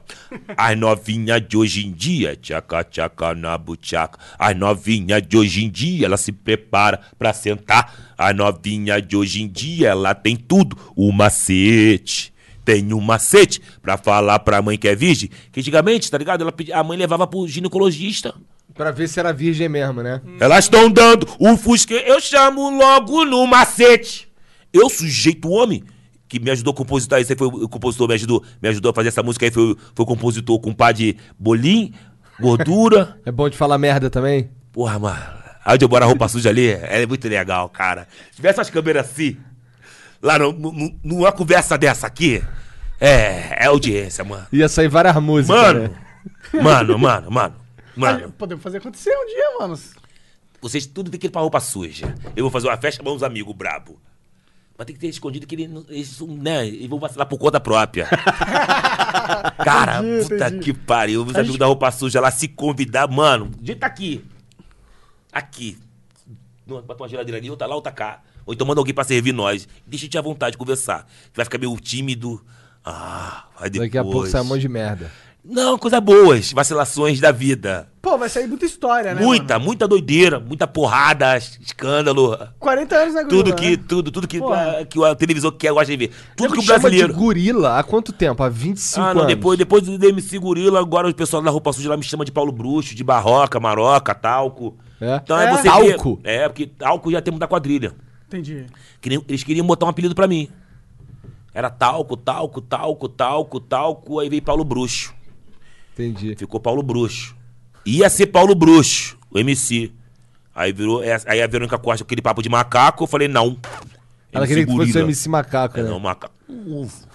S4: As novinhas de hoje em dia, tchaca, tchaca, na buchaca. As novinhas de hoje em dia, ela se prepara pra sentar. As novinhas de hoje em dia, ela tem tudo. O macete. Tem um macete pra falar pra mãe que é virgem. Que antigamente, tá ligado? Ela pedi- a mãe levava pro ginecologista.
S2: Pra ver se era virgem mesmo, né?
S4: Elas estão dando o fusca, eu chamo logo no macete. Eu, sujeito homem, que me ajudou a compositar isso aí, foi o compositor, me ajudou, me ajudou a fazer essa música aí, foi, foi o compositor com pá de bolim, gordura.
S2: É bom de falar merda também?
S4: Porra, mano, aí onde eu moro a roupa suja ali, ela é muito legal, cara. Se tivesse umas câmeras assim, lá no- no- numa conversa dessa aqui, é, é audiência, mano.
S2: Ia sair várias músicas.
S4: Mano,
S2: né?
S4: mano, mano, mano, mano.
S3: Podemos fazer acontecer um dia, mano.
S4: Vocês tudo tem que ir pra roupa suja. Eu vou fazer uma festa pra uns amigos brabo. Mas tem que ter escondido que ele não- eles, não- né, eles vão vacilar por conta própria. Cara,
S3: Entendi,
S4: puta
S3: entendi.
S4: que pariu. Os amigos da roupa suja lá se convidar, mano. O jeito tá aqui. Aqui. Não, Bota uma geladeira ali, outra lá, outra cá. Ou então manda alguém pra servir nós. Deixa a gente à vontade de conversar. Vai ficar meio tímido. Ah, vai depois.
S2: Daqui a pouco sai um monte de merda.
S4: Não, coisas boas. Vacilações da vida.
S3: Pô, vai sair muita história, né?
S4: Muita,
S3: mano?
S4: muita doideira, muita porrada, escândalo.
S3: 40 anos na grua,
S4: Tudo que,
S3: Né?
S4: tudo, tudo que,
S3: Porra.
S4: a, que o televisor quer, gosta de ver. Tudo que o
S2: Chama de
S4: brasileiro.
S2: gorila há quanto tempo? Há 25
S4: Ah,
S2: anos.
S4: não, depois, depois do DMC Gorila, agora o pessoal da roupa suja lá me chama de Paulo Bruxo, de Barroca, Maroca, Talco.
S2: É?
S4: Então é,
S2: É?
S4: você
S2: Talco?
S4: ver- é, porque Talco já tem muita quadrilha.
S3: Entendi.
S4: Que nem- eles queriam botar um apelido pra mim. Era Talco, Talco, Talco, Talco, Talco, aí veio Paulo Bruxo.
S2: Entendi.
S4: Ficou Paulo Bruxo. Ia ser Paulo Bruxo, o MC. Aí virou. é, Aí a Verônica Costa, aquele papo de macaco, eu falei, não.
S2: Ela queria que fosse
S4: Gorila.
S2: o MC Macaco,
S4: É,
S2: né?
S4: não, macaco. Ufa.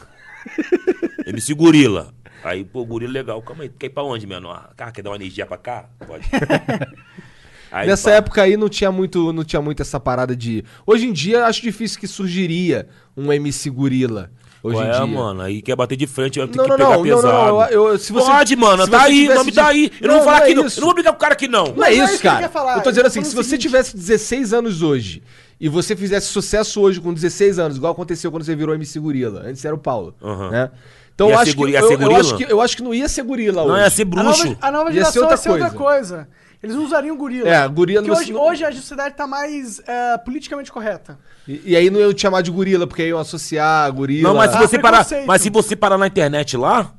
S4: MC Gorila. Aí, pô, gorila legal. Calma aí, tu quer ir pra onde, menor? Cara, quer dar uma energia pra cá? Pode. Aí,
S2: Nessa
S4: pá.
S2: época aí não tinha muito, não tinha muito essa parada de. Hoje em dia acho difícil que surgiria um MC gorila. Hoje
S4: Ué,
S2: em dia.
S4: é, mano, aí quer bater de frente, vai ter
S2: Não,
S4: que
S2: não,
S4: pegar
S2: não, não,
S4: pesado.
S2: não, eu- eu- se você-
S4: Pode, mano,
S2: se
S4: tá
S2: você
S4: aí, o
S2: tivesse
S4: nome
S2: de-
S4: tá aí. Eu não,
S2: Não,
S4: vou falar
S2: não é
S4: que não. Eu
S2: isso.
S4: não vou brigar com o cara que não.
S2: Não é
S3: Não é
S2: isso,
S3: isso que
S2: cara.
S3: eu quero falar.
S2: Eu tô
S4: tá
S2: dizendo
S3: Eu tô
S2: assim, que se
S3: falando o
S2: você
S3: seguinte.
S2: tivesse 16 anos hoje e você fizesse sucesso hoje com 16 anos, igual aconteceu quando você virou MC Gorila. Antes era o Paulo,
S4: Aham.
S2: né? Então
S4: Ia
S2: eu
S4: ser
S2: acho, que, eu,
S4: guri- ia ser
S2: eu
S4: gorila?
S2: acho que eu acho que não ia ser gorila
S4: Não é
S2: hoje. Ah,
S4: ia ser
S3: A
S4: bruxo.
S3: nova, a nova
S2: Ia ser
S3: geração
S2: outra
S3: ia ser outra coisa. Eles não usariam gorila.
S2: É, gorila
S3: Porque
S2: você
S3: hoje,
S2: não-
S3: hoje a sociedade tá mais eh, politicamente correta.
S2: E, e aí não iam te chamar de gorila, porque aí iam associar gorila.
S4: Não, mas se
S3: Ah,
S4: você parar,
S3: preconceito.
S4: mas se você parar na internet lá,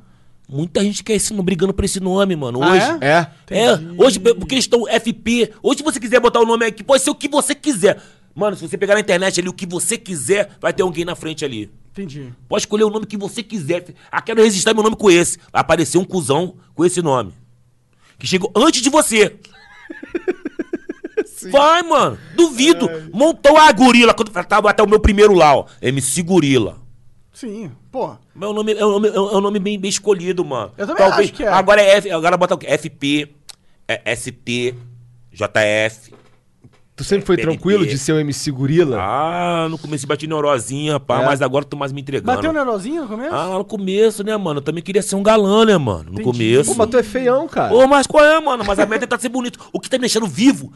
S4: muita gente quer esse, brigando por esse nome, mano.
S3: Ah,
S4: Hoje,
S3: é?
S2: É.
S4: É, hoje, porque eles estão FP. Hoje, se você quiser botar o nome aqui, pode ser o que você quiser. Mano, se você pegar na internet ali o que você quiser, vai ter alguém na frente ali.
S3: Entendi.
S4: Pode escolher o nome que você quiser. Ah, quero registrar meu nome com esse. Vai aparecer um cuzão com esse nome. Que chegou antes de você. Vai, mano. Duvido. Montou a gorila quando tava até o meu primeiro lá, ó. MC Gorila.
S3: Sim, pô.
S4: Mas É um nome, é um nome, é um nome bem, bem escolhido, mano.
S3: Eu também acho que é.
S4: Agora é F, agora bota o quê? FP, é ST, JF.
S2: Tu sempre foi tranquilo de ser o MC gorila?
S4: Ah, no começo bati neurosinha, pá,
S2: É.
S4: mas agora eu tô mais me entregando.
S3: Bateu o neurozinho no começo?
S4: Ah, lá no começo, né, mano? Eu também queria ser um galã, né, mano? No começo.
S2: Pô, mas tu é feião, cara.
S4: Ô, mas qual é, mano? Mas a meta é tentar ser bonito. O que tá me deixando vivo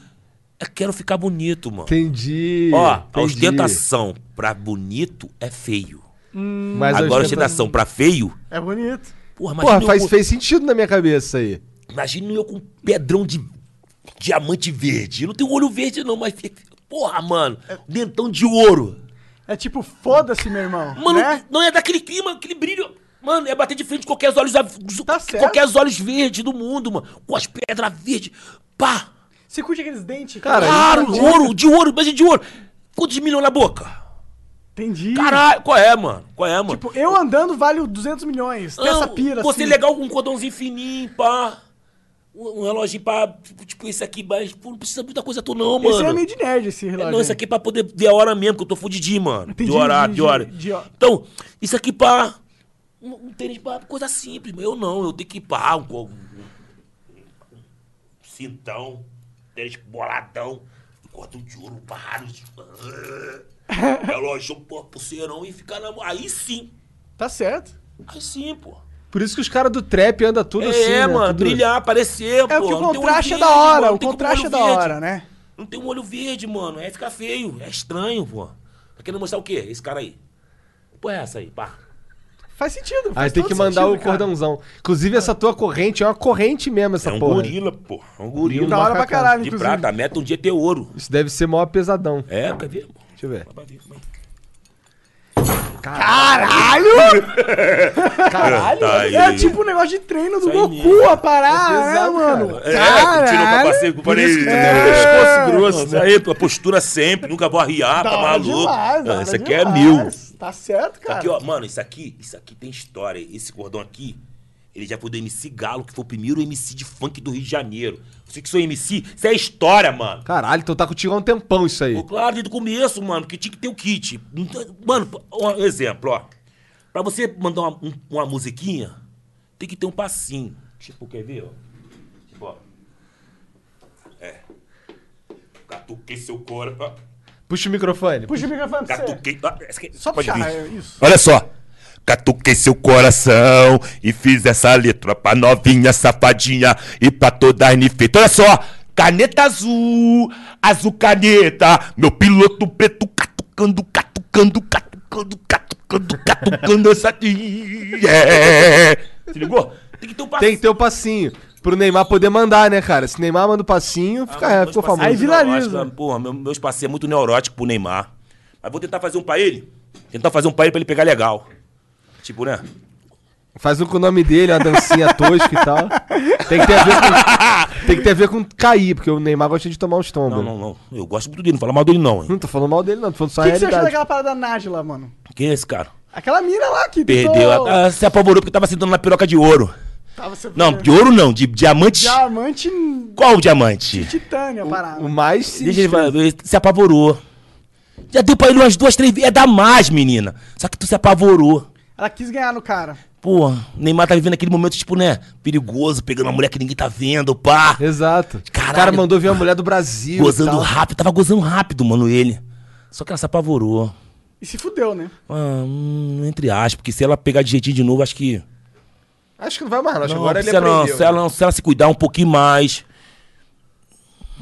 S4: é quero ficar bonito, mano.
S2: Entendi.
S4: Ó, a
S2: entendi.
S4: ostentação pra bonito é feio.
S2: Mas a
S4: agora a
S2: ostentação-
S4: ostentação pra feio...
S3: É bonito.
S2: Porra,
S4: Porra, imagina eu
S2: faz,
S4: com-
S2: fez sentido na minha cabeça aí.
S4: Imagina eu com um pedrão de diamante verde. Eu não tenho olho verde, não, mas. fica- Porra, mano. Dentão de ouro.
S3: É tipo, foda-se, meu irmão.
S4: Mano,
S3: né?
S4: não é daquele clima, aquele brilho. Mano, é bater de frente com qualquer os olhos. av-
S3: Tá certo.
S4: qualquer os olhos verdes do mundo, mano. Com as pedras verdes. Pá!
S3: Você curte aqueles dentes?
S2: Cara,
S4: Claro,
S3: é
S4: ouro, de ouro, imagina de ouro. Quantos milhões na boca?
S3: Entendi.
S4: Caralho, qual é, mano? Qual é, mano?
S3: Tipo, eu andando valho 200 milhões. Tem essa
S4: Não,
S3: pira,
S4: Você
S3: assim.
S4: legal com um cordãozinho fininho, pá. Um, um relógio pá, tipo, tipo esse aqui, mas pô, não precisa muita coisa tu não, mano.
S3: Esse é meio de nerd, esse
S4: É,
S3: relógio.
S4: não, isso aqui é pra poder ver a hora mesmo, que eu tô fudidinho, mano.
S3: Entendi,
S4: de hora,
S3: de-
S4: de hora.
S3: de- de hora.
S4: Então, isso aqui pra. Um, um tênis pra coisa simples, mano. Eu não, eu tenho que ir pra um, co- um cintão, tênis boladão, cordão de ouro barrado, relógio, pô, pulseirão e ficar na. Aí sim,
S3: Tá certo.
S4: aí sim, pô.
S2: Por isso que os caras do trap andam tudo
S4: É,
S2: assim. né?
S4: mano,
S2: Tudo-
S4: brilhar, aparecer, pô.
S3: É o que o
S4: Não tem um olho
S3: contraste é da
S4: verde, mano,
S3: hora.
S4: não
S3: O
S4: tem como
S3: contraste é
S4: olho
S3: da
S4: verde.
S3: hora, né?
S4: Não tem um olho verde, mano. Aí fica feio. É estranho, pô. Tá querendo mostrar o quê? Esse cara aí. Pô, é essa aí, pá.
S3: Faz sentido.
S2: Aí
S3: faz
S2: Ah, tem
S3: todo
S2: que mandar
S3: sentido,
S2: o
S3: cara.
S2: cordãozão. Inclusive, essa tua corrente é uma corrente mesmo, essa
S4: É um
S2: porra.
S4: gorila, pô. É um gorila.
S3: Da hora pra
S2: macacão.
S3: caralho,
S4: de
S3: inclusive.
S4: prata, a meta um dia é ter ouro.
S2: Isso deve ser maior pesadão.
S4: É, quer ver? pô?
S2: Deixa eu ver.
S4: Vai ver, vai.
S2: Caralho!
S4: Tá aí.
S3: É tipo um negócio de treino do
S4: Isso aí
S3: Goku,
S4: mesmo.
S3: a parada, né,
S2: Exato,
S3: mano?
S4: É, tira o capacete,
S2: Por isso que tu
S4: é.
S2: tem
S3: um
S2: o pescoço grosso,
S4: Isso aí, pô, a postura sempre, nunca vou arriar, tá
S3: Da hora
S4: maluco.
S3: demais, da
S4: Ah,
S3: hora
S4: Isso aqui é
S3: demais.
S4: mil.
S3: Tá certo, cara.
S4: Aqui, ó, mano, isso aqui, isso aqui tem história. Esse cordão aqui, ele já foi do MC Galo, que foi o primeiro MC de funk do Rio de Janeiro. Você que sou MC, isso é história, mano.
S2: Caralho, então tá contigo há um tempão isso aí.
S4: Pô, claro, desde o começo, mano, porque tinha que ter o kit. Não tem- Mano, um exemplo, ó. Pra você mandar uma, um- uma musiquinha, tem que ter um passinho. Tipo, quer ver, ó? Tipo, ó. É. Catuquei seu corpo.
S2: Puxa o microfone.
S3: Puxa o microfone pra você.
S4: Catuquei. Ah, essa aqui-
S3: Só
S4: pode
S3: puxar,
S4: vir.
S3: é isso.
S4: Olha só. Catuquei seu coração e fiz essa letra pra novinha safadinha e pra toda a feita. Olha só. Caneta azul, azul caneta, meu piloto preto catucando, catucando, catucando, catucando, catucando essa aqui. É. Se ligou? Tem que ter um passo.
S2: Tem que ter o passinho. Pro Neymar poder mandar, né, cara? Se Neymar manda o
S4: Ah,
S2: passinho, fica, é, ficou famoso.
S3: Aí viraliza.
S4: Porra, meu, meus passinhos é muito neurótico pro Neymar. Mas vou tentar fazer um pra ele. Tentar fazer um pra ele pra ele pegar legal. Tipo, né?
S2: Faz um com o nome dele, uma dancinha tosca e tal. Tem que ter a ver com, tem que ter a ver com cair, porque o Neymar gosta de tomar uns tombos.
S4: Não, não, não. Eu gosto muito dele, não fala mal dele, não, hein?
S2: Não tô falando mal dele, não. Tô falando só
S3: O
S2: a
S3: que, que você achou
S2: realidade.
S3: daquela parada da Nájila, mano?
S4: Quem é esse cara?
S3: Aquela mina lá que
S4: Perdeu.
S3: tentou-
S4: a- ah, se apavorou porque tava sentando na piroca de ouro.
S3: Tava se-
S4: Não, de ouro não, de diamante.
S3: um Diamante
S4: Qual diamante?
S3: titânio a parada.
S2: O mais
S4: Deixa ele
S2: sinistro.
S4: falar, ele se apavorou. Já deu pra ele umas duas, três vezes. É da mais, menina. Só que tu se apavorou.
S3: Ela quis ganhar no cara.
S4: Pô, o Neymar tá vivendo aquele momento, tipo, né? Perigoso, pegando uma mulher que ninguém tá vendo, pá.
S2: Exato. O cara
S4: Caralho.
S2: mandou ver a mulher do Brasil. e
S4: Gozando
S2: tal.
S4: rápido. Tava gozando rápido, mano, ele. Só que ela se apavorou.
S3: E se fudeu, né?
S4: Ah, hum, entre aspas, porque se ela pegar de jeitinho de novo, acho que.
S2: Acho que não vai mais, não. Acho que
S4: Não,
S2: agora ele
S4: se, ela,
S2: aprendeu.
S4: se, ela, se ela se cuidar um pouquinho mais.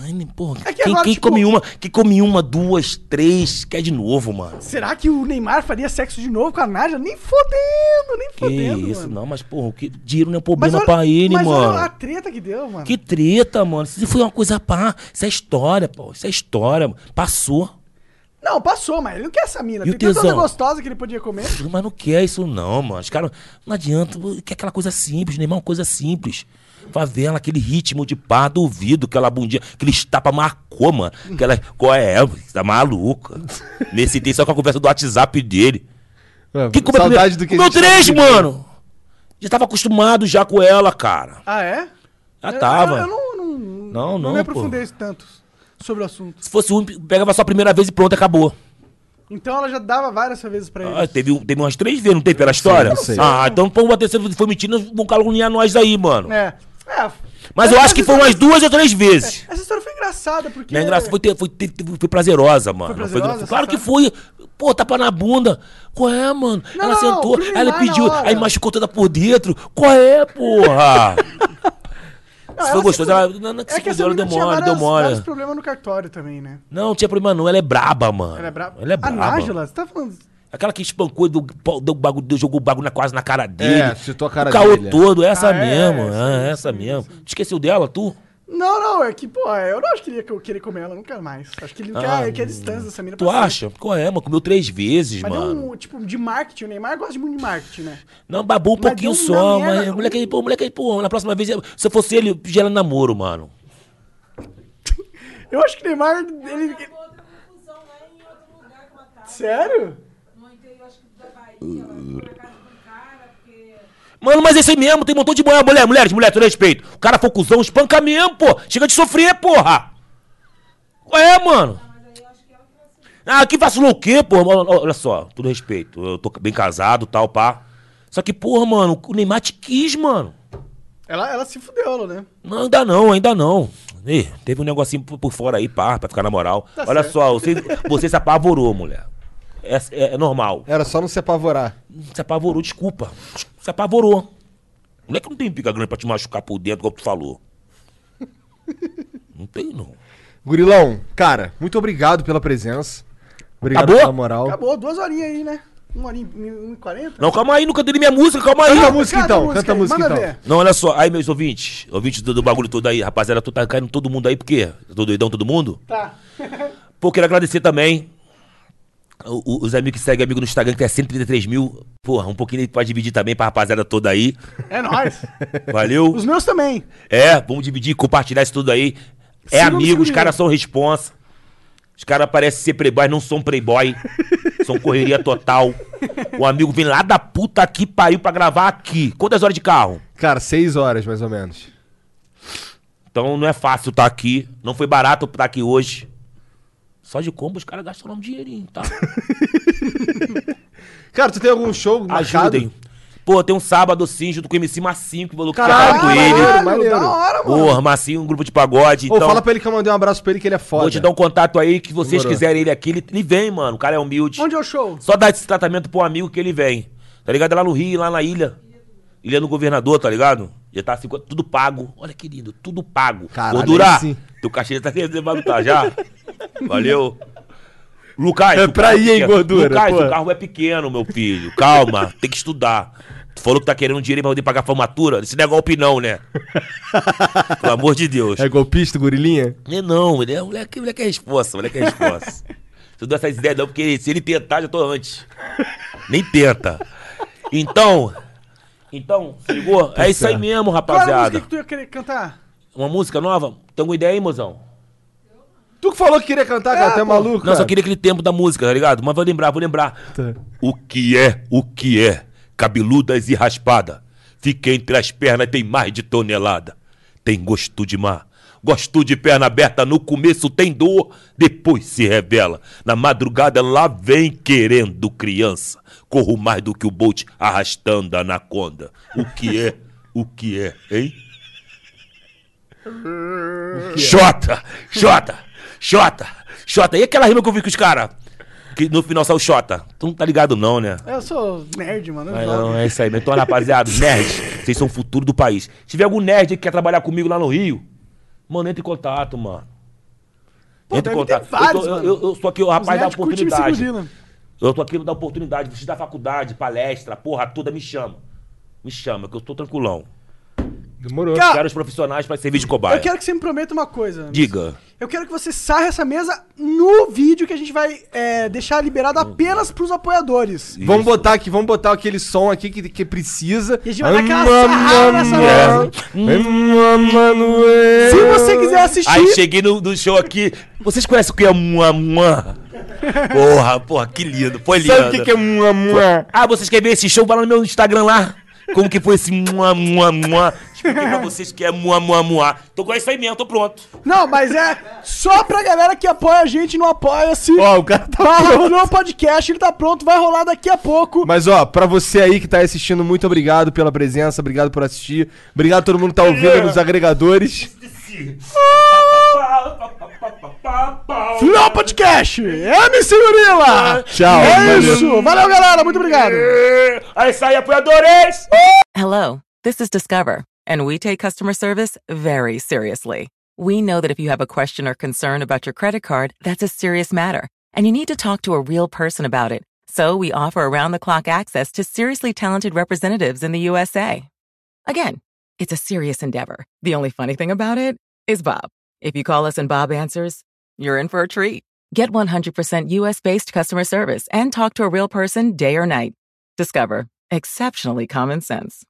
S4: Aí, nem- porra,
S3: É que
S4: quem,
S3: agora,
S4: quem
S3: tipo-
S4: come uma, quem come uma, duas, três, quer de novo, mano.
S3: Será que o Neymar faria sexo de novo com a Nájila? Nem fodendo, nem
S4: Que
S3: fodendo,
S4: isso,
S3: mano.
S4: não, mas porra, o que, dinheiro não é problema
S3: olha-
S4: pra ele,
S3: mas
S4: mano.
S3: olha a treta que deu, mano.
S4: Que treta, mano. Isso foi uma coisa pá. Isso é história, pô. Isso é história, mano. Passou.
S3: Não, passou, mas ele não quer essa mina.
S4: E
S3: Tem
S4: o
S3: tanta coisa
S4: tesão?
S3: gostosa que ele podia comer.
S4: Mas não quer isso, não, mano. Os caras, não adianta. Quer aquela coisa simples, Neymar, é uma coisa simples. Favela, aquele ritmo de pá, duvido, aquela bundinha, aquele estapa marcou, mano. Aquela, qual é? Tá maluca. Nesse dia, só com a conversa do WhatsApp dele.
S2: É,
S4: Que como é
S2: saudade
S4: primeiro?
S2: do que a
S4: Meu
S2: gente tava
S4: três,
S2: vivendo.
S4: mano! Já tava acostumado já com ela, cara.
S3: Ah, é?
S4: Já
S3: Eu-
S4: tava.
S3: Eu, eu não, não, não,
S4: Não, não,
S3: me
S4: pô.
S3: aprofundei tanto sobre o assunto.
S4: Se fosse um, pegava só a primeira vez e pronto, acabou.
S3: Então ela já dava várias vezes pra ele.
S4: Ah, teve, um- teve umas três vezes, não teve pela história?
S2: não sei.
S4: Ah, então pô, bater se foi mentira, vão caluniar nós aí, mano.
S3: É. É.
S4: Mas eu acho que foi
S3: essa
S4: umas duas ou três vezes.
S3: história- Essa história foi engraçada, porque.
S4: Não é engraçado, foi, ter- foi, ter- foi prazerosa, mano.
S3: Foi prazerosa,
S4: Foi- claro
S3: sabe?
S4: que foi. Pô, tapa na bunda. Qual é, mano?
S3: Não,
S4: ela
S3: não,
S4: sentou,
S3: pro
S4: aí ela
S3: Neymar
S4: pediu,
S3: na hora.
S4: aí machucou toda por dentro. Qual é, porra? Se foi
S3: ela
S4: gostoso,
S3: se-
S4: ela. Não, não, que
S3: É
S4: se
S3: que essa
S4: fudeu, ela
S3: menina
S4: deu
S3: tinha
S4: mole,
S3: várias,
S4: deu
S3: vários
S4: mole.
S3: problemas no cartório também, né?
S4: Não, não tinha problema não, ela é braba, mano.
S3: Ela é brava.
S4: Ela é
S3: A
S4: braba.
S3: Nájila, você tá falando.
S4: Aquela que espancou, deu, pau- deu bagulho, deu- jogou o bagulho na, quase na
S3: É,
S4: cara dele.
S2: chutou a cara
S4: o caô
S2: dele, é.
S4: todo, essa
S3: Ah, é,
S4: mesmo.
S3: sim,
S4: É, essa mesmo. Esqueceu dela, tu?
S3: Não, não, é que, pô, eu não acho que ele ia querer comer ela, não quero mais. Acho que ele não
S4: Ah,
S3: quer, ele quer distância dessa mina
S4: Tu
S3: pra sempre.
S4: acha? Qual é, mano? Comeu três vezes,
S3: Mas
S4: mano.
S3: deu um, tipo, de marketing, o Neymar gosta de muito de marketing, né?
S4: Não, babou um
S3: Mas
S4: pouquinho
S3: deu
S4: só,
S3: uma merda.
S4: mas o moleque aí, pô, o moleque aí, pô, na próxima vez, se eu fosse ele, eu pedia ela em namoro, mano.
S3: Eu acho que o Neymar, ele... ele- Sério?
S4: Mano, mas é isso aí mesmo, tem um montão de mulher, mulher, mulher, mulher, todo respeito. O cara for cuzão, espanca mesmo, pô. Chega de sofrer, porra. Qual é, mano? Ah, que vacilou o quê, porra? Olha- Olha só, todo respeito, eu tô bem casado, tal, pá. Só que, porra, mano, o Neymar te quis, mano.
S3: Ela, ela se fudeu, né?
S4: Não, ainda não, ainda não. Ih, teve um negocinho por, por fora aí, pá, pra ficar na moral. Olha só, você, você se apavorou, mulher. É, é- é normal.
S2: Era só não se apavorar.
S4: Se apavorou, desculpa. Se apavorou. Moleque não tem pica grande pra te machucar por dentro, como tu falou. Não tem, não.
S2: Gurilão, cara, muito obrigado pela presença. Obrigado
S4: Acabou?
S2: pela moral.
S3: Acabou, duas horinhas aí, né? Uma horinha e quarenta.
S4: Não, calma aí, nunca dei minha música, calma aí.
S2: Canta a música então, canta a música
S3: manda
S2: então.
S3: ver.
S4: Não, olha só, aí meus ouvintes, ouvintes do, do bagulho todo aí, rapaziada, tu tá caindo todo mundo aí, por quê? Eu tô doidão todo mundo?
S2: então.
S3: Tá.
S4: Pô, quero agradecer também o- o- os amigos que seguem amigo no Instagram, que é 133 mil. Porra, um pouquinho aí pra dividir também pra rapaziada toda aí.
S3: É nóis.
S4: Valeu.
S3: Os meus também.
S4: É, vamos dividir, compartilhar isso tudo aí. É
S3: Siga no
S4: amigo, os
S3: Siga
S4: caras são responsa. Os caras parecem ser playboy, não são playboy. são correria total. O amigo vem lá da puta que pariu pra gravar aqui. Quantas horas de carro?
S2: Cara, seis horas mais ou menos.
S4: Então não é fácil estar aqui. Não foi barato estar aqui hoje. Só de combo os caras gastam lá um dinheirinho, tá?
S2: Cara, tu tem algum show marcado?
S4: Ajudem. Pô, tem um sábado sim, junto com o MC Massinho, que o maluco
S2: Caralho,
S4: com ele.
S2: caralho, maneiro.
S3: da hora, mano.
S4: Porra, Massinho, um grupo de pagode.
S2: Ou
S4: então,
S2: fala pra ele que eu mandei um abraço pra ele que ele é foda.
S4: vou te dar um contato aí, que vocês
S2: Demorou.
S4: quiserem ele aqui, ele, ele vem, mano. O cara é humilde.
S3: Onde é o show?
S4: Só dá esse tratamento pro amigo que ele vem. Tá ligado? É Lá no Rio, lá na ilha. Ilha do governador, tá ligado? Já tá 50, tudo pago. Olha, querido, tudo pago.
S2: Caralho,
S4: Ô, Durá,
S2: aí sim.
S4: teu cachê tá reservado, tá já? Valeu. Lucas.
S2: É
S4: o
S2: pra
S4: carro
S2: ir, hein,
S4: pequeno.
S2: gordura,
S4: Lucas,
S2: pô.
S4: o carro é pequeno, meu filho. Calma, tem que estudar. Tu falou que tá querendo dinheiro pra poder pagar a formatura? Isso não é golpe, não, né? Pelo amor de Deus.
S2: É golpista, gorilinha?
S4: Ele não, ele é o moleque, moleque é responsa, moleque é responsa. Se eu dou essas ideias não, porque se ele tentar, já tô antes. Nem tenta. Então, então, se ligou? é isso aí
S2: certo.
S4: mesmo,
S3: Qual era a música
S4: rapaziada.
S3: que tu ia querer cantar?
S4: Uma música nova? Tem alguma ideia aí, mozão?
S2: Tu que falou que queria cantar, cara, tu é maluco.
S4: Não, só
S2: cara.
S4: queria aquele tempo da música, tá ligado? Mas vou lembrar, vou lembrar.
S2: Tá.
S4: O que é, o que é? Cabeludas e raspada. Fica entre as pernas, tem mais de tonelada. Tem gosto de mar. Gosto de perna aberta, no começo tem dor, depois se revela. Na madrugada lá vem querendo criança. Corro mais do que o Bolt arrastando a anaconda. O que é, o que é, hein? Xota, Xota, Xota, Xota. E aquela rima que eu vi com os caras? Que no final saiu Xota. Tu não tá ligado não, né?
S3: Eu sou nerd, mano. Eu
S4: Mas
S3: jogo.
S4: não, é isso aí. mesmo. Então, rapaziada, nerds, vocês são o futuro do país. Se tiver algum nerd aí que quer trabalhar comigo lá no Rio, mano, entra em contato, mano.
S3: Pô,
S4: entra em
S3: deve ter
S4: contato.
S3: vários,
S4: eu, tô, eu-
S3: mano.
S4: eu- eu sou aqui o rapaz da
S3: nerds curtem esse
S4: oportunidade.
S3: guri, né?
S4: Eu tô aqui no da oportunidade, vocês da faculdade, palestra, porra toda, me chama. Me chama, que eu tô tranquilão.
S2: Demorou.
S3: Cara,
S4: Quero os profissionais pra servir de cobaia.
S3: Ah! Eu quero que você me prometa uma coisa.
S4: Diga.
S3: Eu quero que você sarre essa mesa no vídeo que a gente vai é, deixar liberado apenas pros apoiadores.
S2: Vamos botar aqui, vamos botar aquele som aqui que, que precisa.
S3: E a gente vai dar aquela sarrada nessa Se você quiser assistir,
S4: Aí cheguei no, no show aqui. Vocês conhecem o que é mua mua? Porra, porra, que lindo. Foi lindo.
S2: Sabe o que, que é mua, mua?
S4: Ah, vocês querem ver esse show? Vai lá no meu Instagram lá. Como que foi esse mua mua mua? Expliquei pra vocês que é mua mua mua. Tô com isso aí mesmo, tô pronto.
S3: Não, mas é só pra galera que apoia a gente, não apoia-se.
S2: Ó, o cara tá
S3: Barra Flu Podcast, ele tá pronto, vai rolar daqui a pouco.
S2: Mas ó, pra você aí que tá assistindo, muito obrigado pela presença, obrigado por assistir, obrigado a todo mundo que tá ouvindo nos agregadores.
S3: Flow Podcast, MC Gorila!
S2: Tchau.
S3: É
S2: valeu.
S3: isso, valeu galera, muito obrigado.
S4: É isso aí, apoiadores!
S7: Hello, this is Discover, and we take customer service very seriously. We know that if you have a question or concern about your credit card, that's a serious matter, and you need to talk to a real person about it. So we offer around the clock access to seriously talented representatives in the USA. Again, it's a serious endeavor. The only funny thing about it is Bob. If you call us and Bob answers, you're in for a treat. Get 100% US based customer service and talk to a real person day or night. Discover exceptionally common sense.